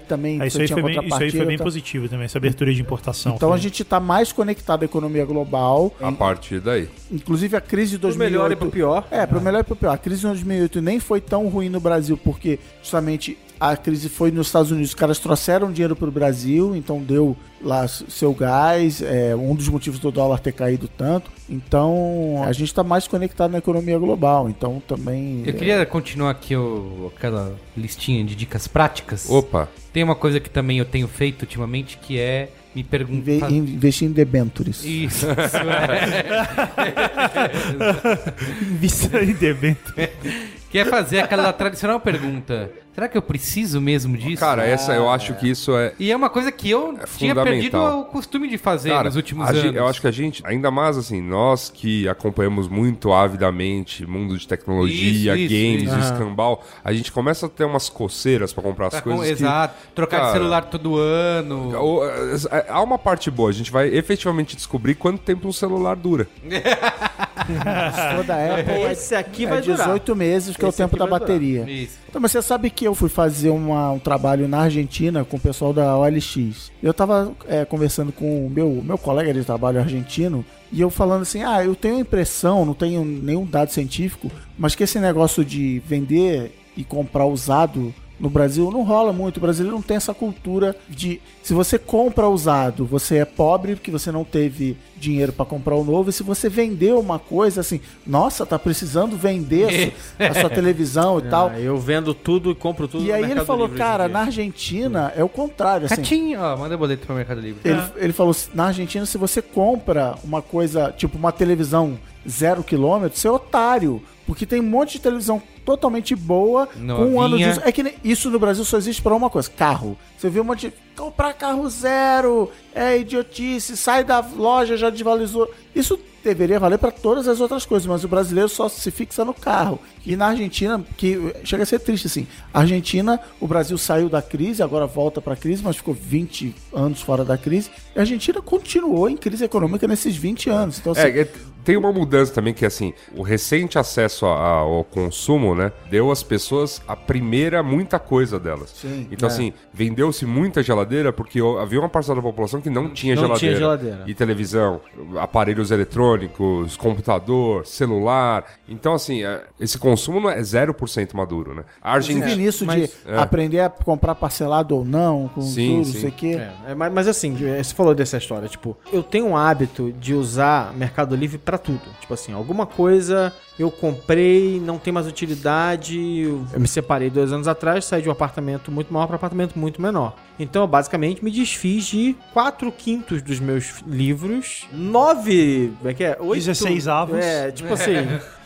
B: também
E: Ah, isso,
B: você
E: aí foi bem, isso aí foi bem
B: tá?
E: positivo né? também, essa abertura de importação.
B: Então
E: Foi-
B: a gente está mais conectado à economia global,
C: A partir daí.
B: inclusive a crise de
D: Pro
B: 2008.
D: melhor e pro pior.
B: É, pro melhor e pro pior. A crise de 2008 nem foi tão ruim no Brasil, porque justamente a crise foi nos Estados Unidos. Os caras trouxeram dinheiro pro Brasil, então deu lá s- seu gás, é um dos motivos do dólar ter caído tanto. Então a gente tá mais conectado na economia global, então também...
A: Eu queria continuar aqui o- aquela listinha de dicas práticas.
C: Opa,
A: Tem uma coisa que também eu tenho feito ultimamente que é me
B: Inve
A: perguntar.
B: investir em debentures.
A: Isso, é.
E: Vista em debênture.
A: Que é fazer aquela tradicional pergunta: será que eu preciso mesmo disso? Ah.
C: cara, essa eu acho que isso é
A: E é uma coisa que eu tinha
C: fundamental.
A: perdido o costume de fazer nos últimos
C: a
A: anos.
C: gen- eu acho que a gente, ainda mais assim, nós que acompanhamos muito avidamente mundo de tecnologia,
A: Isso, isso,
C: games,
A: isso.
C: escambau, a gente começa a ter umas coceiras pra comprar as
A: Pra com-
C: coisas. que-
A: Tá Exato. Trocar
C: Cara,
A: de celular todo ano.
C: Ou, eh, eh, Há uma parte boa, a gente vai efetivamente descobrir quanto tempo um celular dura.
B: Se for da Apple, vai-
D: Esse aqui
B: é
D: vai durar.
B: 18 meses, que é o
D: Esse
B: tempo
D: aqui
B: da
D: vai durar.
B: bateria.
A: Isso.
B: Então, mas você sabe que eu fui fazer uma- um trabalho na Argentina com o pessoal da OLX. Eu tava é, conversando com o meu, meu colega de trabalho argentino e eu falando assim: ah, eu tenho a impressão, não tenho nenhum dado científico, mas que esse negócio de vender e comprar usado no Brasil não rola muito. O brasileiro não tem essa cultura de se você compra usado, você é pobre porque você não teve dinheiro para comprar o novo. E se você vendeu uma coisa assim, nossa, tá precisando vender a sua- a sua televisão e tal.
D: Ah, eu vendo tudo e compro tudo
B: E
D: no
B: aí ele
D: Mercado
B: falou,
D: Livre hoje em
B: cara,
D: dia.
B: na Argentina é o contrário, assim.
A: Catinho, ó, manda boleto pro Mercado Livre.
B: Ele, ele falou, na Argentina, se você compra uma coisa, tipo uma televisão zero quilômetro, você é otário. Porque tem um monte de televisão totalmente boa, com um
A: Novinha.
B: ano de uso. É que nem- isso no Brasil só existe pra uma coisa, carro. Você vê um monte de... Comprar carro zero, é idiotice, sai da loja, já desvalorizou. Isso deveria valer pra todas as outras coisas, mas o brasileiro só se fixa no carro. E na Argentina, que chega a ser triste assim, a Argentina, o Brasil saiu da crise, agora volta pra crise, mas ficou 20 anos fora da crise, e a Argentina continuou em crise econômica nesses 20 anos. Então, assim,
C: É, é, tem uma mudança também que assim, o recente acesso a- a- ao consumo, né, deu às pessoas a primeira muita coisa delas.
B: Sim,
C: então
B: é.
C: assim, vendeu-se muita geladeira porque o- havia uma parcela da população que não tinha
D: Não
C: geladeira.
D: tinha geladeira.
C: E televisão, aparelhos eletrônicos, computador, celular. Então assim, é, esse consumo não é 0% maduro, né? A
B: Inclusive
C: Argentina
B: nisso
D: mas-
B: assim, de aprender a comprar parcelado ou não, com
C: é. Sim,
B: juros,
C: sim.
B: não sei o quê.
D: É, é, mas, mas assim, é, você falou dessa história, tipo, eu tenho um hábito de usar Mercado Livre pra tudo. Tipo assim, alguma coisa eu comprei, não tem mais utilidade, eu eu me separei dois anos atrás, saí de um apartamento muito maior pra um apartamento muito menor. Então eu basicamente me desfiz de 4 quintos dos meus livros, 9, como é que é? Oito-
E: 16 avos.
D: É, tipo assim...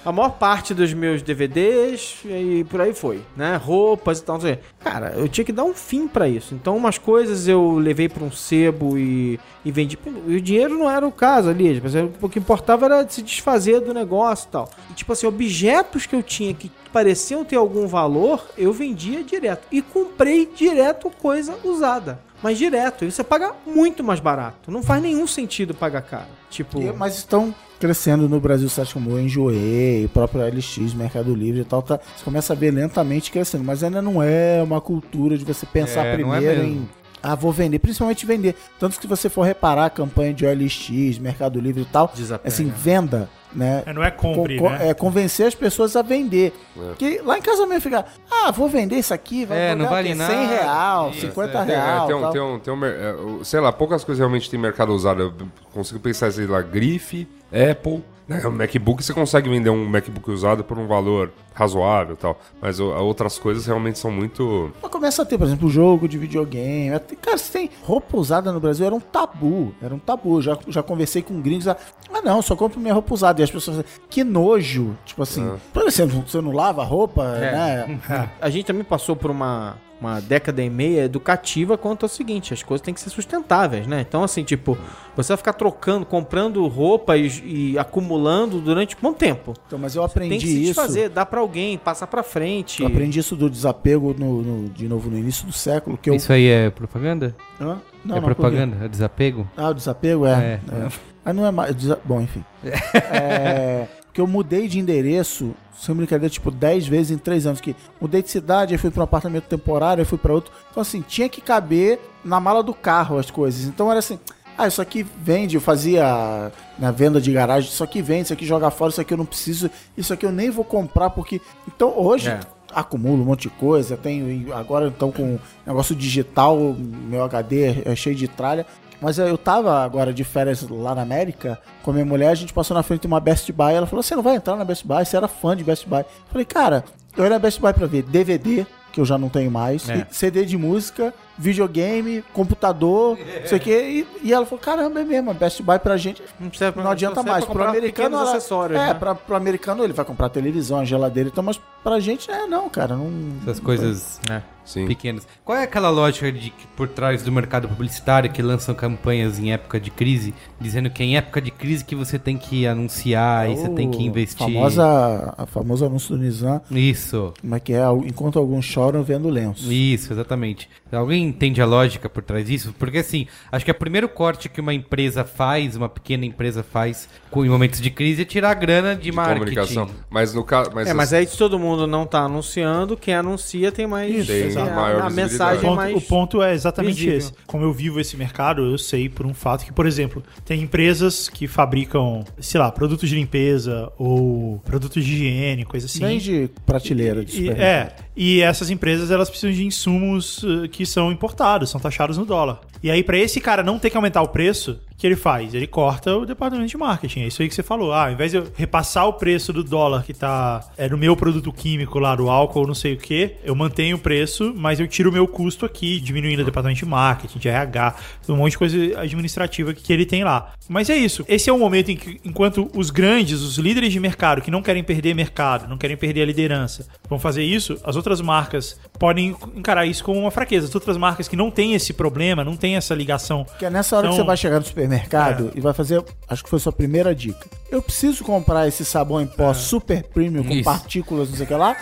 D: A maior parte dos meus DVDs e por aí foi, né? Roupas e tal, não sei. o quê. Cara, eu tinha que dar um fim pra isso. Então, umas coisas eu levei pra um sebo e, e vendi. E o dinheiro não era o caso ali. tipo assim, O que importava era se desfazer do negócio e tal. E, tipo assim, objetos que eu tinha que pareciam ter algum valor, eu vendia direto. E comprei direto coisa usada. Mas direto. E você paga muito mais barato. Não faz nenhum sentido pagar caro. Tipo.
B: E- é mas estão crescendo no Brasil sites como o Enjoei, o próprio LX, Mercado Livre e tal. Tá, você começa a ver lentamente crescendo, mas ainda não é uma cultura de você pensar
A: É, não é
B: primeiro
A: mesmo.
B: em. Ah, vou vender, principalmente vender. Tanto que se você for reparar a campanha de OLX, Mercado Livre e tal,
D: Desapega.
B: assim, venda. né?
E: É, não é compre,
B: Con-
E: né?
B: É convencer as pessoas a vender. Porque lá em casa mesmo fica, ah, vou vender isso aqui, vai
A: É,
B: pagar
A: não
B: o
A: vale
B: quê?
A: nada.
B: 100 real,
A: Isso,
B: 50
D: Tá
C: Tem, é,
B: real.
C: tem um,
B: tal.
C: tem um- tem um mer- é, o- sei lá, poucas coisas realmente tem mercado usado. Eu consigo pensar, sei lá, grife, Apple. Né? O MacBook, você consegue vender um MacBook usado por um valor razoável e tal. Mas o- outras coisas realmente são muito.
B: Mas começa a ter, por exemplo, jogo de videogame. Até- Cara, se tem roupa usada no Brasil, era um tabu. Era um tabu. Já, já conversei com gringos. Ah, ah, não, só compro minha roupa usada. E as pessoas falam, que nojo. Tipo assim,
A: Ah.
B: por exemplo, você não lava a roupa,
D: É.
B: né?
D: A gente também passou por uma, uma década e meia educativa quanto ao seguinte: as coisas têm que ser sustentáveis, né? Então, assim, tipo, você vai ficar trocando, comprando roupa e, e acumulando durante quanto tempo?
B: Então, mas eu
D: Tem que
B: aprendi
D: se
B: isso.
D: desfazer, dá pra alguém, passar pra frente.
B: Eu aprendi isso do desapego no- no- de novo no início do século. Que eu...
A: Isso aí é propaganda?
B: Hã? Não,
A: é
B: não, por quê?
A: propaganda? É desapego?
B: Ah, o desapego é.
A: É.
B: é. Mas não é mais. desa- Bom, enfim. É, Porque eu mudei de endereço, sem brincadeira, tipo, 10 vezes em 3 anos. Que mudei de cidade, aí fui pra um apartamento temporário, aí fui pra outro. Então, assim, tinha que caber na mala do carro as coisas. Então era assim. Ah, isso aqui vende, eu fazia na venda de garagem, isso aqui vende, isso aqui joga fora, isso aqui eu não preciso, isso aqui eu nem vou comprar, porque. Então hoje
D: É.
B: acumulo um monte de coisa, tenho. Agora então com negócio digital, meu HD é cheio de tralha. Mas eu tava agora de férias lá na América com a minha mulher, a gente passou na frente de uma Best Buy. Ela falou: Você não vai entrar na Best Buy? Você era fã de Best Buy. Eu falei: Cara, eu era na Best Buy pra ver DVD, que eu já não tenho mais,
A: É.
B: e CD de música, videogame, computador, não sei o quê. E, e ela falou: Caramba, é mesmo, a Best Buy pra gente
D: Não, precisa,
B: não adianta
D: serve
B: mais.
D: É, pra
B: Pro
D: comprar
B: americano,
D: pequenos
B: ela-
D: acessórios.
B: é,
D: né?
B: pra, pro americano ele vai comprar televisão, geladeira, então, mas pra gente é não, cara, não.
A: Essas coisas
C: Sim.
A: pequenas. Qual é aquela lógica de que por trás do mercado publicitário que lançam campanhas em época de crise, dizendo que é em época de crise que você tem que anunciar e você tem que investir?
B: Oh, Famosa, a famoso anúncio do Nizam,
A: Isso.
B: como é que é? Enquanto alguns choram, vendo lenço.
A: Isso, exatamente. Alguém entende a lógica por trás disso? Porque assim, acho que o primeiro corte que uma empresa faz, uma pequena empresa faz com- em momentos de crise é tirar a grana de,
C: de
A: marketing.
C: comunicação. Mas no caso. Mas, assim-
D: É, mas aí se todo mundo não tá anunciando, quem anuncia tem mais.
B: Isso,
D: tem
C: exato.
D: a-
C: maior
D: a,
C: visibilidade.
E: O
D: mensagem
E: ponto,
D: mais.
E: o ponto é exatamente
D: visível.
E: esse. Como eu vivo esse mercado, eu sei por um fato que, por exemplo, tem empresas que fabricam, sei lá, produtos de limpeza ou produtos de higiene, coisa assim.
B: Bem de prateleira de
E: E-
B: supermercado.
E: é, e essas empresas elas precisam de insumos eh, que são importados, são taxados no dólar. E aí, pra esse cara não ter que aumentar o preço, o que ele faz? Ele corta o departamento de marketing. É isso aí que você falou. Ah, ao invés de eu repassar o preço do dólar que tá é, no meu produto químico lá, do álcool, não sei o que, eu mantenho o preço, mas eu tiro o meu custo aqui, diminuindo o departamento de marketing, de RH, um monte de coisa administrativa que ele tem lá. Mas é isso. Esse é o momento em que, enquanto os grandes, os líderes de mercado, que não querem perder mercado, não querem perder a liderança, vão fazer isso, as outras marcas podem encarar isso como uma fraqueza. As outras marcas que não têm esse problema, não têm essa ligação.
B: Porque é nessa hora que
E: Então- é.
B: você vai chegar no supermercado e vai fazer, acho que foi a sua primeira dica. Eu preciso comprar esse sabão em
E: É.
B: pó super premium com
A: Isso.
B: partículas, não sei o que lá.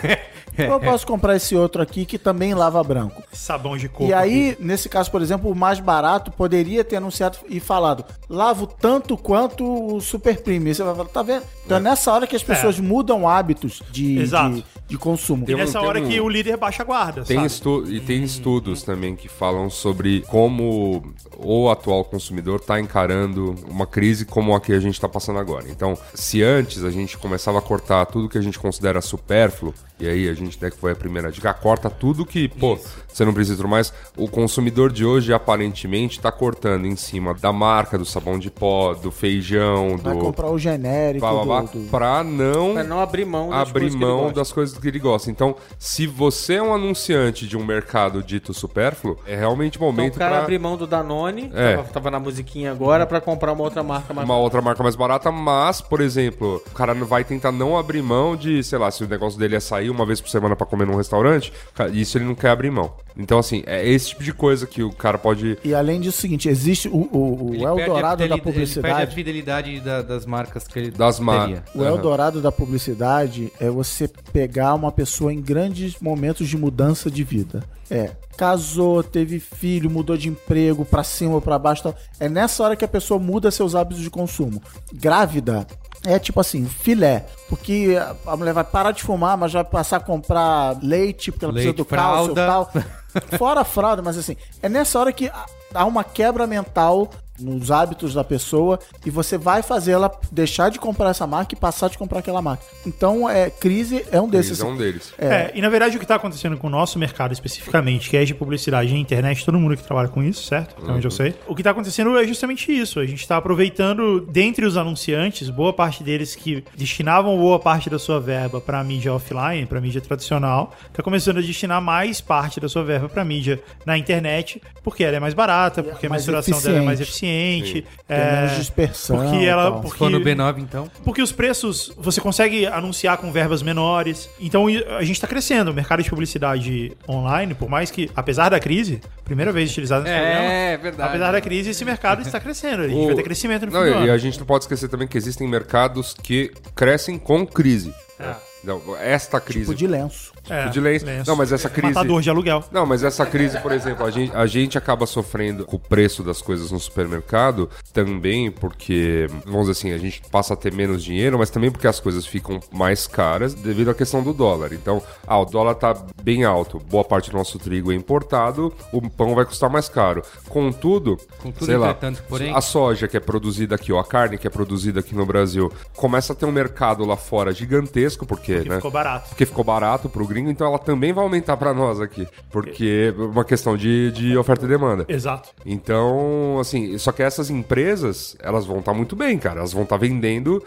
B: ou eu posso comprar esse outro aqui que também lava branco?
E: Sabão de coco.
B: E aí, nesse caso, por exemplo, o mais barato poderia ter anunciado e falado: lavo tanto quanto o Super Premium. E Você vai falar, tá vendo? Então é, nessa hora que as pessoas mudam hábitos de,
E: Exato.
B: de, de consumo.
E: E
C: Tem um-
E: nessa
C: tem
E: é hora
C: um-
E: que o líder baixa a guarda,
C: Tem
E: sabe?
C: estu- e tem estudos também que falam sobre como o atual consumidor está encarando uma crise como a que a gente está passando agora. Então, se antes a gente começava a cortar tudo que a gente considera supérfluo, e aí a gente até que foi a primeira dica, corta tudo que, pô, você não precisa mais. O consumidor de hoje aparentemente está cortando em cima da marca, do sabão de pó, do feijão,
B: Vai
C: do.
B: comprar o genérico.
C: Blá, blá, blá,
B: do- do-
C: Pra não
D: Pra não abrir mão das
C: abrir
D: coisas que ele
C: mão
D: gosta.
C: das coisas que ele gosta. Então, se você é um anunciante de um mercado dito supérfluo, é realmente o
D: Então,
C: momento
D: o cara
C: para
D: abriu mão do Danone,
C: É.
D: tava, tava na musiquinha agora, pra comprar uma outra marca mais
C: uma outra marca mais barata, mas, por exemplo, o cara não vai tentar não abrir mão de, sei lá, se o negócio dele é sair uma vez por semana pra comer num restaurante, ca- isso ele não quer abrir mão. Então, assim, é esse tipo de coisa que o cara pode.
B: E além disso, é o seguinte: existe o, o, o
A: Ele perde a
B: Eldorado da
A: fidelidade- Ele perde a
B: publicidade.
A: fidelidade da- das marcas que ele
C: Das
A: teria.
C: marcas.
B: O Eldorado da publicidade é você pegar uma pessoa em grandes momentos de mudança de vida. É, casou, teve filho, mudou de emprego, pra cima, pra baixo. Tal. É nessa hora que a pessoa muda seus hábitos de consumo. Grávida é tipo assim, filé. Porque a mulher vai parar de fumar, mas vai passar a comprar leite, porque ela
A: Leite,
B: precisa do cálcio e
A: fralda.
B: tal. Fora a fralda, mas assim, é nessa hora que há uma quebra mental nos hábitos da pessoa e você vai fazer ela deixar de comprar essa marca e passar de comprar aquela marca. Então, é, crise é um desses.
C: Eles é um deles.
E: É, e na verdade o que está acontecendo com o nosso mercado especificamente, que é de publicidade e internet, todo mundo que trabalha com isso, certo? Até onde eu sei. O que está acontecendo é justamente isso. A gente está aproveitando, dentre os anunciantes, boa parte deles que destinavam boa parte da sua verba para mídia offline, para mídia tradicional, está começando a destinar mais parte da sua verba para mídia na internet, porque ela é mais barata, porque a
B: mais
E: mensuração dela é mais
B: eficiente.
E: eficiente.
B: Tem
E: é,
B: menos dispersão.
E: Porque ela.
B: tal.
A: Se for no
E: Porque,
A: B9, então.
E: porque os preços você consegue anunciar com verbas menores. Então e- a gente está crescendo. O mercado de publicidade online, por mais que, apesar da crise, primeira vez utilizado nesse programa,
A: verdade.
E: apesar da crise, esse mercado está crescendo. A gente
C: O-
E: vai ter crescimento no
C: Não,
E: futuro.
C: e a gente não pode esquecer também que existem mercados que crescem com crise.
D: Ah.
C: Não, esta crise.
B: Tipo de lenço.
C: de lenço. Não, mas essa crise-
E: É, Matador de aluguel.
C: Não, mas essa crise, por exemplo, a gente, a gente acaba sofrendo com o preço das coisas no supermercado também porque, vamos dizer assim, a gente passa a ter menos dinheiro, mas também porque as coisas ficam mais caras devido à questão do dólar. Então, ah, o dólar tá bem alto, boa parte do nosso trigo é importado, o pão vai custar mais caro. Contudo,
A: Contudo,
C: sei lá,
A: entretanto, porém-
C: a soja que é produzida aqui, ó, a carne que é produzida aqui no Brasil, começa a ter um mercado lá fora gigantesco, porque,
E: Que
C: né?
E: ficou barato.
C: porque ficou barato pro gringo, então ela também vai aumentar pra nós aqui. Porque é uma questão de, de oferta e demanda.
E: Exato.
C: Então, assim, só que essas empresas, elas vão estar muito bem, cara. Elas vão estar vendendo.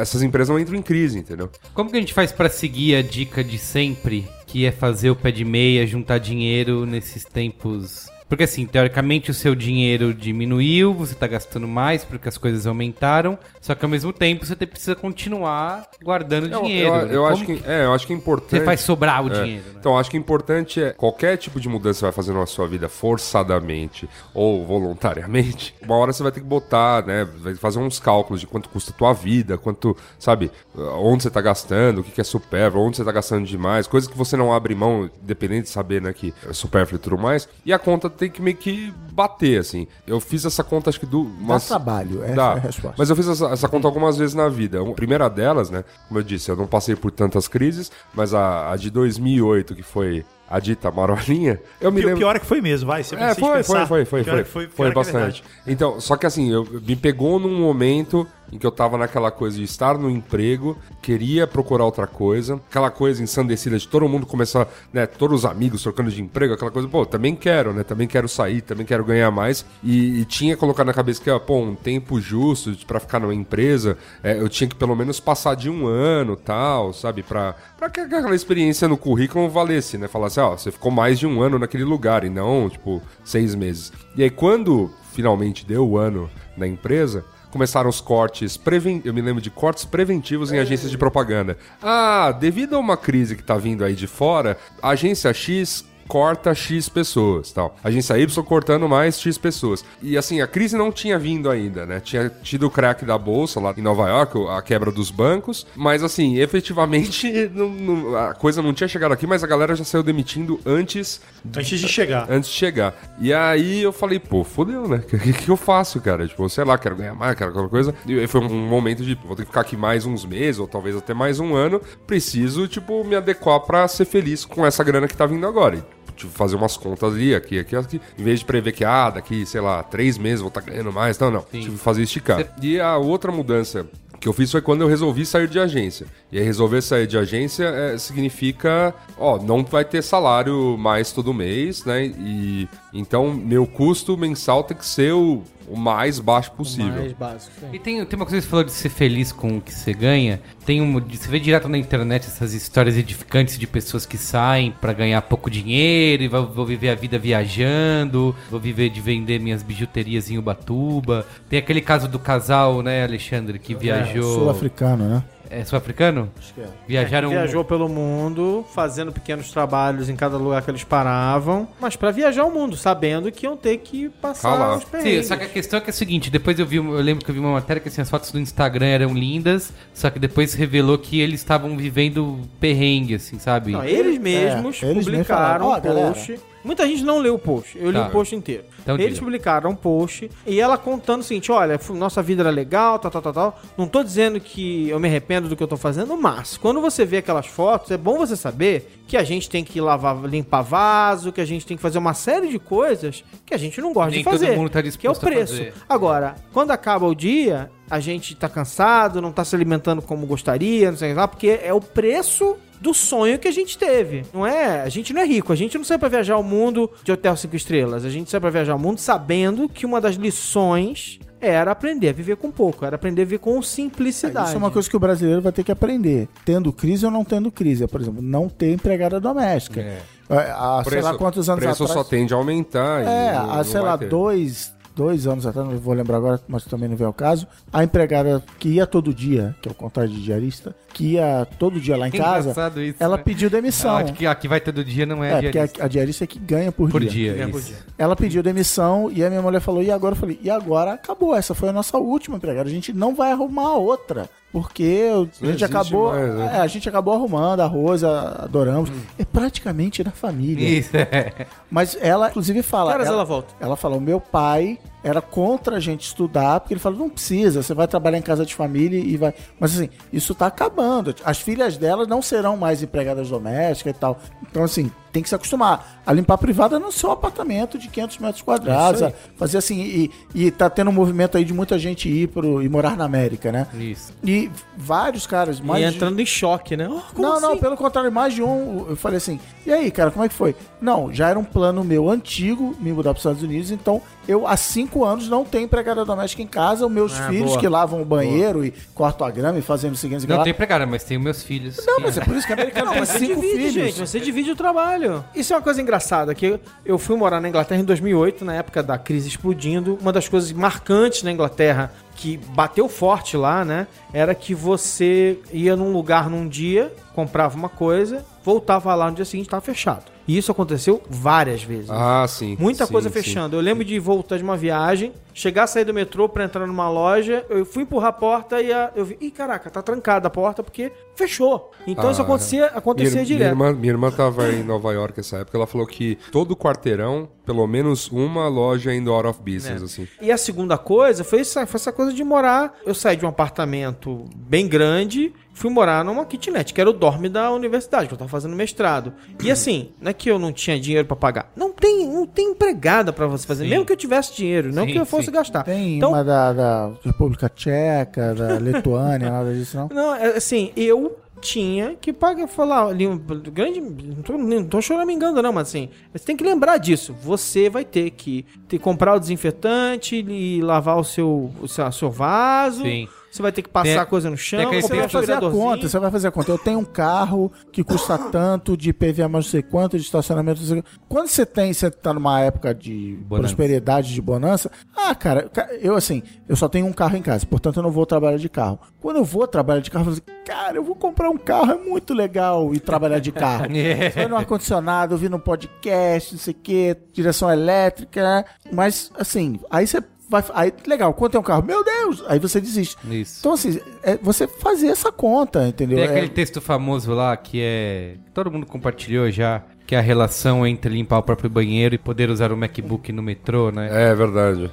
C: Essas empresas não entram em crise, entendeu?
A: Como que a gente faz pra seguir a dica de sempre, que é fazer o pé de meia, juntar dinheiro nesses tempos? Porque assim, teoricamente o seu dinheiro diminuiu, você tá gastando mais porque as coisas aumentaram, só que ao mesmo tempo você te- precisa continuar guardando
C: Eu-
A: dinheiro.
C: eu,
A: né?
C: eu
A: Como
C: acho que, é, eu acho que é importante.
A: você faz sobrar o
C: É.
A: dinheiro, né?
C: Então, acho que o importante é qualquer tipo de mudança que você vai fazer na sua vida forçadamente ou voluntariamente, uma hora você vai ter que botar, né? Vai fazer uns cálculos de quanto custa a tua vida, quanto, sabe, onde você tá gastando, o que que é supérfluo, onde você tá gastando demais, coisas que você não abre mão, independente de saber, né, que é supérfluo e tudo mais. E a conta tem que meio que bater, assim. Eu fiz essa conta, acho que do. umas-
B: trabalho, essa é a resposta.
C: Mas eu fiz essa, essa conta algumas vezes na vida. A primeira delas, né? Como eu disse, eu não passei por tantas crises, mas a, a de 2008, que foi a dita marolinha, eu me
E: Pi-
C: lembro...
E: Pior é que foi mesmo, vai. Você
C: É,
E: precisa
C: foi, foi,
E: pensar.
C: foi, foi,
E: Pior
C: foi,
E: é que
C: foi,
E: pior é que é
C: bastante.
E: verdade.
C: então, só que assim, eu, me pegou num momento em que eu tava naquela coisa de estar no emprego, queria procurar outra coisa, aquela coisa ensandecida de todo mundo começar, né, todos os amigos trocando de emprego, aquela coisa, pô, também quero, né, também quero sair, também quero ganhar mais, e, e tinha colocado na cabeça que, ó, pô, um tempo justo pra ficar numa empresa, é, eu tinha que pelo menos passar de um ano, tal, sabe, pra, pra que aquela experiência no currículo valesse, né, falar assim, ó, você ficou mais de um ano naquele lugar, e não, tipo, seis meses. E aí quando finalmente deu o ano na empresa, começaram os cortes, preven... eu me lembro de cortes preventivos em agências de propaganda. Ah, devido a uma crise que tá vindo aí de fora, a agência X corta X pessoas, tal. Agência Y cortando mais X pessoas. E assim, a crise não tinha vindo ainda, né? Tinha tido o crack da bolsa lá em Nova York, a quebra dos bancos, mas assim, efetivamente não- não- a coisa não tinha chegado aqui, mas a galera já saiu demitindo antes
E: Antes de chegar.
C: antes de chegar. E aí eu falei, pô, fodeu, né? O que, que eu faço, cara? Tipo, sei lá, quero ganhar mais, quero aquela coisa. E aí foi um momento de, vou ter que ficar aqui mais uns meses, ou talvez até mais um ano. Preciso, tipo, me adequar pra ser feliz com essa grana que tá vindo agora. E, tipo, fazer umas contas ali, aqui, aqui, aqui. Em vez de prever que, ah, daqui, sei lá, três meses vou estar ganhando mais. Não, não. Tive que fazer esticar. E a outra mudança que eu fiz foi quando eu resolvi sair de agência. E aí resolver sair de agência é, significa, ó, não vai ter salário mais todo mês, né? E então meu custo mensal tem que ser o, o mais baixo possível.
D: Mais básico.
A: E tem, tem uma coisa que você falou de ser feliz com o que você ganha. Tem um, você vê direto na internet essas histórias edificantes de pessoas que saem pra ganhar pouco dinheiro e vão, vão viver a vida viajando, vou viver de vender minhas bijuterias em Ubatuba. Tem aquele caso do casal, né, Alexandre, que viajou.
B: É, Sul-africano, né?
A: É sul-africano?
B: Acho que é.
A: Viajaram. um-
D: Viajou pelo mundo, fazendo pequenos trabalhos em cada lugar que eles paravam, mas pra viajar o mundo, sabendo que iam ter que passar
C: Tá lá.
D: os
A: Sim,
D: perrengues.
A: só que a questão é que é o seguinte, depois eu vi, eu lembro que eu vi uma matéria que assim, as fotos do Instagram eram lindas, só que depois revelou que eles estavam vivendo perrengue, assim, sabe?
D: Não, eles mesmos
B: É, eles mesmos
D: publicaram
B: falaram, "Ó,
D: um post Muita gente não leu o post. Eu li
A: Tá.
D: o post inteiro.
A: Então
D: Eles
A: diga.
D: publicaram um post e ela contando o seguinte: olha, fu- nossa vida era legal, tal, tal, tal, tal. Não tô dizendo que eu me arrependo do que eu tô fazendo, mas quando você vê aquelas fotos, é bom você saber que a gente tem que lavar, limpar vaso, que a gente tem que fazer uma série de coisas que a gente não gosta
A: Nem
D: de fazer.
A: todo mundo tá
D: que é o
A: disposto a
D: preço.
A: fazer.
D: Agora, quando acaba o dia, a gente tá cansado, não tá se alimentando como gostaria, não sei lá, porque é o preço do sonho que a gente teve. Não é, a gente não é rico, a gente não sai pra viajar o mundo de hotel cinco estrelas, a gente sai pra viajar o mundo sabendo que uma das lições era aprender a viver com pouco, era aprender a viver com simplicidade.
B: Isso é uma coisa que o brasileiro vai ter que aprender. Tendo crise ou não tendo crise. É, Por exemplo, não ter empregada doméstica. É, Há, sei lá quantos anos
C: preço
B: atrás.
C: só tende a aumentar. e
B: É,
C: não-
B: há,
C: não
B: sei
C: vai
B: lá,
C: ter.
B: dois, dois anos atrás, não vou lembrar agora, mas também não vem ao caso, a empregada que ia todo dia, que é o contrário de diarista, que ia todo dia lá em
A: É
B: casa,
A: engraçado isso,
B: ela
A: né?
B: pediu demissão.
A: Ah, que, a que vai ter do dia não é,
B: é,
A: dia
B: porque a, a diarista é que ganha por,
A: por
B: dia.
A: dia.
D: Ganha por
A: isso.
D: dia.
B: Ela pediu demissão e a minha mulher falou, e agora? Eu falei, e agora acabou, essa foi a nossa última empregada, a gente não vai arrumar outra. Porque a
C: não
B: gente,
C: existe
B: acabou,
C: mais, né?
B: é, a gente acabou arrumando, a Rosa, adoramos. É praticamente da família.
A: Isso, é.
B: Mas ela, inclusive, fala.
D: Que horas ela volta?
B: Ela fala: o meu pai era contra a gente estudar, porque ele falou: não precisa, você vai trabalhar em casa de família e vai. Mas assim, isso tá acabando. As filhas dela não serão mais empregadas domésticas e tal. Então, assim, tem que se acostumar. A limpar privada no seu apartamento de 500 metros quadrados.
D: É isso
B: a fazer assim. E, e tá tendo um movimento aí de muita gente ir pro, e morar na América, né?
A: Isso.
B: E vários caras, mais.
D: e
B: de-
D: entrando em choque, né? Oh, como
B: não, não,
D: assim?
B: pelo contrário, mais de um. Eu falei assim, e aí, cara, como é que foi? Não, já era um plano meu antigo me mudar para os Estados Unidos, então eu há cinco anos não tenho empregada doméstica em casa, os meus
D: Ah,
B: filhos
D: boa.
B: que lavam o banheiro e cortam a grama e fazem o seguinte.
A: Não
B: lá.
A: tem empregada, mas tem meus filhos.
B: não
A: que-
B: mas é por isso que americano
D: Não,
B: tem
D: mas você
B: cinco
D: divide,
B: filhos.
D: gente. Você divide o trabalho. Isso é uma coisa engraçada, que eu fui morar na Inglaterra em 2008, na época da crise explodindo. Uma das coisas marcantes na Inglaterra, que bateu forte lá, né? Era que você ia num lugar num dia, comprava uma coisa, voltava lá no dia seguinte e estava fechado. E isso aconteceu várias vezes.
C: Ah, sim.
D: Muita
C: sim,
D: coisa
C: sim.
D: fechando. Eu lembro de voltar de uma viagem, chegar, sair do metrô pra entrar numa loja, eu fui empurrar a porta e a- eu vi, ih, caraca, tá trancada a porta porque fechou. Então isso
C: Ah,
D: acontecia, acontecia
C: Minha ir-
D: direto.
C: Minha irmã, minha irmã tava em Nova York essa época, ela falou que todo quarteirão, pelo menos uma loja ainda out of
B: É.
C: business, assim.
D: E a segunda coisa foi essa, foi essa coisa de morar. Eu saí de um apartamento bem grande, fui morar numa kitnet, que era o dorme da universidade, que eu tava fazendo mestrado. E assim, não é que eu não tinha dinheiro pra pagar. Não tem, não tem empregada pra você fazer,
A: Sim.
D: mesmo que eu tivesse dinheiro, não
A: Sim,
D: que eu fosse
A: sim.
D: gastar.
B: Tem
D: então,
B: uma da, da República Tcheca, da Lituânia, nada disso, não?
D: Não, é, assim, eu tinha que pagar, falar ali, um grande, não tô, não tô choramingando não, mas assim, você tem que lembrar disso, você vai ter que ter, comprar o desinfetante e lavar o seu, o seu, seu vaso,
A: Sim.
D: você vai ter que passar
A: Tem-
D: a coisa no chão,
A: tem aquele-
D: comprar
B: Você vai
D: um
B: fazer a
D: aspiradorzinho.
B: conta, você vai fazer a conta. Eu tenho um carro que custa tanto, de PVA mais não sei quanto, de estacionamento não sei quanto. Quando você tem, você tá numa época de
A: Bonança.
B: prosperidade, de bonança, ah, cara, ca- eu assim, eu só tenho um carro em casa, portanto eu não vou trabalhar de carro. Quando eu vou trabalhar de carro, eu falo assim, cara, eu vou comprar um carro, é muito legal ir trabalhar de carro.
A: É.
B: Você vai no ar-condicionado, ouvindo um podcast, não sei o quê, direção elétrica, né? mas assim, aí você vai, aí, legal, quanto é um carro? Meu Deus! Aí você desiste.
A: Isso.
B: Então, assim, é você fazer essa conta, entendeu?
A: Tem
B: É,
A: aquele texto famoso lá que é. Todo mundo compartilhou já, que é a relação entre limpar o próprio banheiro e poder usar o MacBook no metrô, né?
C: É verdade.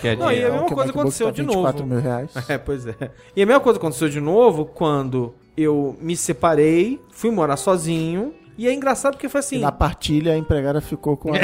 A: Que é de-
D: Não, e a
B: é
D: mesma
B: que o
D: coisa
B: MacBook
D: aconteceu
B: tá
D: de
B: 24
D: novo.
B: mil reais.
D: É, pois é. E a mesma coisa aconteceu de novo quando eu me separei, fui morar sozinho, e é engraçado porque foi
B: E
D: assim...
B: na partilha, a empregada ficou com. a-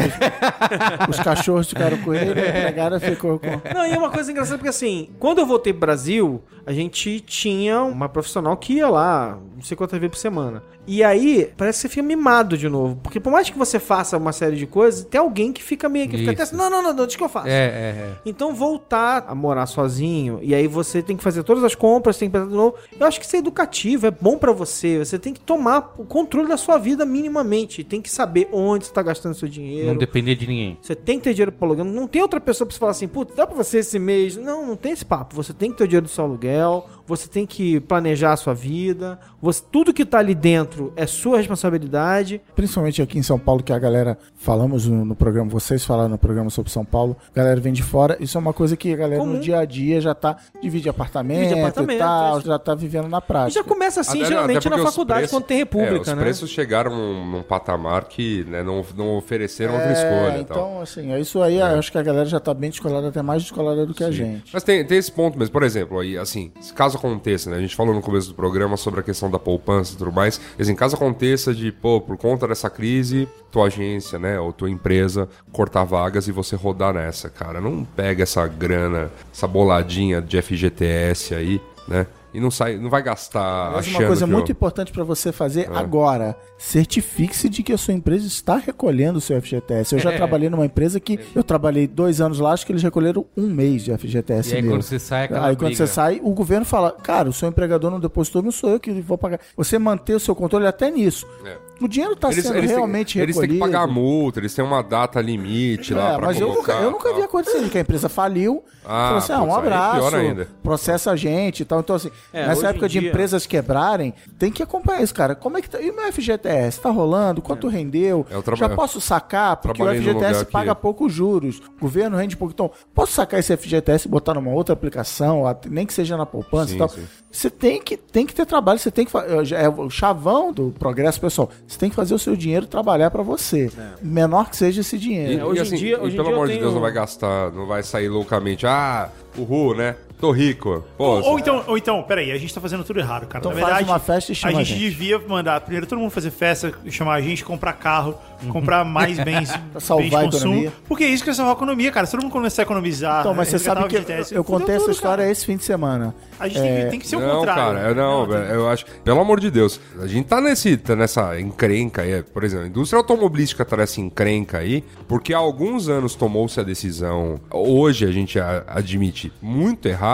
B: Os cachorros ficaram com ele, a empregada ficou com.
D: Não, e é uma coisa engraçada porque assim, quando eu voltei pro Brasil, a gente tinha uma profissional que ia lá, não sei quantas vezes por semana. E aí, parece que você fica mimado de novo. Porque por mais que você faça uma série de coisas, tem alguém que fica meio que fica
A: Isso.
D: até assim, não, não, não, não, deixa que eu faço.
A: É, é, é.
D: Então voltar a morar sozinho e aí você tem que fazer todas as compras, tem que pensar de novo. Eu acho que isso é educativo, é bom pra você. Você tem que tomar o controle da sua vida minimamente, tem que saber onde você tá gastando seu dinheiro.
A: Não depender de ninguém.
D: Você tem que ter dinheiro pro aluguel. Não tem outra pessoa pra você falar assim, putz, dá pra você esse mês. Não, não tem esse papo. Você tem que ter o dinheiro do seu aluguel. você tem que planejar a sua vida, você, tudo que tá ali dentro é sua responsabilidade.
B: Principalmente aqui em São Paulo, que a galera, falamos no, no programa, vocês falaram no programa sobre São Paulo, a galera vem de fora, isso é uma coisa que a galera
D: Comum.
B: no dia a dia já tá, divide apartamento,
D: Divide apartamento, é
B: e tal,
D: isso.
B: já tá vivendo na
D: E
B: prática.
D: já começa assim,
C: Até- né,
D: geralmente,
C: até
D: na
C: porque os
D: faculdade,
C: preços-
D: quando tem
C: é, os
D: república, né?
C: preços chegaram num, num patamar que né, não, não ofereceram outra
B: É,
C: escolha. e tal.
B: então, assim, é isso aí, eu acho que a galera já tá bem descolada, até mais descolada do que a gente.
C: Mas tem, tem esse ponto mesmo, por exemplo, aí, assim, se caso aconteça, né? A gente falou no começo do programa sobre a questão da poupança e tudo mais. Assim, caso aconteça de, pô, por conta dessa crise, tua agência, né, ou tua empresa cortar vagas e você rodar nessa, cara. Não pega essa grana, essa boladinha de FGTS aí, né? E não sai, não vai gastar
B: Mas
C: achando
B: uma coisa
C: que, É.
B: muito
C: ó,
B: importante para você fazer agora, certifique-se de que a sua empresa está recolhendo o seu FGTS. Eu já
C: É.
B: trabalhei numa empresa que eu trabalhei dois anos lá, acho que eles recolheram um mês de FGTS
A: E aí
B: meu.
A: quando você sai, é aquela
B: Aí quando
A: briga.
B: você sai, o governo fala, cara, o seu empregador não depositou, não sou eu que vou pagar. Você manter o seu controle até nisso.
C: É.
B: O dinheiro está tá sendo realmente
C: têm, eles
B: recolhido.
C: têm que pagar a multa, eles têm uma data limite lá
B: É,
C: pra
B: mas eu nunca,
C: colocar.
B: eu nunca
C: tal.
B: vi acontecer que a empresa faliu,
C: Ah,
B: falou assim, ah, um
C: putz, aí é pior
B: abraço,
C: ainda.
B: processa a gente e tal. Então, assim,
D: É, hoje
B: nessa
D: em
B: época de
D: dia-
B: empresas quebrarem, tem que acompanhar isso, cara. Como é que tá? E o meu FGTS? Tá rolando? Quanto rendeu?
C: É, eu traba-
B: Já posso sacar? Porque o
C: trabalhei num
B: FGTS
C: lugar que-
B: paga poucos juros, o governo rende pouco. Então, posso sacar esse FGTS e botar numa outra aplicação, at- nem que seja na poupança
C: Sim,
B: e tal?
C: sim.
B: Você tem que, tem que ter trabalho, você tem que fa- eu já- é o chavão do progresso pessoal. Você tem que fazer o seu dinheiro trabalhar pra você,
D: É.
B: menor que seja esse dinheiro.
C: E,
D: hoje
C: e
D: em
C: assim,
D: dia-
C: e
D: hoje em
C: pelo
D: dia
C: amor
D: eu
C: de
D: tenho-
C: Deus, não vai gastar, não vai sair loucamente. Ah, uhul, né? Tô rico. Pô,
E: Ou, ou
C: assim,
E: então, ou então, peraí, a gente tá fazendo tudo errado, cara.
B: Então
E: Na
B: faz
E: verdade,
B: uma festa e chama
E: a
B: a
E: gente.
B: gente.
E: devia mandar primeiro todo mundo fazer festa, chamar a gente, comprar carro, comprar mais bens, bens
B: salvar a
E: de consumo.
B: economia.
E: Porque é isso que é salvar a economia, cara. Se todo mundo começar a economizar,
B: Então, mas você
E: resgatar
B: sabe
E: o
B: que eu,
E: FGTS,
B: eu
E: fudeu
B: contei essa
E: tudo,
B: história é-
E: cara.
B: esse fim de semana.
E: A gente tem, que, tem que ser o
C: não,
E: contrário.
C: cara, eu não,
E: tem-
C: velho, eu acho. Pelo amor de Deus, a gente tá nesse, tá nessa encrenca aí, por exemplo, a indústria automobilística tá nessa encrenca aí, porque há alguns anos tomou-se a decisão, hoje a gente a- admite, muito errada,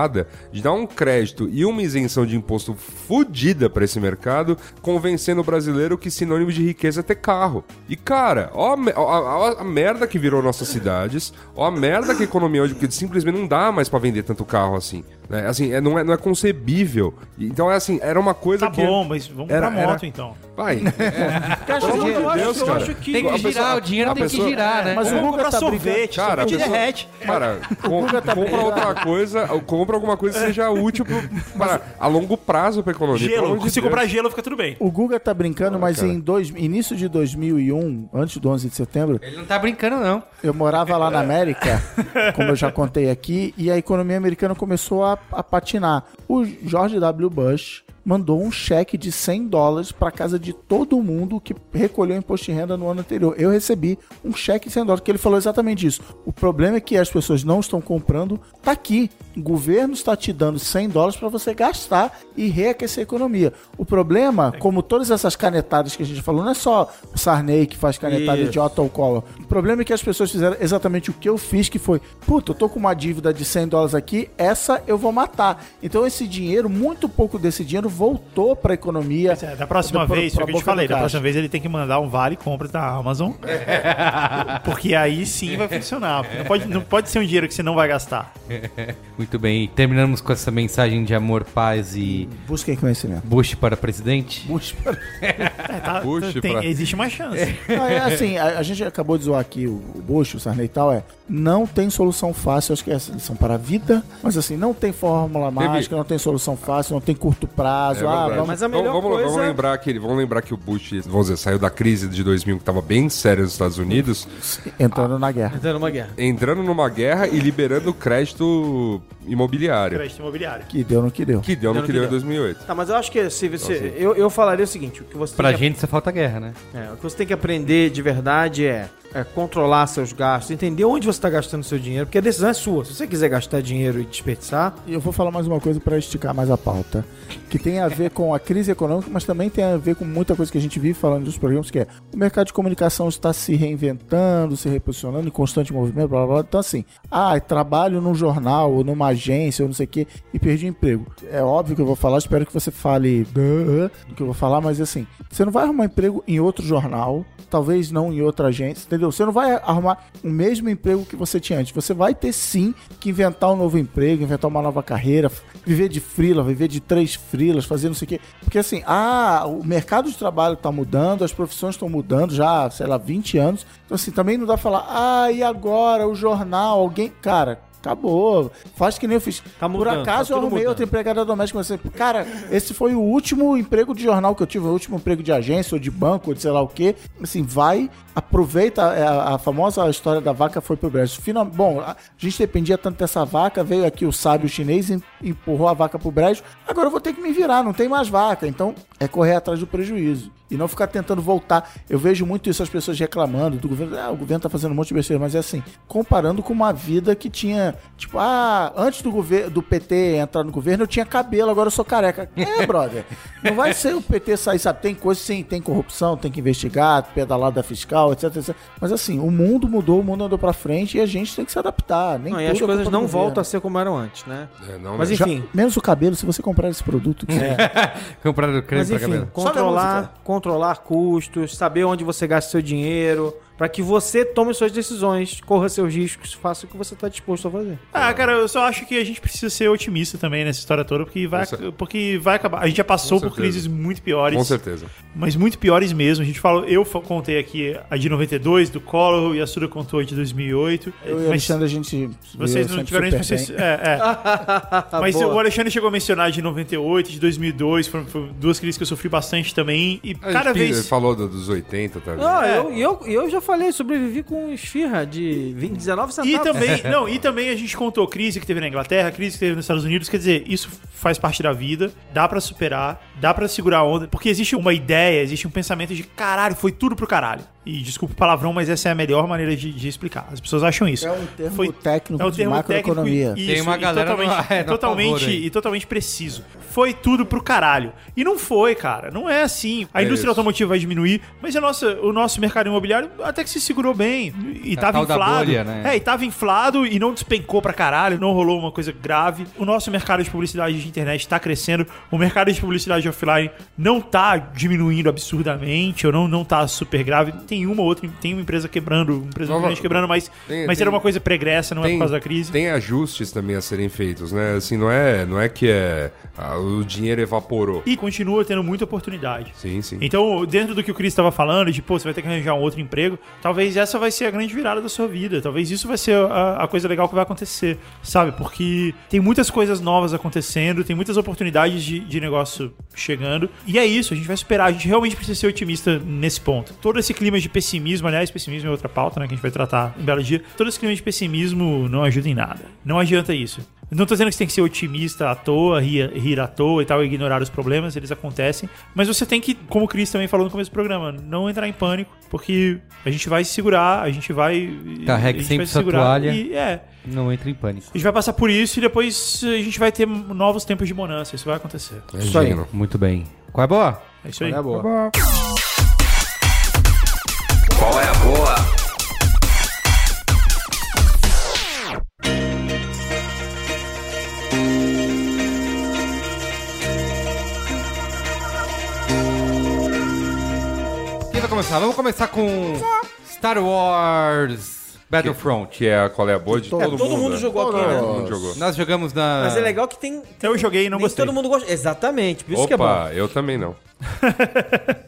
C: de dar um crédito e uma isenção de imposto fodida pra esse mercado, convencendo o brasileiro que sinônimo de riqueza é ter carro. E, cara, ó, a me- ó, a- ó a merda que virou nossas cidades, ó a merda que a economia hoje, porque simplesmente não dá mais pra vender tanto carro assim. né? Assim, é- não, é, não é concebível. Então, é assim, era uma coisa
E: Tá
C: que...
E: bom, mas vamos
C: Era-
E: pra moto
C: era-
E: então.
C: Vai. É,
D: Eu acho- eu acho-
C: Deus,
D: eu
C: cara.
D: acho que-
A: Tem que
C: A
A: girar,
C: pessoa-
A: o dinheiro
C: a
A: tem que
C: pessoa-
A: girar, né?
B: Mas o
E: Vamos
B: Guga
E: comprar
B: tá brincando.
E: sorvete,
C: Cara, a
E: sorvete
C: pessoa-
E: derrete.
C: Cara, com-
D: tá
C: compra outra coisa, compra alguma coisa que seja útil pro, para, a longo prazo pra economia. pelo amor
E: Gelo,
C: de
E: se
C: Deus.
E: comprar gelo, fica tudo bem.
B: O Guga tá brincando, mas
C: cara.
B: em dois, início de 2001, antes do 11 de setembro,
A: Ele não tá brincando, não.
B: eu morava lá na América, como eu já contei aqui, e a economia americana começou a, a patinar. O George W. Bush mandou um cheque de 100 dólares para casa de todo mundo que recolheu imposto de renda no ano anterior. Eu recebi um cheque de 100 dólares, que ele falou exatamente isso. O problema é que as pessoas não estão comprando, tá aqui. O governo está te dando 100 dólares para você gastar e reaquecer a economia. O problema, como todas essas canetadas que a gente falou, não é só o Sarney que faz canetada
D: Isso.
B: de idiota ou cola. O problema é que as pessoas fizeram exatamente o que eu fiz, que foi, puta, eu tô com uma dívida de 100 dólares aqui, essa eu vou matar. Então esse dinheiro, muito pouco desse dinheiro voltou pra economia.
E: É, Da próxima
B: Pra-
E: vez,
B: pra
E: foi o que eu
B: boca do
E: te falei, da
B: caixa.
E: próxima vez ele tem que mandar um vale compras da Amazon. porque aí sim vai funcionar. porque Não pode, não pode ser um dinheiro que você não vai gastar.
A: Muito bem, e terminamos com essa mensagem de amor, paz e
B: Busquem conhecimento.
A: Bush para presidente.
E: É, tá-
C: Puxa,
E: tem-
C: pra-
E: Existe uma chance.
B: Ah, é assim, a, a gente acabou de zoar aqui o, o Bush, o Sarney e tal, é, não tem solução fácil, acho que é são para a vida, mas assim, não tem fórmula
C: Teve-
B: mágica, não tem solução fácil, não tem curto
C: É
B: prazo, ah,
C: verdade.
B: vamos
D: mas a
C: Então,
D: melhor
C: vamos,
D: coisa-
C: vamos lembrar que ele, vamos lembrar que o Bush, vamos dizer, saiu da crise de 2000 que tava bem séria nos Estados Unidos,
B: entrando na guerra.
D: Entrando numa guerra.
C: entrando numa guerra e liberando crédito imobiliário,
E: Crédito imobiliário.
B: Que deu no que deu.
C: que deu no
D: Deu
C: que deu em 2008.
D: Tá, mas eu acho que se você. eu, eu falaria o seguinte: o que você
A: Pra
D: tem que-
A: gente só falta guerra, né?
D: é, o que você tem que aprender de verdade é, é controlar seus gastos, entender onde você está gastando seu dinheiro, porque a decisão é sua. Se você quiser gastar dinheiro e desperdiçar,
B: E eu vou falar mais uma coisa para esticar mais a pauta, que tem a ver com a crise econômica, mas também tem a ver com muita coisa que a gente vive falando dos programas, que é o mercado de comunicação está se reinventando, se reposicionando em constante movimento, blá blá blá. Então, assim, ah, trabalho num jornal ou numa agência ou não sei o quê e perdi o emprego. É óbvio que eu vou falar, espero que você fale "Duh", do que eu vou falar, mas assim, você não vai arrumar emprego em outro jornal, talvez não em outra agência, entendeu? entendeu? Você não vai arrumar o mesmo emprego que você tinha antes. Você vai ter sim que inventar um novo emprego, inventar uma nova carreira, viver de frila, viver de três frilas, fazer não sei o quê. Porque assim, ah, o mercado de trabalho tá mudando, as profissões estão mudando já, sei lá, 20 anos. Então assim, também não dá pra falar, ah, e agora o jornal, alguém, cara, acabou. Faz que nem eu fiz.
D: Tá mudando,
B: Por acaso
D: tá
B: eu
D: tudo
B: arrumei
D: mudando.
B: outra empregada doméstica. Mas, assim, cara, esse foi o último emprego de jornal que eu tive, o último emprego de agência, ou de banco, ou de sei lá o quê. Assim, vai, aproveita é, a, a famosa história da vaca foi pro brejo. Final, bom, a gente dependia tanto dessa vaca, veio aqui o sábio chinês e empurrou a vaca pro brejo. Agora eu vou ter que me virar, não tem mais vaca. Então, é correr atrás do prejuízo. E não ficar tentando voltar. Eu vejo muito isso, as pessoas reclamando do governo. Ah, o governo tá fazendo um monte de besteira, mas é assim, comparando com uma vida que tinha, tipo, ah, antes do governo do PT entrar no governo, eu tinha cabelo, agora eu sou careca. É, brother. Não vai ser o PT sair, sabe? Tem coisa sim, tem corrupção, tem que investigar, pedalada fiscal, etc, etc. Mas assim, o mundo mudou, o mundo andou pra frente e a gente tem que se adaptar. Nem
D: Não, e as
B: tudo é
D: coisas
B: culpa do
D: não
B: governo.
D: voltam assim. a ser como eram antes, né?
C: É, não,
D: Mas
C: né?
B: Já-
D: enfim.
B: menos o cabelo, se você comprar esse produto.
D: É.
B: que-
A: Compraram creme
D: Mas
A: pra
D: enfim,
A: cabelo.
B: Sobe a
D: controlar,
B: música.
D: controlar custos, saber onde você gasta seu dinheiro, pra que você tome suas decisões, corra seus riscos, faça o que você tá disposto a fazer.
E: Ah, cara, eu só acho que a gente precisa ser otimista também nessa história toda, porque vai,
C: Com cer-
E: porque vai acabar. A gente já passou
C: Com
E: por
C: certeza.
E: crises muito piores.
C: Com certeza.
E: Mas muito piores mesmo. A gente falou, eu fa- contei aqui a de 92, do Collor, e a Suda contou a de 2008.
B: Eu e o
E: mas
B: Alexandre, a gente.
E: vocês não
B: sempre
E: tiveram
B: super
E: isso. Vocês,
B: bem.
E: é, é. Mas
D: Tá Boa.
E: o Alexandre chegou a mencionar a de 98, de 2002, foram, foram duas crises que eu sofri bastante também. E
C: A
E: cada
C: gente pin-
E: vez.
C: falou do- dos 80, tá?
D: Ah, Não,
E: É.
D: eu, eu, eu já falei, sobrevivi com esfirra de 20, 19 centavos.
E: E também, não, e também a gente contou crise que teve na Inglaterra, crise que teve nos Estados Unidos, quer dizer, isso faz parte da vida, dá pra superar, dá pra segurar a onda, porque existe uma ideia, existe um pensamento de caralho, foi tudo pro caralho. E desculpa o palavrão, mas essa é a melhor maneira de, de explicar. As pessoas acham isso.
B: É um termo
E: Foi-
B: técnico
E: é um
B: de
E: termo
B: macroeconomia.
E: técnico e-
A: Tem
E: isso,
A: uma
E: e
A: galera
E: totalmente,
A: no- é, no
E: totalmente,
A: pavor aí.
E: e totalmente preciso. Foi tudo pro caralho. E não foi, cara. Não é assim. A
C: É
E: indústria
C: isso.
E: automotiva vai diminuir, mas a nossa, o nosso mercado imobiliário até que se segurou bem. E
A: É a
E: tava
A: tal da
E: inflado.
A: bolha, né?
E: É, e tava inflado e não despencou pra caralho, não rolou uma coisa grave. O nosso mercado de publicidade de internet tá crescendo, o mercado de publicidade offline não tá diminuindo absurdamente, ou não, não tá super grave. Tem uma ou outra, tem uma empresa quebrando, uma empresa
C: Não,
E: grande
C: não.
E: quebrando, mas,
C: Tem-
E: mas
C: tem-
E: era uma coisa pregressa, não é por causa da crise.
C: Tem ajustes também a serem feitos, né? Assim, não é, não é que é ah, o dinheiro evaporou.
E: E continua tendo muita oportunidade.
C: Sim, sim.
E: Então, dentro do que o Chris estava falando, de pô, você vai ter que arranjar um outro emprego, talvez essa vai ser a grande virada da sua vida. Talvez isso vai ser a, a coisa legal que vai acontecer, sabe? Porque tem muitas coisas novas acontecendo, tem muitas oportunidades de, de negócio chegando. E é isso, a gente vai superar. A gente realmente precisa ser otimista nesse ponto. Todo esse clima de pessimismo, aliás, pessimismo é outra pauta, né? Que a gente vai tratar em belo dia. Todo esse clima de pessimismo não ajuda em nada. Não adianta isso. Não tô dizendo que você tem que ser otimista à toa, rir, rir à toa e tal, ignorar os problemas, eles acontecem. Mas você tem que, como o Cris também falou no começo do programa, não entrar em pânico, porque a gente vai se segurar, a gente vai.
A: Carregue
E: a gente
A: sempre
E: se
A: sua
E: segurar
A: toalha.
E: E, é,
A: Não entra em pânico.
E: a gente vai passar por isso e depois a gente vai ter novos tempos de bonança, isso vai acontecer.
C: É
B: isso aí.
C: digno.
A: Muito bem. Qual é a boa?
E: É isso aí.
B: É boa.
F: Qual é a boa?
A: Quem vai começar? Vamos começar com Star Wars Battlefront.
C: Que é a qual é a boa de
B: Todo-
C: todo,
B: É,
G: Todo mundo
C: né?
G: jogou aqui, né?
C: Todo mundo jogou.
A: Nós jogamos na.
D: Mas é legal que tem. tem
E: Eu joguei e não
D: nem
E: gostei.
D: todo mundo gosta. Exatamente, por isso que é bom.
C: Opa, eu também não.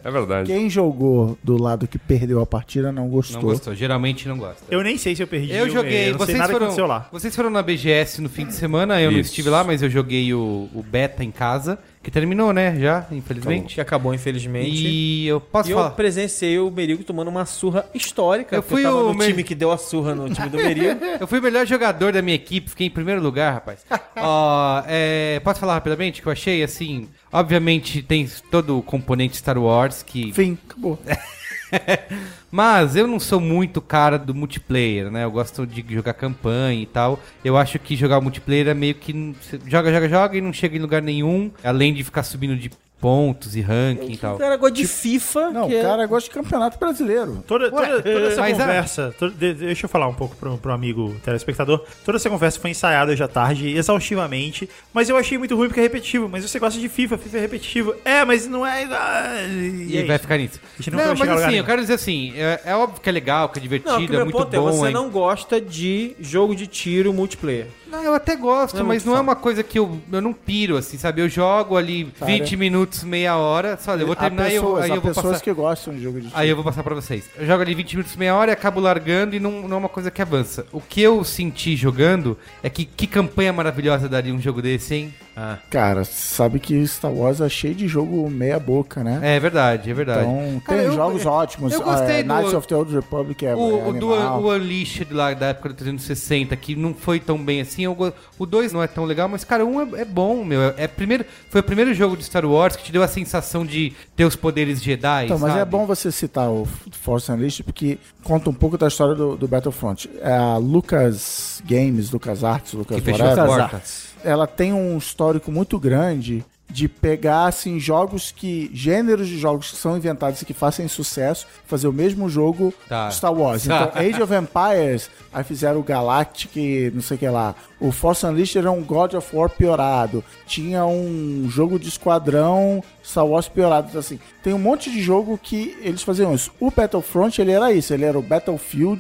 C: é verdade.
B: Quem jogou do lado que perdeu a partida não gostou.
A: Não gostou. Geralmente não gosta.
E: Eu nem sei se eu perdi.
A: Eu joguei,
E: eu não sei
A: vocês,
E: nada que aconteceu
A: foram,
E: lá.
A: vocês foram na BGS no fim de semana, eu não
C: Isso.
A: estive lá, mas eu joguei o, o beta em casa, que terminou, né, já, infelizmente.
D: Que acabou, infelizmente. E...
A: E eu posso
D: eu
A: falar,
D: presenciei o Merigo tomando uma surra histórica.
A: Eu
D: porque
A: fui
D: tava
A: o
D: no
A: Mer-
D: time que deu a surra no time do Merigo.
A: eu fui o melhor jogador da minha equipe, fiquei em primeiro lugar, rapaz. Ó, é, posso falar rapidamente o que eu achei, assim, obviamente tem todo o componente Star Wars que...
B: Enfim, acabou.
A: É Mas eu não sou muito cara do multiplayer, né? Eu gosto de jogar campanha e tal. Eu acho que jogar multiplayer é meio que. n- você Joga, joga, joga e não chega em lugar nenhum. Além de ficar subindo de pontos e ranking e tal. Tipo,
D: O cara gosta de FIFA.
B: Não,
D: que
B: o
D: é-
B: cara gosta de campeonato brasileiro.
E: Toda, toda- toda essa
A: mas a-
E: conversa, to- de- deixa eu falar um pouco pro, pro amigo telespectador. Toda essa conversa foi ensaiada hoje à tarde, exaustivamente, mas eu achei muito ruim porque é repetitivo. Mas você gosta de FIFA, FIFA é repetitivo. É, mas não é. ah, E,
A: E
E: é
A: vai
E: isso.
A: ficar nisso.
E: A gente nunca
A: Não,
E: vai chegar
A: mas
E: a lugar
A: assim, eu
E: nenhum.
A: quero dizer assim, é, é óbvio que é legal, que é
D: Não, o
A: divertido, é
D: primeiro
A: muito
D: ponto é,
A: bom.
D: você
A: é
D: não gosta de jogo de tiro multiplayer.
A: Não, eu até gosto,
D: Não é
A: mas
D: muito
A: não é
D: fã.
A: uma coisa que eu, eu não piro, assim, sabe? Eu jogo ali 20 minutos, meia hora, sabe? Eu vou terminar
B: há
A: e eu,
B: pessoas,
A: aí
B: há
A: eu vou
B: pessoas
A: passar.
B: que gostam de jogo de tiro.
A: Aí eu vou passar pra vocês. Eu jogo ali 20 minutos, meia hora e acabo largando e não, não é uma coisa que avança. O que eu senti jogando é que que campanha maravilhosa daria um jogo desse, hein?
B: Cara, sabe que Star Wars é cheio de jogo meia boca, né?
A: É verdade, é verdade.
B: Então,
A: Cara,
B: tem
A: eu-
B: jogos ótimos.
A: eu gostei
B: Ah, é,
A: do-
B: Knights of the Old Republic é, é
A: O, o do
B: animal.
A: o Unleashed lá da época do 360, que não foi tão bem assim. eu go- o 2 não é tão legal, mas, cara, o 1 é, é bom, meu. É, é primeiro, foi o primeiro jogo de Star Wars que te deu a sensação de ter os poderes Jedi.
B: Então, mas
A: sabe?
B: é bom você citar o Force Unleashed, porque conta um pouco da história do, do Battlefront. É A Lucas Games, Lucas Arts, Lucas
A: que fechou as portas.
B: ela tem um histórico muito grande de pegar assim jogos que gêneros de jogos que são inventados e que fazem sucesso, fazer o mesmo jogo
A: Tá.
B: Star Wars. Então,
A: Tá.
B: Age of Empires, aí fizeram o Galactic, e não sei o que lá. O Force Unleashed era um God of War piorado. Tinha um jogo de esquadrão Star Wars piorado. Então, assim, tem um monte de jogo que eles faziam isso. O Battlefront, ele era isso. Ele era o Battlefield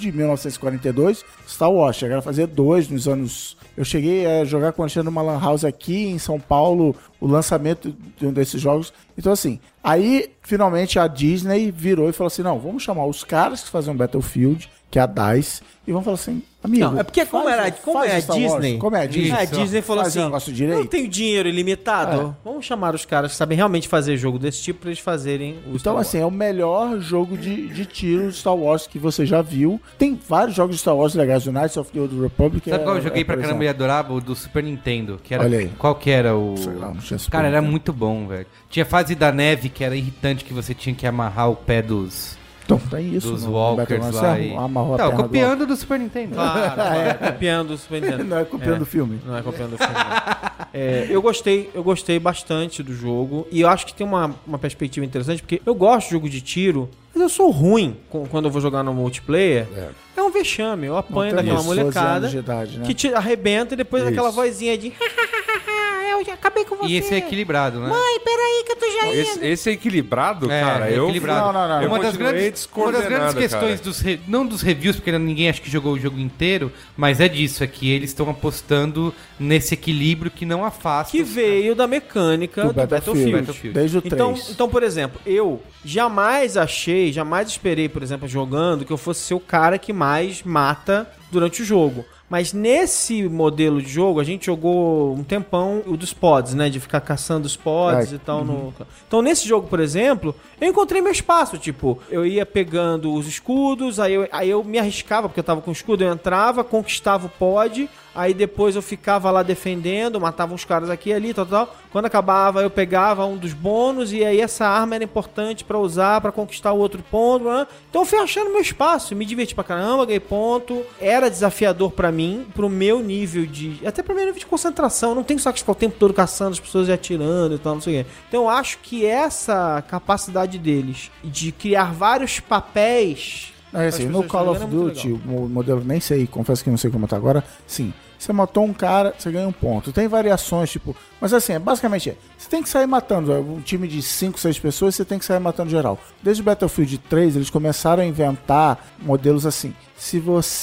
B: 1942, Star Wars. Chegaram a fazer dois nos anos... Eu cheguei a jogar com o Alexandre numa lan house aqui em São Paulo, o lançamento de um desses jogos. Então, assim, aí finalmente a Disney virou e falou assim: não, vamos chamar os caras que fazem um Battlefield, que é a DICE, e vamos falar assim, amigo.
D: Não, é porque como era- como
B: faz
D: é a
B: Star Wars,
D: Disney?
B: Como é a Disney?
D: Ah, a Disney falou
B: Faz o
D: assim:
B: negócio direito. É.
D: não tenho dinheiro ilimitado. Vamos chamar os caras que sabem realmente fazer jogo desse tipo pra eles fazerem o Star
B: Então,
D: Wars.
B: assim, é o melhor jogo de, de tiro de Star Wars que você já viu. Tem vários jogos de Star Wars legais, o Knights of the Old Republic.
A: Sabe
B: é-
A: qual eu joguei
B: é,
A: pra
B: por
A: caramba e
B: exemplo.
A: adorava? O do Super Nintendo. Que era,
B: Olha aí.
A: Qual que era o...
B: Sei lá, não tinha Super
A: Cara, era
B: Nintendo.
A: muito bom, velho. Tinha a fase da neve que era irritante, que você tinha que amarrar o pé dos,
B: Então, tem isso.
A: dos
B: no
A: walkers
B: Battle
A: lá.
B: Royale,
A: e-
B: você amarrou a
A: Não,
B: perna do
A: copiando do, Super Nintendo.
D: Claro, claro, copiando o Super Nintendo.
B: walker. É. Não é copiando o filme.
D: Não é copiando o filme. não. É, eu gostei, eu gostei bastante do jogo. E eu acho que tem uma, uma perspectiva interessante, porque eu gosto de jogo de tiro, mas eu sou ruim com- quando eu vou jogar no multiplayer. É, um vexame, eu
B: Não tem
D: apanho daquela
B: isso, 12
D: molecada
B: anos de idade, né?
D: que te arrebenta e depois
B: Isso.
D: aquela vozinha de. eu já acabei com você.
A: E esse é equilibrado, né?
C: Esse, esse é equilibrado,
A: É,
C: cara.
A: é
C: eu,
A: equilibrado.
B: Não, não, não.
C: eu
A: Uma, das
C: continuei
A: grandes, uma das grandes
C: descoordenado,
A: questões
C: cara.
A: dos re- não dos reviews, porque ninguém acha que jogou o jogo inteiro, mas é disso, é que eles estão apostando nesse equilíbrio que não afasta.
D: que
A: os-
D: veio da mecânica do,
B: Do
D: Battlefield.
B: Battlefield.
A: Battlefield.
B: Desde o 3.
D: Então, então, por exemplo, eu jamais achei, jamais esperei, por exemplo, jogando, que eu fosse ser o cara que mais mata durante o jogo. Mas nesse modelo de jogo, a gente jogou um tempão o dos pods, né? De ficar caçando os pods
B: É,
D: e tal. No... Então, nesse jogo, por exemplo, eu encontrei meu espaço. Tipo, eu ia pegando os escudos, aí eu, aí eu me arriscava, porque eu tava com escudo, eu entrava, conquistava o pod, aí depois eu ficava lá defendendo, matava uns caras aqui e ali, tal, tal. Quando acabava, eu pegava um dos bônus, e aí essa arma era importante pra usar, pra conquistar o outro ponto. né? Então eu fui achando meu espaço, me diverti pra caramba, ganhei ponto. Era desafiador pra mim, pro meu nível de. Até pro meu nível de concentração. Eu Não tenho só que ficar o tempo todo caçando as pessoas e atirando e tal, não sei o quê. Então eu acho que essa capacidade deles de criar vários papéis.
B: Não, é assim,
D: As
B: no
D: pessoas
B: Call of
D: também era muito
B: Duty, o modelo nem sei, confesso que não sei como tá agora. Sim, você matou um cara, você ganha um ponto. Tem variações, tipo. Mas assim, é basicamente, é, você tem que sair matando. é, Um time de 5, 6 pessoas, você tem que sair matando geral. Desde o Battlefield 3, eles começaram a inventar modelos assim. Se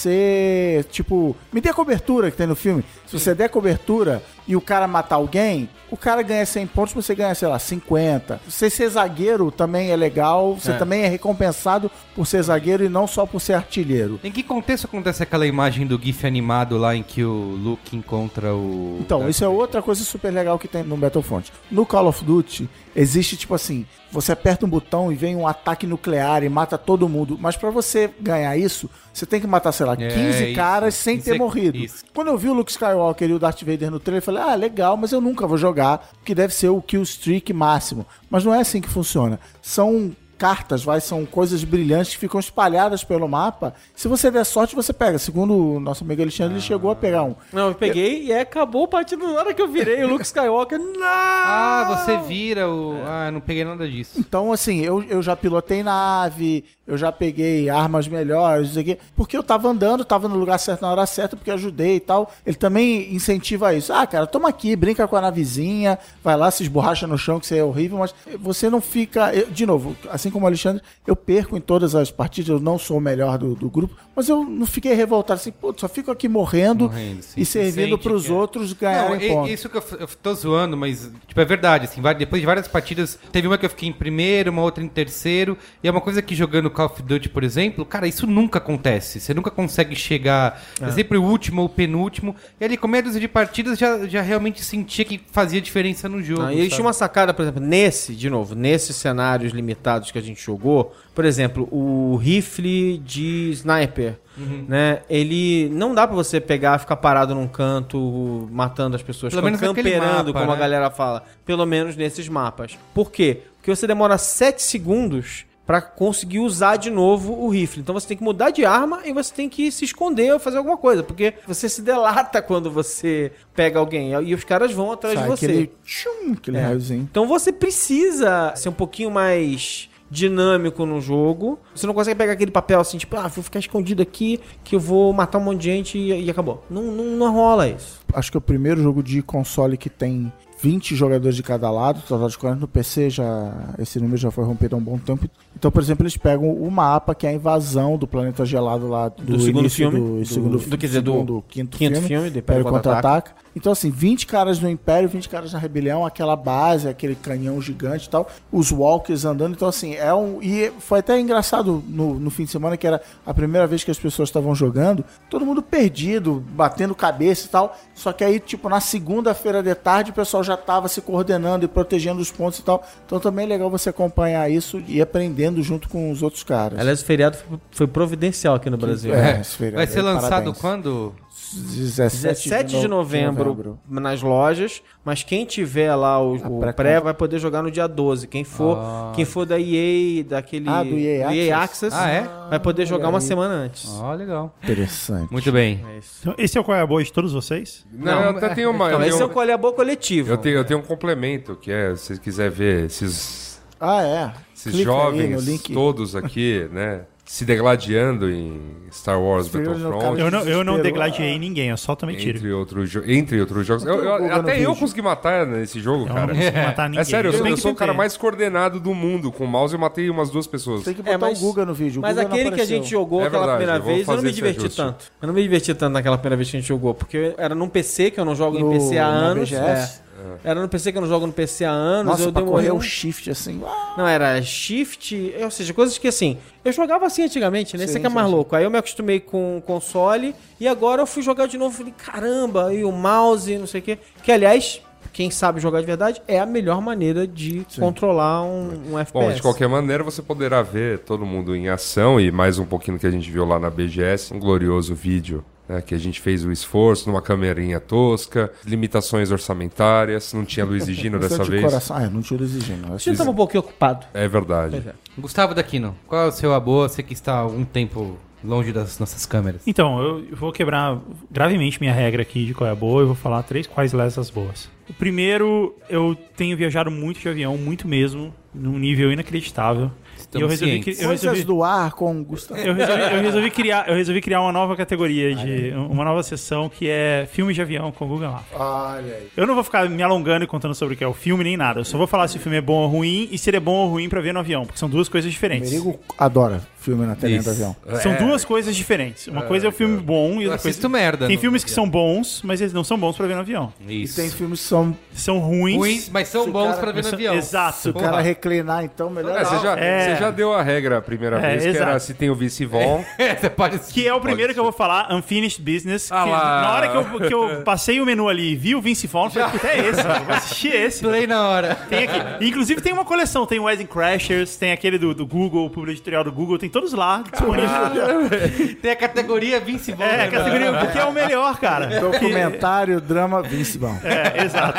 B: você, tipo, me dê a cobertura que tem no filme. Se você der cobertura e o cara matar alguém, o cara ganha 100 pontos, você ganha, sei lá, 50. Você ser zagueiro também é legal, você também é recompensado por ser zagueiro e não só por ser artilheiro.
A: Em que contexto acontece aquela imagem do GIF animado lá em que o Luke encontra o.
B: Então,
A: Darth
B: isso é
A: Vader?
B: outra coisa super legal que tem no Battlefront. No Call of Duty, existe tipo assim: você aperta um botão e vem um ataque nuclear e mata todo mundo. Mas pra você ganhar isso, você tem que matar, sei lá,
A: É,
B: 15
A: isso.
B: caras sem
A: Isso
B: ter
A: é-
B: morrido.
A: isso.
B: Quando eu vi o Luke Skywalker e o Darth Vader no trailer, eu falei: ah, legal, mas eu nunca vou jogar, porque deve ser o kill streak máximo. Mas não é assim que funciona. São cartas, vai, são coisas brilhantes que ficam espalhadas pelo mapa. Se você der sorte, você pega. Segundo o nosso amigo Alexandre, ele
A: Ah.
B: chegou a pegar um.
D: Não, eu peguei e é, acabou o partido na hora que eu virei o Luke Skywalker. Não!
A: Ah, você vira o. Ah, não peguei nada disso.
B: Então, assim, eu, eu já pilotei nave, eu já peguei armas melhores, não sei o quê, porque eu tava andando, tava no lugar certo na hora certa, porque eu ajudei e tal. Ele também incentiva isso. Ah, cara, toma aqui, brinca com a navezinha, vai lá, se esborracha no chão, que isso aí é horrível, mas você não fica. eu- de novo, assim como o Alexandre, eu perco em todas as partidas, eu não sou o melhor do, do grupo, mas eu não fiquei revoltado assim, pô, só fico aqui morrendo,
A: Morrendo, sim.
B: e servindo
A: Sente
B: pros
A: que é.
B: outros
A: Não,
B: ganharem
A: e-
B: pontos.
A: isso que eu, f- eu tô zoando, mas tipo, é verdade, assim, vai- depois de várias partidas, teve uma que eu fiquei em primeiro, uma outra em terceiro, e é uma coisa que jogando Call of Duty, por exemplo, cara, isso nunca acontece, você nunca consegue chegar, é sempre o último ou o penúltimo, e ali com meia dúzia de partidas já, já realmente sentia que fazia diferença no jogo,
D: Não, e
A: sabe?
D: tinha uma sacada, por exemplo, nesse, de novo, nesses cenários limitados que a gente jogou, por exemplo, o rifle de sniper,
A: Uhum.
D: né? Ele não dá pra você pegar, ficar parado num canto, matando as pessoas,
A: Pelo
D: ficar
A: menos naquele
D: camperando,
A: mapa,
D: como a
A: né?
D: galera fala. Pelo menos nesses mapas. Por quê? Porque você demora 7 segundos pra conseguir usar de novo o rifle. Então você tem que mudar de arma e você tem que se esconder ou fazer alguma coisa, porque você se delata quando você pega alguém e os caras vão atrás
B: Sai
D: de você.
B: aquele tchum,
A: É.
B: aquele raiozinho.
D: Então você precisa ser um pouquinho mais dinâmico no jogo. Você não consegue pegar aquele papel assim, tipo, ah, vou ficar escondido aqui que eu vou matar um monte de gente e, e acabou. Não, não, não rola isso.
B: acho que é o primeiro jogo de console que tem 20 jogadores de cada lado, total de 40 no PC, já, esse número já foi rompido há um bom tempo. Então, por exemplo, eles pegam o mapa, que é a invasão do planeta gelado lá do,
D: Do segundo
B: início
D: filme,
B: do,
D: do-
B: segundo,
D: do- quer dizer, do
B: segundo, quinto,
D: quinto
B: filme,
D: filme, do
B: Império
D: Império
B: Contra-Ataca. Então, assim, 20 caras no Império, 20 caras na Rebelião, aquela base, aquele canhão gigante e tal, os Walkers andando. Então, assim, é um. E foi até engraçado no, no fim de semana, que era a primeira vez que as pessoas estavam jogando, todo mundo perdido, batendo cabeça e tal. Só que aí, tipo, na segunda-feira de tarde, o pessoal já tava se coordenando e protegendo os pontos e tal. Então, também é legal você acompanhar isso e ir aprendendo junto com os outros caras.
A: é
D: Aliás, o feriado foi- foi providencial aqui no Brasil. né?
B: É, esse feriado
A: Vai ser
B: aí,
A: lançado
B: parabéns.
A: quando?
B: 17,
D: 17 de novembro, nas lojas, mas quem tiver lá o, o
B: pré-compra.
D: pré vai poder jogar no dia 12. Quem for, quem for da EA, daquele
B: Ah, do EA
D: Access,
A: Ah, é? Ah,
D: vai poder jogar uma semana antes.
A: Ó, legal.
B: Interessante.
A: Muito bem.
D: É isso.
E: Então, esse é o qual é a boa de todos vocês?
C: Não, eu até tenho uma.
D: Então,
C: eu,
D: esse é o
C: tenho,
D: colher a boa coletivo.
C: eu, tenho, eu tenho um complemento, que é, se você quiser ver esses,
B: Ah, é.
C: esses
B: Clica aí no
C: jovens
B: link.
C: todos aqui, né? Se degladiando em Star Wars
B: Frio no
C: Battlefront.
B: calor.
E: Eu não, eu não
B: Desespero.
E: degladiei ninguém, eu só tomei tiro.
C: Entre, outros jo- entre outros jogos. Eu- eu-
B: Google no
C: até eu
B: vídeo.
C: consegui matar nesse jogo,
E: Eu não
C: cara.
E: consegui matar um ninguém.
C: É sério, eu, sou-
E: bem
C: eu
E: que
C: sou o cara
E: tentei.
C: mais coordenado do mundo. Com o mouse eu matei umas duas pessoas.
B: Tem que botar
D: É, mas-
B: o Guga no vídeo. O
D: Mas
B: Guga não
D: aquele que a
B: apareceu.
D: gente jogou
C: É
D: aquela
C: verdade,
D: primeira
C: eu vou
D: vez, eu não
C: fazer
D: me
C: esse
D: diverti
C: ajuste.
D: tanto. Eu não me diverti tanto naquela primeira vez que a gente jogou, porque era num PC que eu não jogo
B: No-
D: em PC
B: na
D: há anos.
B: BGS?
D: é. Era num PC que eu não jogo no PC há anos.
B: Nossa,
D: eu
B: pra
D: demorei
B: correr
D: um
B: um shift assim. ah,
D: Não, era shift, ou seja, coisas que assim, eu jogava assim antigamente, né? Isso
B: Sim,
D: aqui é mais
B: sim,
D: louco. Aí eu me acostumei com o console e agora eu fui jogar de novo e falei, caramba, e o mouse, não sei o quê. Que aliás, quem sabe jogar de verdade é a melhor maneira de controlar um, um
C: Bom,
D: FPS.
C: de qualquer maneira, você poderá ver todo mundo em ação e mais um pouquinho do que a gente viu lá na BGS, um glorioso vídeo. né, que a gente fez o esforço numa câmerinha tosca, limitações orçamentárias, não tinha Luiz e Gino
B: isso é
C: dessa
B: de
C: vez.
B: coração. Ah, eu não tiro exigindo. eu acho
D: Você estava um pouquinho ocupado.
C: É verdade.
A: Gustavo Daquino, qual é o seu aboa? Você que está há algum tempo longe das nossas câmeras.
E: Então, eu vou quebrar gravemente minha regra aqui de qual é a boa e vou falar três quais lessas boas. O primeiro, eu tenho viajado muito de avião, muito mesmo, num nível inacreditável.
A: Estamos
E: e eu resolvi, que-
A: cientes.
E: eu
B: Coisas
E: resolvi,
B: do ar com o Gustavo.
D: É.
E: eu resolvi- eu resolvi criar, eu resolvi criar uma nova categoria de uma nova sessão que é filmes de avião com o Google Maps.
B: Olha aí.
E: Eu não vou ficar me alongando e contando sobre o que é o filme nem nada. Eu só vou falar se o filme é bom ou ruim e se ele é bom ou ruim pra ver no avião, porque são duas coisas diferentes.
B: Merigo adora filme na telinha do avião.
E: São duas coisas diferentes. Uma coisa é o filme bom e
A: Eu
E: outra coisa.
A: assisto merda.
E: Tem
A: no-
E: filmes que são bons, mas eles não são bons pra ver no avião.
B: E
A: Isso.
B: tem filmes que são.
E: São ruins.
A: ruins, mas são
B: Se o
A: bons
B: cara-
A: pra ver no
E: mas são-
A: avião.
E: Exato.
B: O cara reclinar, então, melhor.
C: É, você, já,
E: É.
C: você já deu a regra a primeira
E: É,
C: vez, que era
E: exato.
C: se tem o vice-von.
A: É, você pode...
E: Que é o primeiro que eu vou falar, Unfinished Business.
C: Ah
E: que
C: lá.
E: na hora que eu, que eu passei o menu ali e vi o Vince Vaughn, eu falei, puta, é esse, mano, vou assistir esse.
A: Play na hora.
E: Tem aqui. Inclusive tem uma coleção, tem o Wedding Crashers, tem aquele do, do Google, o público editorial do Google, tem todos lá disponíveis.
A: Tem a categoria Vince Vaughn. né?
E: É, a categoria, porque é o melhor, cara.
B: Documentário, drama, Vince Bom.
E: É, exato.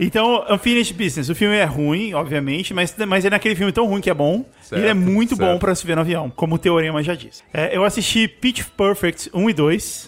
E: Então, Unfinished Business, o filme é ruim, obviamente, mas, mas ele é aquele filme tão ruim que é bom.
C: Certo,
E: ele é muito
C: certo.
E: bom pra se ver no avião, como o Teorema já diz. É, eu assisti Pitch Perfect 1 e 2,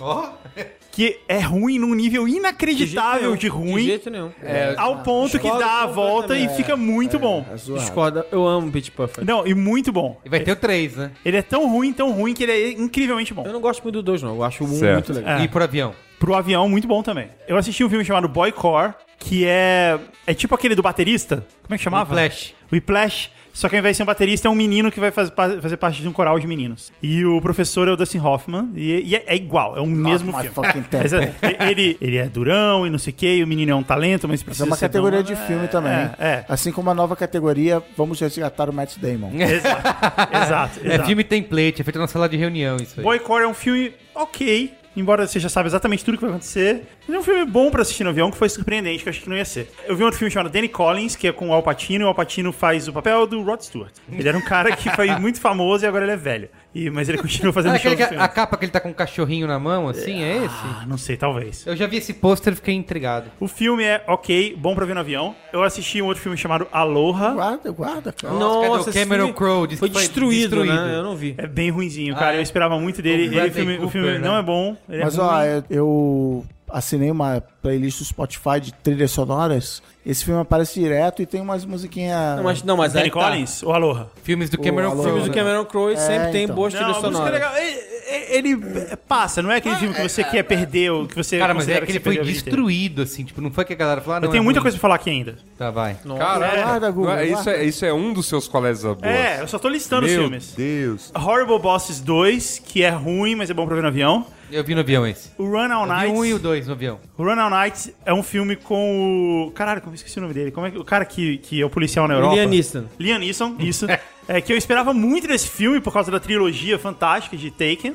E: que é ruim num nível inacreditável de, ruim, é,
D: De jeito É, nenhum.
E: ao ponto que
D: discordo
E: dá a volta e
D: completamente.
E: fica muito bom.
B: É zoado.
D: Discorda. Eu amo Pitch Perfect.
E: Não, e muito bom.
A: E vai ter o 3, né?
E: Ele é tão ruim, tão ruim, que ele é incrivelmente bom.
D: Eu não gosto muito do 2, não. Eu acho o 1
C: Certo.
D: muito legal.
E: É.
A: E ir pro avião.
E: Pro avião, muito bom também. Eu assisti um filme chamado Boy Core, que é. É tipo aquele do baterista. Como é que chamava?
A: Um Flash.
E: Whiplash, só que ao invés de ser um baterista, é um menino que vai faz- pa- fazer parte de um coral de meninos. E o professor é o Dustin Hoffman, e, e é, é igual, é o mesmo
B: my fucking
E: filme.
B: tempo.
E: Mas, é, ele, ele é durão e não sei o que, o menino é um talento,
B: Mas
E: mas
B: é
E: precisa
B: uma
E: ser
B: categoria
E: bom.
B: de filme também.
E: É, é.
B: Assim como a nova categoria, vamos resgatar o Matt Damon.
C: É.
E: Exato, é, exato.
A: É
E: exato.
A: filme template, é feito na sala de reunião isso aí.
E: Boycore é um filme ok, embora você já saiba exatamente tudo que vai acontecer. Mas é um filme bom pra assistir no avião, que foi surpreendente, que eu achei que não ia ser. Eu vi um outro filme chamado Danny Collins, que é com o Al Pacino, e o Al Pacino faz o papel do Rod Stewart. Ele era um cara que foi muito famoso e agora ele é velho. E, mas ele continua
A: Ah,
E: fazendo show
A: aquele
E: no
A: que-
E: filme.
A: a capa que ele tá com um cachorrinho na mão, assim, é esse?
E: Ah, não sei, talvez.
A: Eu já vi esse pôster e fiquei intrigado.
E: O filme é ok, bom pra ver no avião. Eu assisti um outro filme chamado Aloha.
B: Guarda, guarda, cara.
A: Nossa, cadê o
D: esse
A: Cameron
D: filme
A: Crowe? Diz
D: Foi
A: que foi
D: destruído,
A: destruído.
D: né? Eu não vi.
E: É bem ruinzinho, cara.
A: Ah, é.
E: Eu esperava muito dele.
A: O
E: Ele-
A: Bradley
E: o filme, o
A: Cooper,
E: filme não
A: né?
E: é bom. ele é
B: Mas
E: ruim.
B: ó, eu- eu assinei uma playlist do Spotify de trilhas sonoras. Esse filme aparece direto e tem umas musiquinhas.
D: Não, mas, não, mas
E: Danny
D: aí tá.
E: Collins ou Aloha?
A: Filmes do
B: O
A: Cameron
B: Alô,
A: Crowe.
D: Filmes do
A: né?
D: Cameron Crowe
B: É,
D: sempre tem
B: então.
D: boas
E: Não, a
D: trilhas
E: música é
D: sonoras.
E: legal. Ele, ele, é, passa, não é
A: Ah,
E: aquele filme que você quer perder, o que você
A: Cara, mas é
E: considera
A: que
E: você
A: ele foi
E: perdeu a vida inteira.
A: destruído, assim. Tipo, não foi que a galera falou, ah, não
E: Eu tenho
A: é
E: muita
A: ruim.
E: coisa pra falar aqui ainda.
A: Tá, vai.
C: Caraca.
B: Guarda, Google,
C: Não é- isso,
B: guarda.
C: é, isso é um dos seus colegas boas.
E: É, eu só tô listando os
C: Meu
E: filmes.
C: Deus.
E: Horrible Bosses 2, que é ruim, mas é bom pra ver no avião.
A: Eu vi no avião esse.
E: O Run
A: Eu
E: All
A: vi
E: Night.
A: um e o dois no avião.
E: O Run All Night é um filme com o. Caralho, como eu esqueci o nome dele? Como é que... O cara que, que é o policial na Europa.
D: Liam Neeson.
E: Liam Neeson, isso. é que eu esperava muito desse filme por causa da trilogia fantástica de Taken.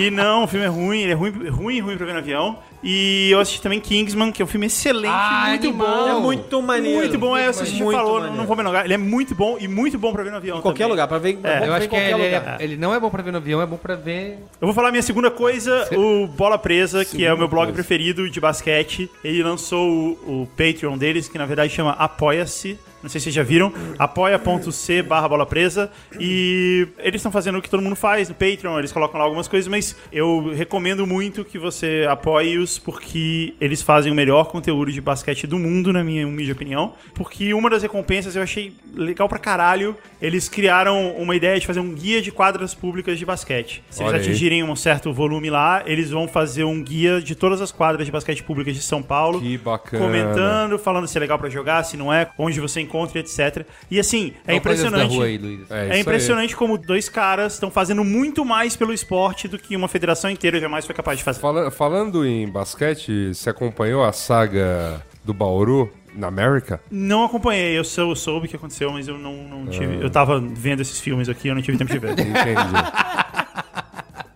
E: e não, o filme é ruim, ele é ruim, ruim, ruim pra ver no avião. E eu assisti também Kingsman, que é um filme excelente,
A: Ah,
E: muito
A: animal.
E: bom.
D: É muito maneiro.
E: Muito bom, é, você já
D: Muito
E: falou,
D: maneiro.
E: não vou me alongar. Ele é muito bom e muito bom pra ver no avião.
D: Em qualquer
E: também.
D: lugar, pra ver.
E: É,
D: bom
A: Eu
D: pra ver
A: acho
D: em
A: que é-
D: qualquer
A: ele,
D: lugar.
A: é- ele não é bom pra ver no avião, é bom pra ver...
E: Eu vou falar minha segunda coisa, o Bola Presa, que é o meu blog preferido de basquete. Ele lançou o, o Patreon deles, que na verdade chama Apoia-se. Não sei se vocês já viram, apoia.c barra bola presa. E eles estão fazendo o que todo mundo faz no Patreon, eles colocam lá algumas coisas, mas eu recomendo muito que você apoie-os, porque eles fazem o melhor conteúdo de basquete do mundo, na minha humilde opinião. Porque uma das recompensas eu achei legal pra caralho. Eles criaram uma ideia de fazer um guia de quadras públicas de basquete. Se eles
C: Olha aí.
E: atingirem atingirem um certo volume lá, eles vão fazer um guia de todas as quadras de basquete públicas de São Paulo.
C: Que bacana.
E: Comentando, falando se é legal pra jogar, se não é, onde você encontra, etc. E assim, é
A: Não, coisas da
E: impressionante.
A: rua aí, Luiz.
C: É, isso
E: É
C: aí.
E: impressionante como dois caras estão fazendo muito mais pelo esporte do que uma federação inteira jamais foi capaz de fazer.
C: Fala- falando em basquete, você acompanhou a saga do Bauru na América?
E: Não acompanhei, eu, sou, eu soube o que aconteceu, mas eu não, não tive. Eu tava vendo esses filmes aqui, eu não tive tempo de ver.
C: Entendi.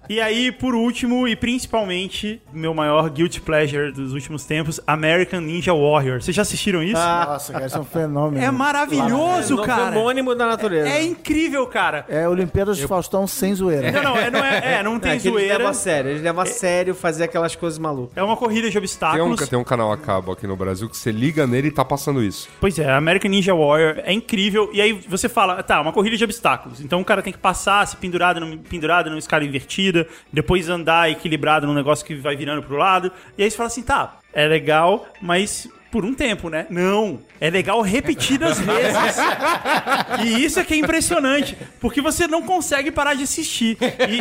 E: E aí, por último, e principalmente, meu maior guilty pleasure dos últimos tempos, American Ninja Warrior. Vocês já assistiram isso?
B: Nossa, cara, isso é um fenômeno.
C: Hum.
E: É maravilhoso,
D: Novo
E: cara.
D: um homônimo da natureza.
E: É incrível, cara.
B: É Olimpíadas de Faustão sem zoeira.
E: Não, não, é, não, é, é, não tem
D: É que Eles levam
E: zoeira.
D: a sério, eles levam a sério fazer aquelas coisas malucas.
E: É uma corrida de
C: tem, um,
E: obstáculos.
C: tem um canal a cabo aqui no Brasil que você liga nele e tá passando isso.
E: Pois é, American Ninja Warrior é incrível. E aí você fala, tá, uma corrida de obstáculos. Então o cara tem que passar, se pendurado, num, pendurado numa escala invertida, depois andar equilibrado num negócio que vai virando pro lado. E aí você fala assim, tá, é legal, mas por um tempo, né? Não, é legal repetidas vezes. E isso é que é impressionante, porque você não consegue parar de assistir.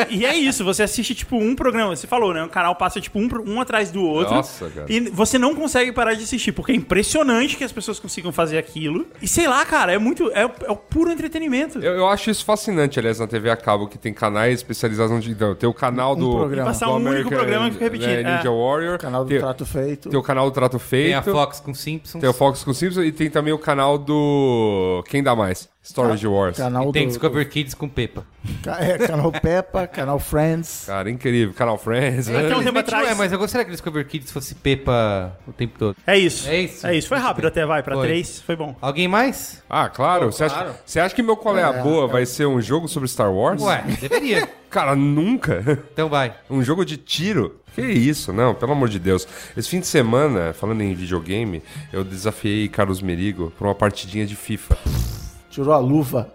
E: E, e é isso, você assiste tipo um programa, você falou, né? O canal passa tipo um, pro- um atrás do outro.
C: Nossa, cara.
E: E você não consegue parar de assistir, porque é impressionante que as pessoas consigam fazer aquilo. E sei lá, cara, é muito. É, é o puro entretenimento.
C: Eu, eu acho isso fascinante, aliás, na TV a cabo, que tem canais especializados onde. Então, tem o canal do.
B: programa.
E: Passar
C: do
E: um único
C: American,
E: programa que fica repetindo,
C: né,
E: é.
C: Ninja Warrior.
B: Canal do
C: tem,
B: Trato Feito.
C: tem o canal do
A: Tem
C: Trato Feito.
A: a Fox com Simpsons.
C: tem o Fox com Simpsons e tem também o canal do. Quem dá mais? Storage
E: Tá.
C: Wars.
B: Canal
A: E tem
B: do-
A: Discover Kids com Peppa.
B: ca- é, canal Peppa, canal Friends.
C: Cara, incrível. Canal Friends. né?
E: Então, um tempo
A: Infelizmente
E: atrás-
A: Não é, mas eu gostaria que Discover Kids fosse Peppa o tempo todo.
E: É isso.
A: É isso.
E: É isso. Foi rápido até, vai, pra
A: Foi.
E: três. Foi bom.
A: Alguém mais?
E: É.
C: Ah, claro. Você acha, você acha que meu qual é a boa vai ser um jogo sobre Star Wars?
A: Ué, deveria.
C: Cara, nunca.
A: Então vai.
C: Um jogo de tiro? Que isso, não, pelo amor de Deus. Esse fim de semana, falando em videogame, eu desafiei Carlos Merigo pra uma partidinha de FIFA.
B: Tirou a luva.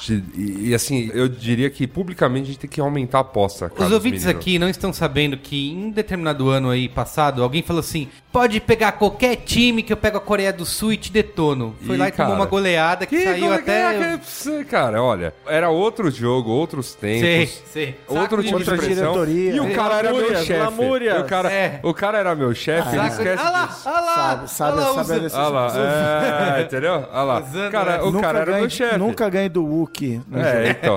C: De- E, e, assim, eu diria que publicamente a gente tem que aumentar a aposta.
A: Os
C: Carlos
A: ouvintes
C: Merigo.
A: aqui não estão sabendo que em um determinado ano aí passado, alguém falou assim: pode pegar qualquer time que eu pego a Coreia do Sul e te detono. Foi
C: Ih,
A: lá e tomou
C: cara.
A: uma goleada que,
C: Que
A: saiu
C: coisa
A: até.
C: que é que você- Cara, olha, era outro jogo, outros tempos.
A: sim.
C: Outro tipo de
B: Outra
C: expressão.
B: diretoria.
C: E o cara era meu
D: Lamúrias,
C: chefe.
D: lamúrias.
C: O cara,
A: É.
C: o cara era meu chefe, ele
A: Saco de...
C: esquece
A: Ah lá,
C: disso.
A: ah lá,
B: Sabe, sabe,
A: ah lá,
B: sabe a
A: usa-
B: decisão.
C: Ah lá, é, entendeu? Ah lá.
A: Usando, né?
C: Cara, o
B: Nunca
C: cara era
B: ganhe-
C: meu chefe.
B: Nunca ganhei do Wookie. né?
C: É, então.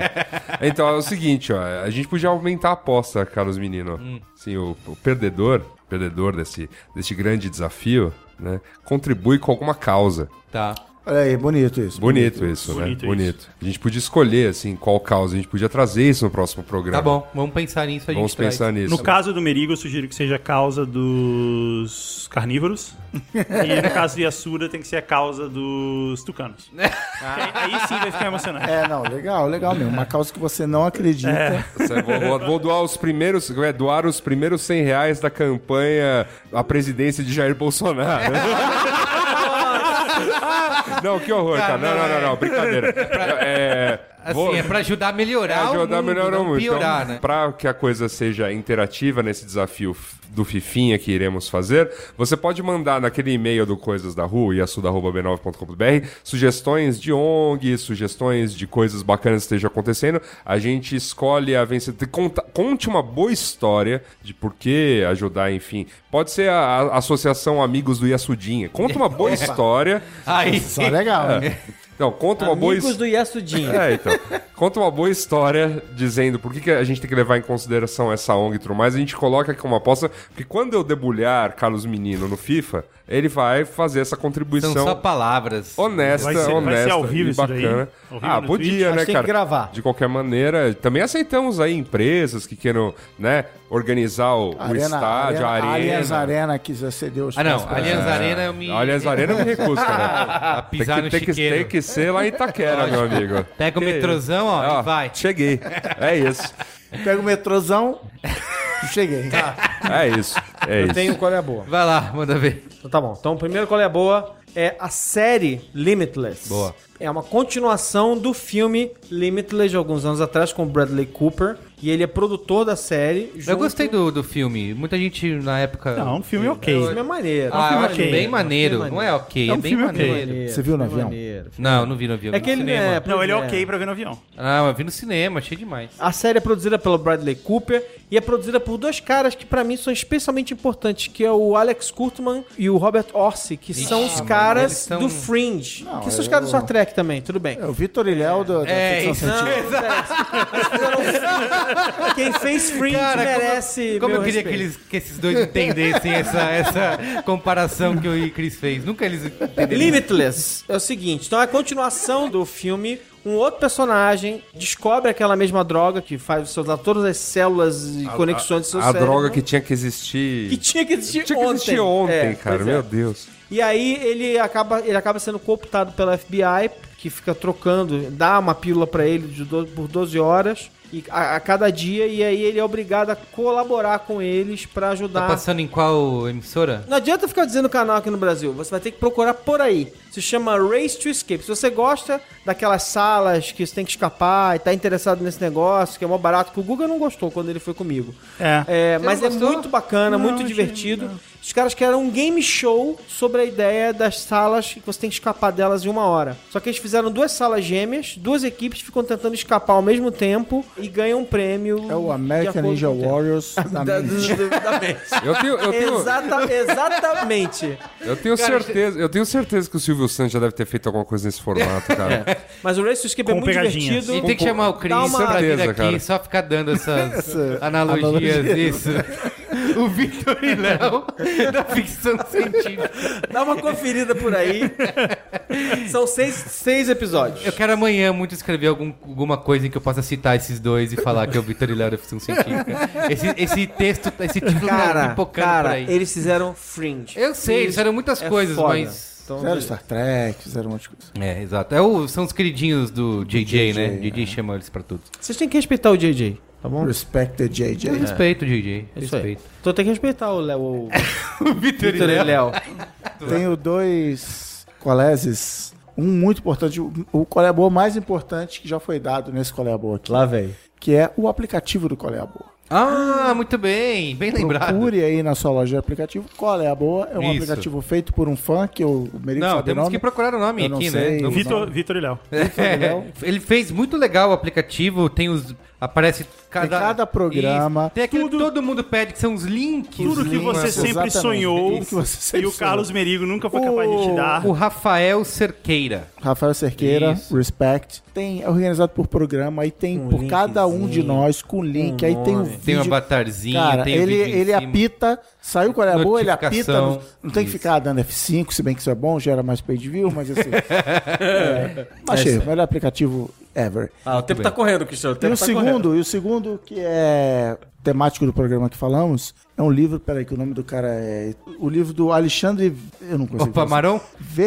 C: Então é o seguinte, ó. A gente podia aumentar a aposta, caros meninos.
A: Hum.
C: Sim, o, o perdedor, perdedor desse, desse grande desafio, né? Contribui com alguma causa.
A: Tá.
B: Olha aí, bonito isso.
C: Bonito isso,
E: Bonito isso.
C: né? Bonito. A gente podia escolher, assim, qual causa. A gente podia trazer isso no próximo programa.
A: Tá bom, vamos pensar nisso. A gente
C: Vamos
A: traz.
C: pensar nisso.
E: No caso do merigo, eu sugiro que seja a causa dos carnívoros. e no caso de Asura, tem que ser a causa dos tucanos. Porque Aí aí sim vai ficar emocionante.
B: É, não, legal, legal mesmo. Uma causa que você não acredita.
A: É.
C: Você- Vou, vou- vou doar os primeiros, é, doar os primeiros 100 reais da campanha à presidência de Jair Bolsonaro. não, que horror, cara. Não, não, não, não, brincadeira. É,
A: Assim,
C: vou-
A: é pra ajudar a melhorar
C: pra
A: o mundo,
C: ajudar a melhorar
A: não
C: muito.
A: piorar,
C: então,
A: né?
C: Pra que a coisa seja interativa nesse desafio f- do Fifinha que iremos fazer, você pode mandar naquele e-mail do Coisas da Rua, iaçuda.b9.com.br, sugestões de ONG, sugestões de coisas bacanas que estejam acontecendo. A gente escolhe a vencedora. Conta- Conte uma boa história de por que ajudar, enfim. Pode ser a, a Associação Amigos do Iaçudinha. Conta uma boa história.
A: Aí,
B: Só legal, né?
C: Não, conta uma boa
D: Amigos do Yasudinho.
C: é, então. Conta uma boa história dizendo por que, que a gente tem que levar em consideração essa ONG e tudo mais. A gente coloca aqui uma aposta, porque quando eu debulhar Carlos Menino no FIFA, ele vai fazer essa contribuição.
A: são só palavras.
C: Honesta,
E: Vai ser- vai
C: honesta
E: ser ao vivo
C: e
E: isso daí?
C: bacana.
E: Ao vivo
C: ah,
E: no Twitch?
C: podia,
E: Acho
C: né,
D: que tem
C: cara?
D: que gravar.
C: De qualquer maneira, também aceitamos aí empresas que queiram, né, organizar o, o estádio, a arena. É.
B: Aliens Arena que já cedeu os
A: Ah, não.
B: pés pra-
A: Allianz Arena eu me.
C: A Allianz Arena eu me recuso, cara.
A: A
C: Tem
A: pisar
C: que,
A: no
C: tem, que,
A: chiqueiro.
C: tem que ser lá em Itaquera, meu amigo.
A: Pega o
C: Que-
A: metrozão, ó,
C: Ó,
A: e vai.
C: Cheguei. É isso.
B: Pega o metrozão. Cheguei.
C: É isso. É isso.
D: Tem o Tá, qual é a boa.
A: Vai lá, manda ver.
D: Então tá bom. Então, primeiro qual é a boa é a série Limitless.
A: Boa.
D: É uma continuação do filme Limitless de alguns anos atrás com o Bradley Cooper. E ele é produtor da série.
A: Eu gostei do, do filme. Muita gente na época.
E: Não, um filme
D: O
E: ok.
D: filme é maneiro.
A: Ah, eu
E: filme
A: acho
E: ok.
A: bem maneiro.
D: É um filme
A: Não é ok, é,
E: É um
A: bem
E: filme ok.
A: maneiro.
B: Você viu né? no avião?
A: Não, não vi no avião.
D: É que ele
A: cinema.
D: é.
E: Não, ele é
D: pois
E: ok pra ver no avião.
A: Ah, eu vi no cinema, achei demais.
D: A série é produzida pelo Bradley Cooper e é produzida por dois caras que pra mim são especialmente importantes, que é o Alex Kurtzman e o Robert Orsi, que são os
A: mano,
D: caras
A: eles são-
D: do Fringe,
B: Não,
D: que são os
B: eu-
D: caras do Star Trek também, tudo bem.
B: É o Vitor Ilhéu do, da
A: É,
B: ficção
A: isso.
D: Não,
B: científica.
D: não. Quem fez Fringe
A: Cara, como-
D: merece
A: Como
D: meu
A: eu queria
D: respeito.
A: que, eles, que esses dois entendessem essa, essa comparação que eu e Cris fez. Nunca eles entenderam.
D: Limitless é o seguinte, então é a continuação do filme. Um outro personagem descobre aquela mesma droga que faz você usar todas as células e conexões do seu
C: A
D: cérebro. né?
C: droga que tinha que existir.
D: que tinha que existir
C: Tinha que
D: ontem.
C: existir ontem,
D: É,
C: cara.
D: pois é.
C: Meu Deus.
D: E aí ele acaba, ele acaba sendo cooptado pela FBI, que fica trocando, dá uma pílula pra ele de 12 por 12 horas e a, a cada dia, e aí ele é obrigado a colaborar com eles pra
A: Tá
D: ajudar.
A: passando em qual emissora?
D: Não adianta ficar dizendo o canal aqui no Brasil, você vai ter que procurar por aí. Se chama Race to Escape. Se você gosta daquelas salas que você tem que escapar e tá interessado nesse negócio, que é mó barato, que o Guga não gostou quando ele foi comigo.
E: É.
D: É,
A: Você
D: mas
A: não
D: é
A: gostou?
D: muito bacana,
E: Não,
D: muito
E: achei-
D: divertido. Os caras criaram um game show sobre a ideia das salas que você tem que escapar delas em uma hora. Só que eles fizeram duas salas gêmeas, duas equipes ficam tentando escapar ao mesmo tempo e ganham um prêmio.
B: É o
D: de
B: American
D: acordo
B: Ninja
D: com o tempo.
B: Warriors da
D: Da,
B: mente.
D: da- da mente.
C: Eu tenho, eu tenho,
D: Exata- exatamente.
C: eu tenho certeza, eu tenho certeza que o Silvio Santos já deve ter feito alguma coisa nesse formato, cara.
D: Mas o Race to Escape é
E: Com
D: muito
E: pegadinhas.
A: E
D: divertido.
A: tem que chamar o Cris
D: Dá uma
A: pra vir
C: certeza,
A: aqui
C: cara.
A: só ficar dando essas
B: Essa
A: analogias.
B: analogia.
A: Isso. O Vitor e Léo da ficção científica.
D: Dá uma conferida por aí. São seis, seis episódios.
A: Eu quero amanhã muito escrever algum- alguma coisa em que eu possa citar esses dois e falar que é o Vitor e Léo da ficção científica. Esse, esse texto, esse título tá
D: Cara,
A: pipocando por
D: cara,
A: aí.
D: eles fizeram Fringe.
A: Eu sei, eles fizeram muitas
D: é
A: coisas,
D: foda.
A: mas.
D: Então,
B: Fizeram Star Trek, fizeram um monte de coisa.
A: É, exato. É o- são os queridinhos do JJ, né? JJ chama eles pra tudo.
D: Vocês têm que respeitar o JJ. tá bom?
B: Respect the
A: Eu
B: JJ.
A: respeito, JJ.
D: Isso aí.
A: Respeito.
D: Então tem que respeitar o Léo. O
A: Vitor
D: Vitor e Léo.
A: É.
B: Tenho dois coléses. Um muito importante, o- o coleabor mais importante que já foi dado nesse coleabor aqui,
D: Lá, velho.
B: que é o aplicativo do coleabor.
A: Ah, muito bem. Bem lembrado.
B: Procure aí na sua loja de aplicativo. Qual é a boa? É um
A: Isso.
B: aplicativo feito por um fã que eu mereço
A: Não,
B: saber o
A: temos que
B: nome.
A: procurar o nome
B: Eu não
A: aqui,
B: sei.
A: né? Vamos-
E: Vitor, Vitor e Léo.
A: É, ele fez muito legal o aplicativo, tem os. Aparece cada.
B: cada programa.
A: Isso, tem aquele que todo mundo pede, que são os links.
E: Tudo que
A: Links.
E: você
B: Exatamente.
E: sempre sonhou
B: Tudo que você
E: e
B: sempre
E: o Carlos
B: sonhou.
E: Merigo nunca foi capaz de te dar.
A: O Rafael Cerqueira.
B: Rafael Cerqueira,
A: Isso.
B: Respect. Tem é organizado por programa, aí tem
D: Um
B: por cada um de
D: linkzinho,
B: nós com link, aí tem o
D: nome.
B: vídeo.
A: Tem um avatarzinho,
B: Cara,
A: tem o
B: ele,
A: vídeo em
B: ele
A: cima.
B: apita, saiu qual é a boa, ele apita. Não,
A: Notificação.
B: não tem que
A: Isso.
B: ficar dando F5, se bem que isso é bom, gera mais page view, mas assim. é, achei, o melhor aplicativo ever.
G: Ah, o tempo tá correndo, Cristiano. O
B: E
G: tempo
B: o
G: tá
B: segundo,
G: correndo.
B: e o segundo, que é temático do programa que falamos, é um livro, peraí, que o nome do cara é. O livro do Alexandre. Eu não consigo.
A: Opa,
B: falar.
A: Marão?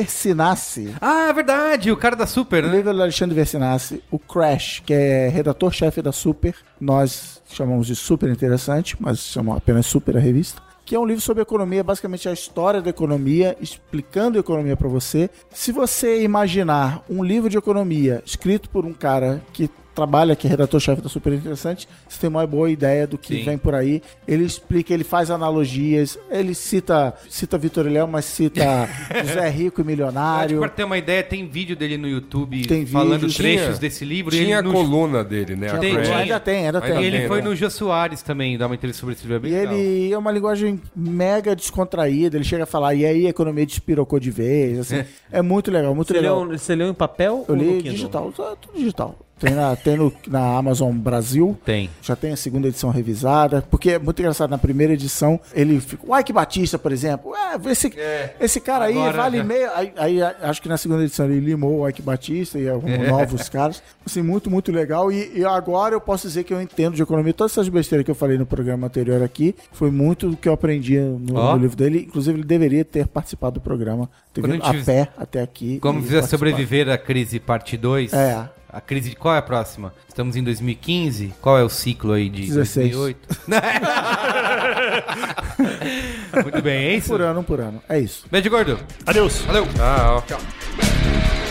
B: Versinassi.
A: Ah, é verdade, o cara da Super,
B: O
A: né?
B: livro do Alexandre Versinassi, o Crash, que é redator-chefe da Super, nós chamamos de Super Interessante, mas chamamos apenas Super a revista, que é um livro sobre economia, basicamente é a história da economia, explicando a economia pra você. Se você imaginar um livro de economia escrito por um cara que trabalha, que é redator-chefe da Super Interessante, você tem uma boa ideia do que
A: Sim.
B: vem por aí. Ele explica, ele faz analogias, ele cita, cita Vitor e Léo, mas cita José Rico e
A: Acho que
B: Milionário.
A: pra ter uma ideia, tem vídeo dele no YouTube
B: Tem
A: falando
B: vídeo,
A: trechos
C: tinha-
A: desse livro. e
C: Tinha a
A: ele no-
C: coluna dele, né? A
A: Tem-
C: Brand.
A: tinha-
B: ainda tem, ainda tem.
C: Ainda
A: E ele
C: também,
A: foi
C: né?
A: no Jô Soares também, dar uma entrevista sobre esse livro. é bem
B: E
A: legal.
B: ele é uma linguagem mega descontraída. Ele chega a falar, e aí a economia despirocou de vez. Assim. É. muito legal, muito
D: Você
B: legal.
D: leu, um você leu em papel
B: Eu
A: um
D: ou no
B: li
D: Kindle?
B: digital, tá tudo digital. Tem, na, tem no- na Amazon Brasil.
A: Tem.
B: Já tem a segunda edição revisada, porque é muito engraçado, na primeira edição ele fica, o Ike Batista, por exemplo, "Ah, esse, esse cara aí
A: É. Agora né?
B: vale
A: já."
B: meio, aí, aí a- acho que na segunda edição ele limou o Ike Batista e alguns
A: É.
B: novos caras, assim, muito, muito legal, e, e agora eu posso dizer que eu entendo de economia, todas essas besteiras que eu falei no programa anterior aqui, foi muito do que eu aprendi no,
A: Ó.
B: no livro dele, inclusive ele deveria ter participado do programa, ter
A: Quando
B: vindo
A: a
B: a,
A: gente fiz-
B: pé até aqui.
A: Como
B: e
A: fizer
B: participar.
A: sobreviver à crise parte 2?
B: É.
A: A crise de qual é a próxima? Estamos em 2015? Qual é o ciclo aí de
B: 16.
A: 2008? Muito bem, é isso?
B: Por ano, por ano, é isso.
A: Beijo, gordo.
E: Adeus.
A: Valeu.
C: Ah, ó.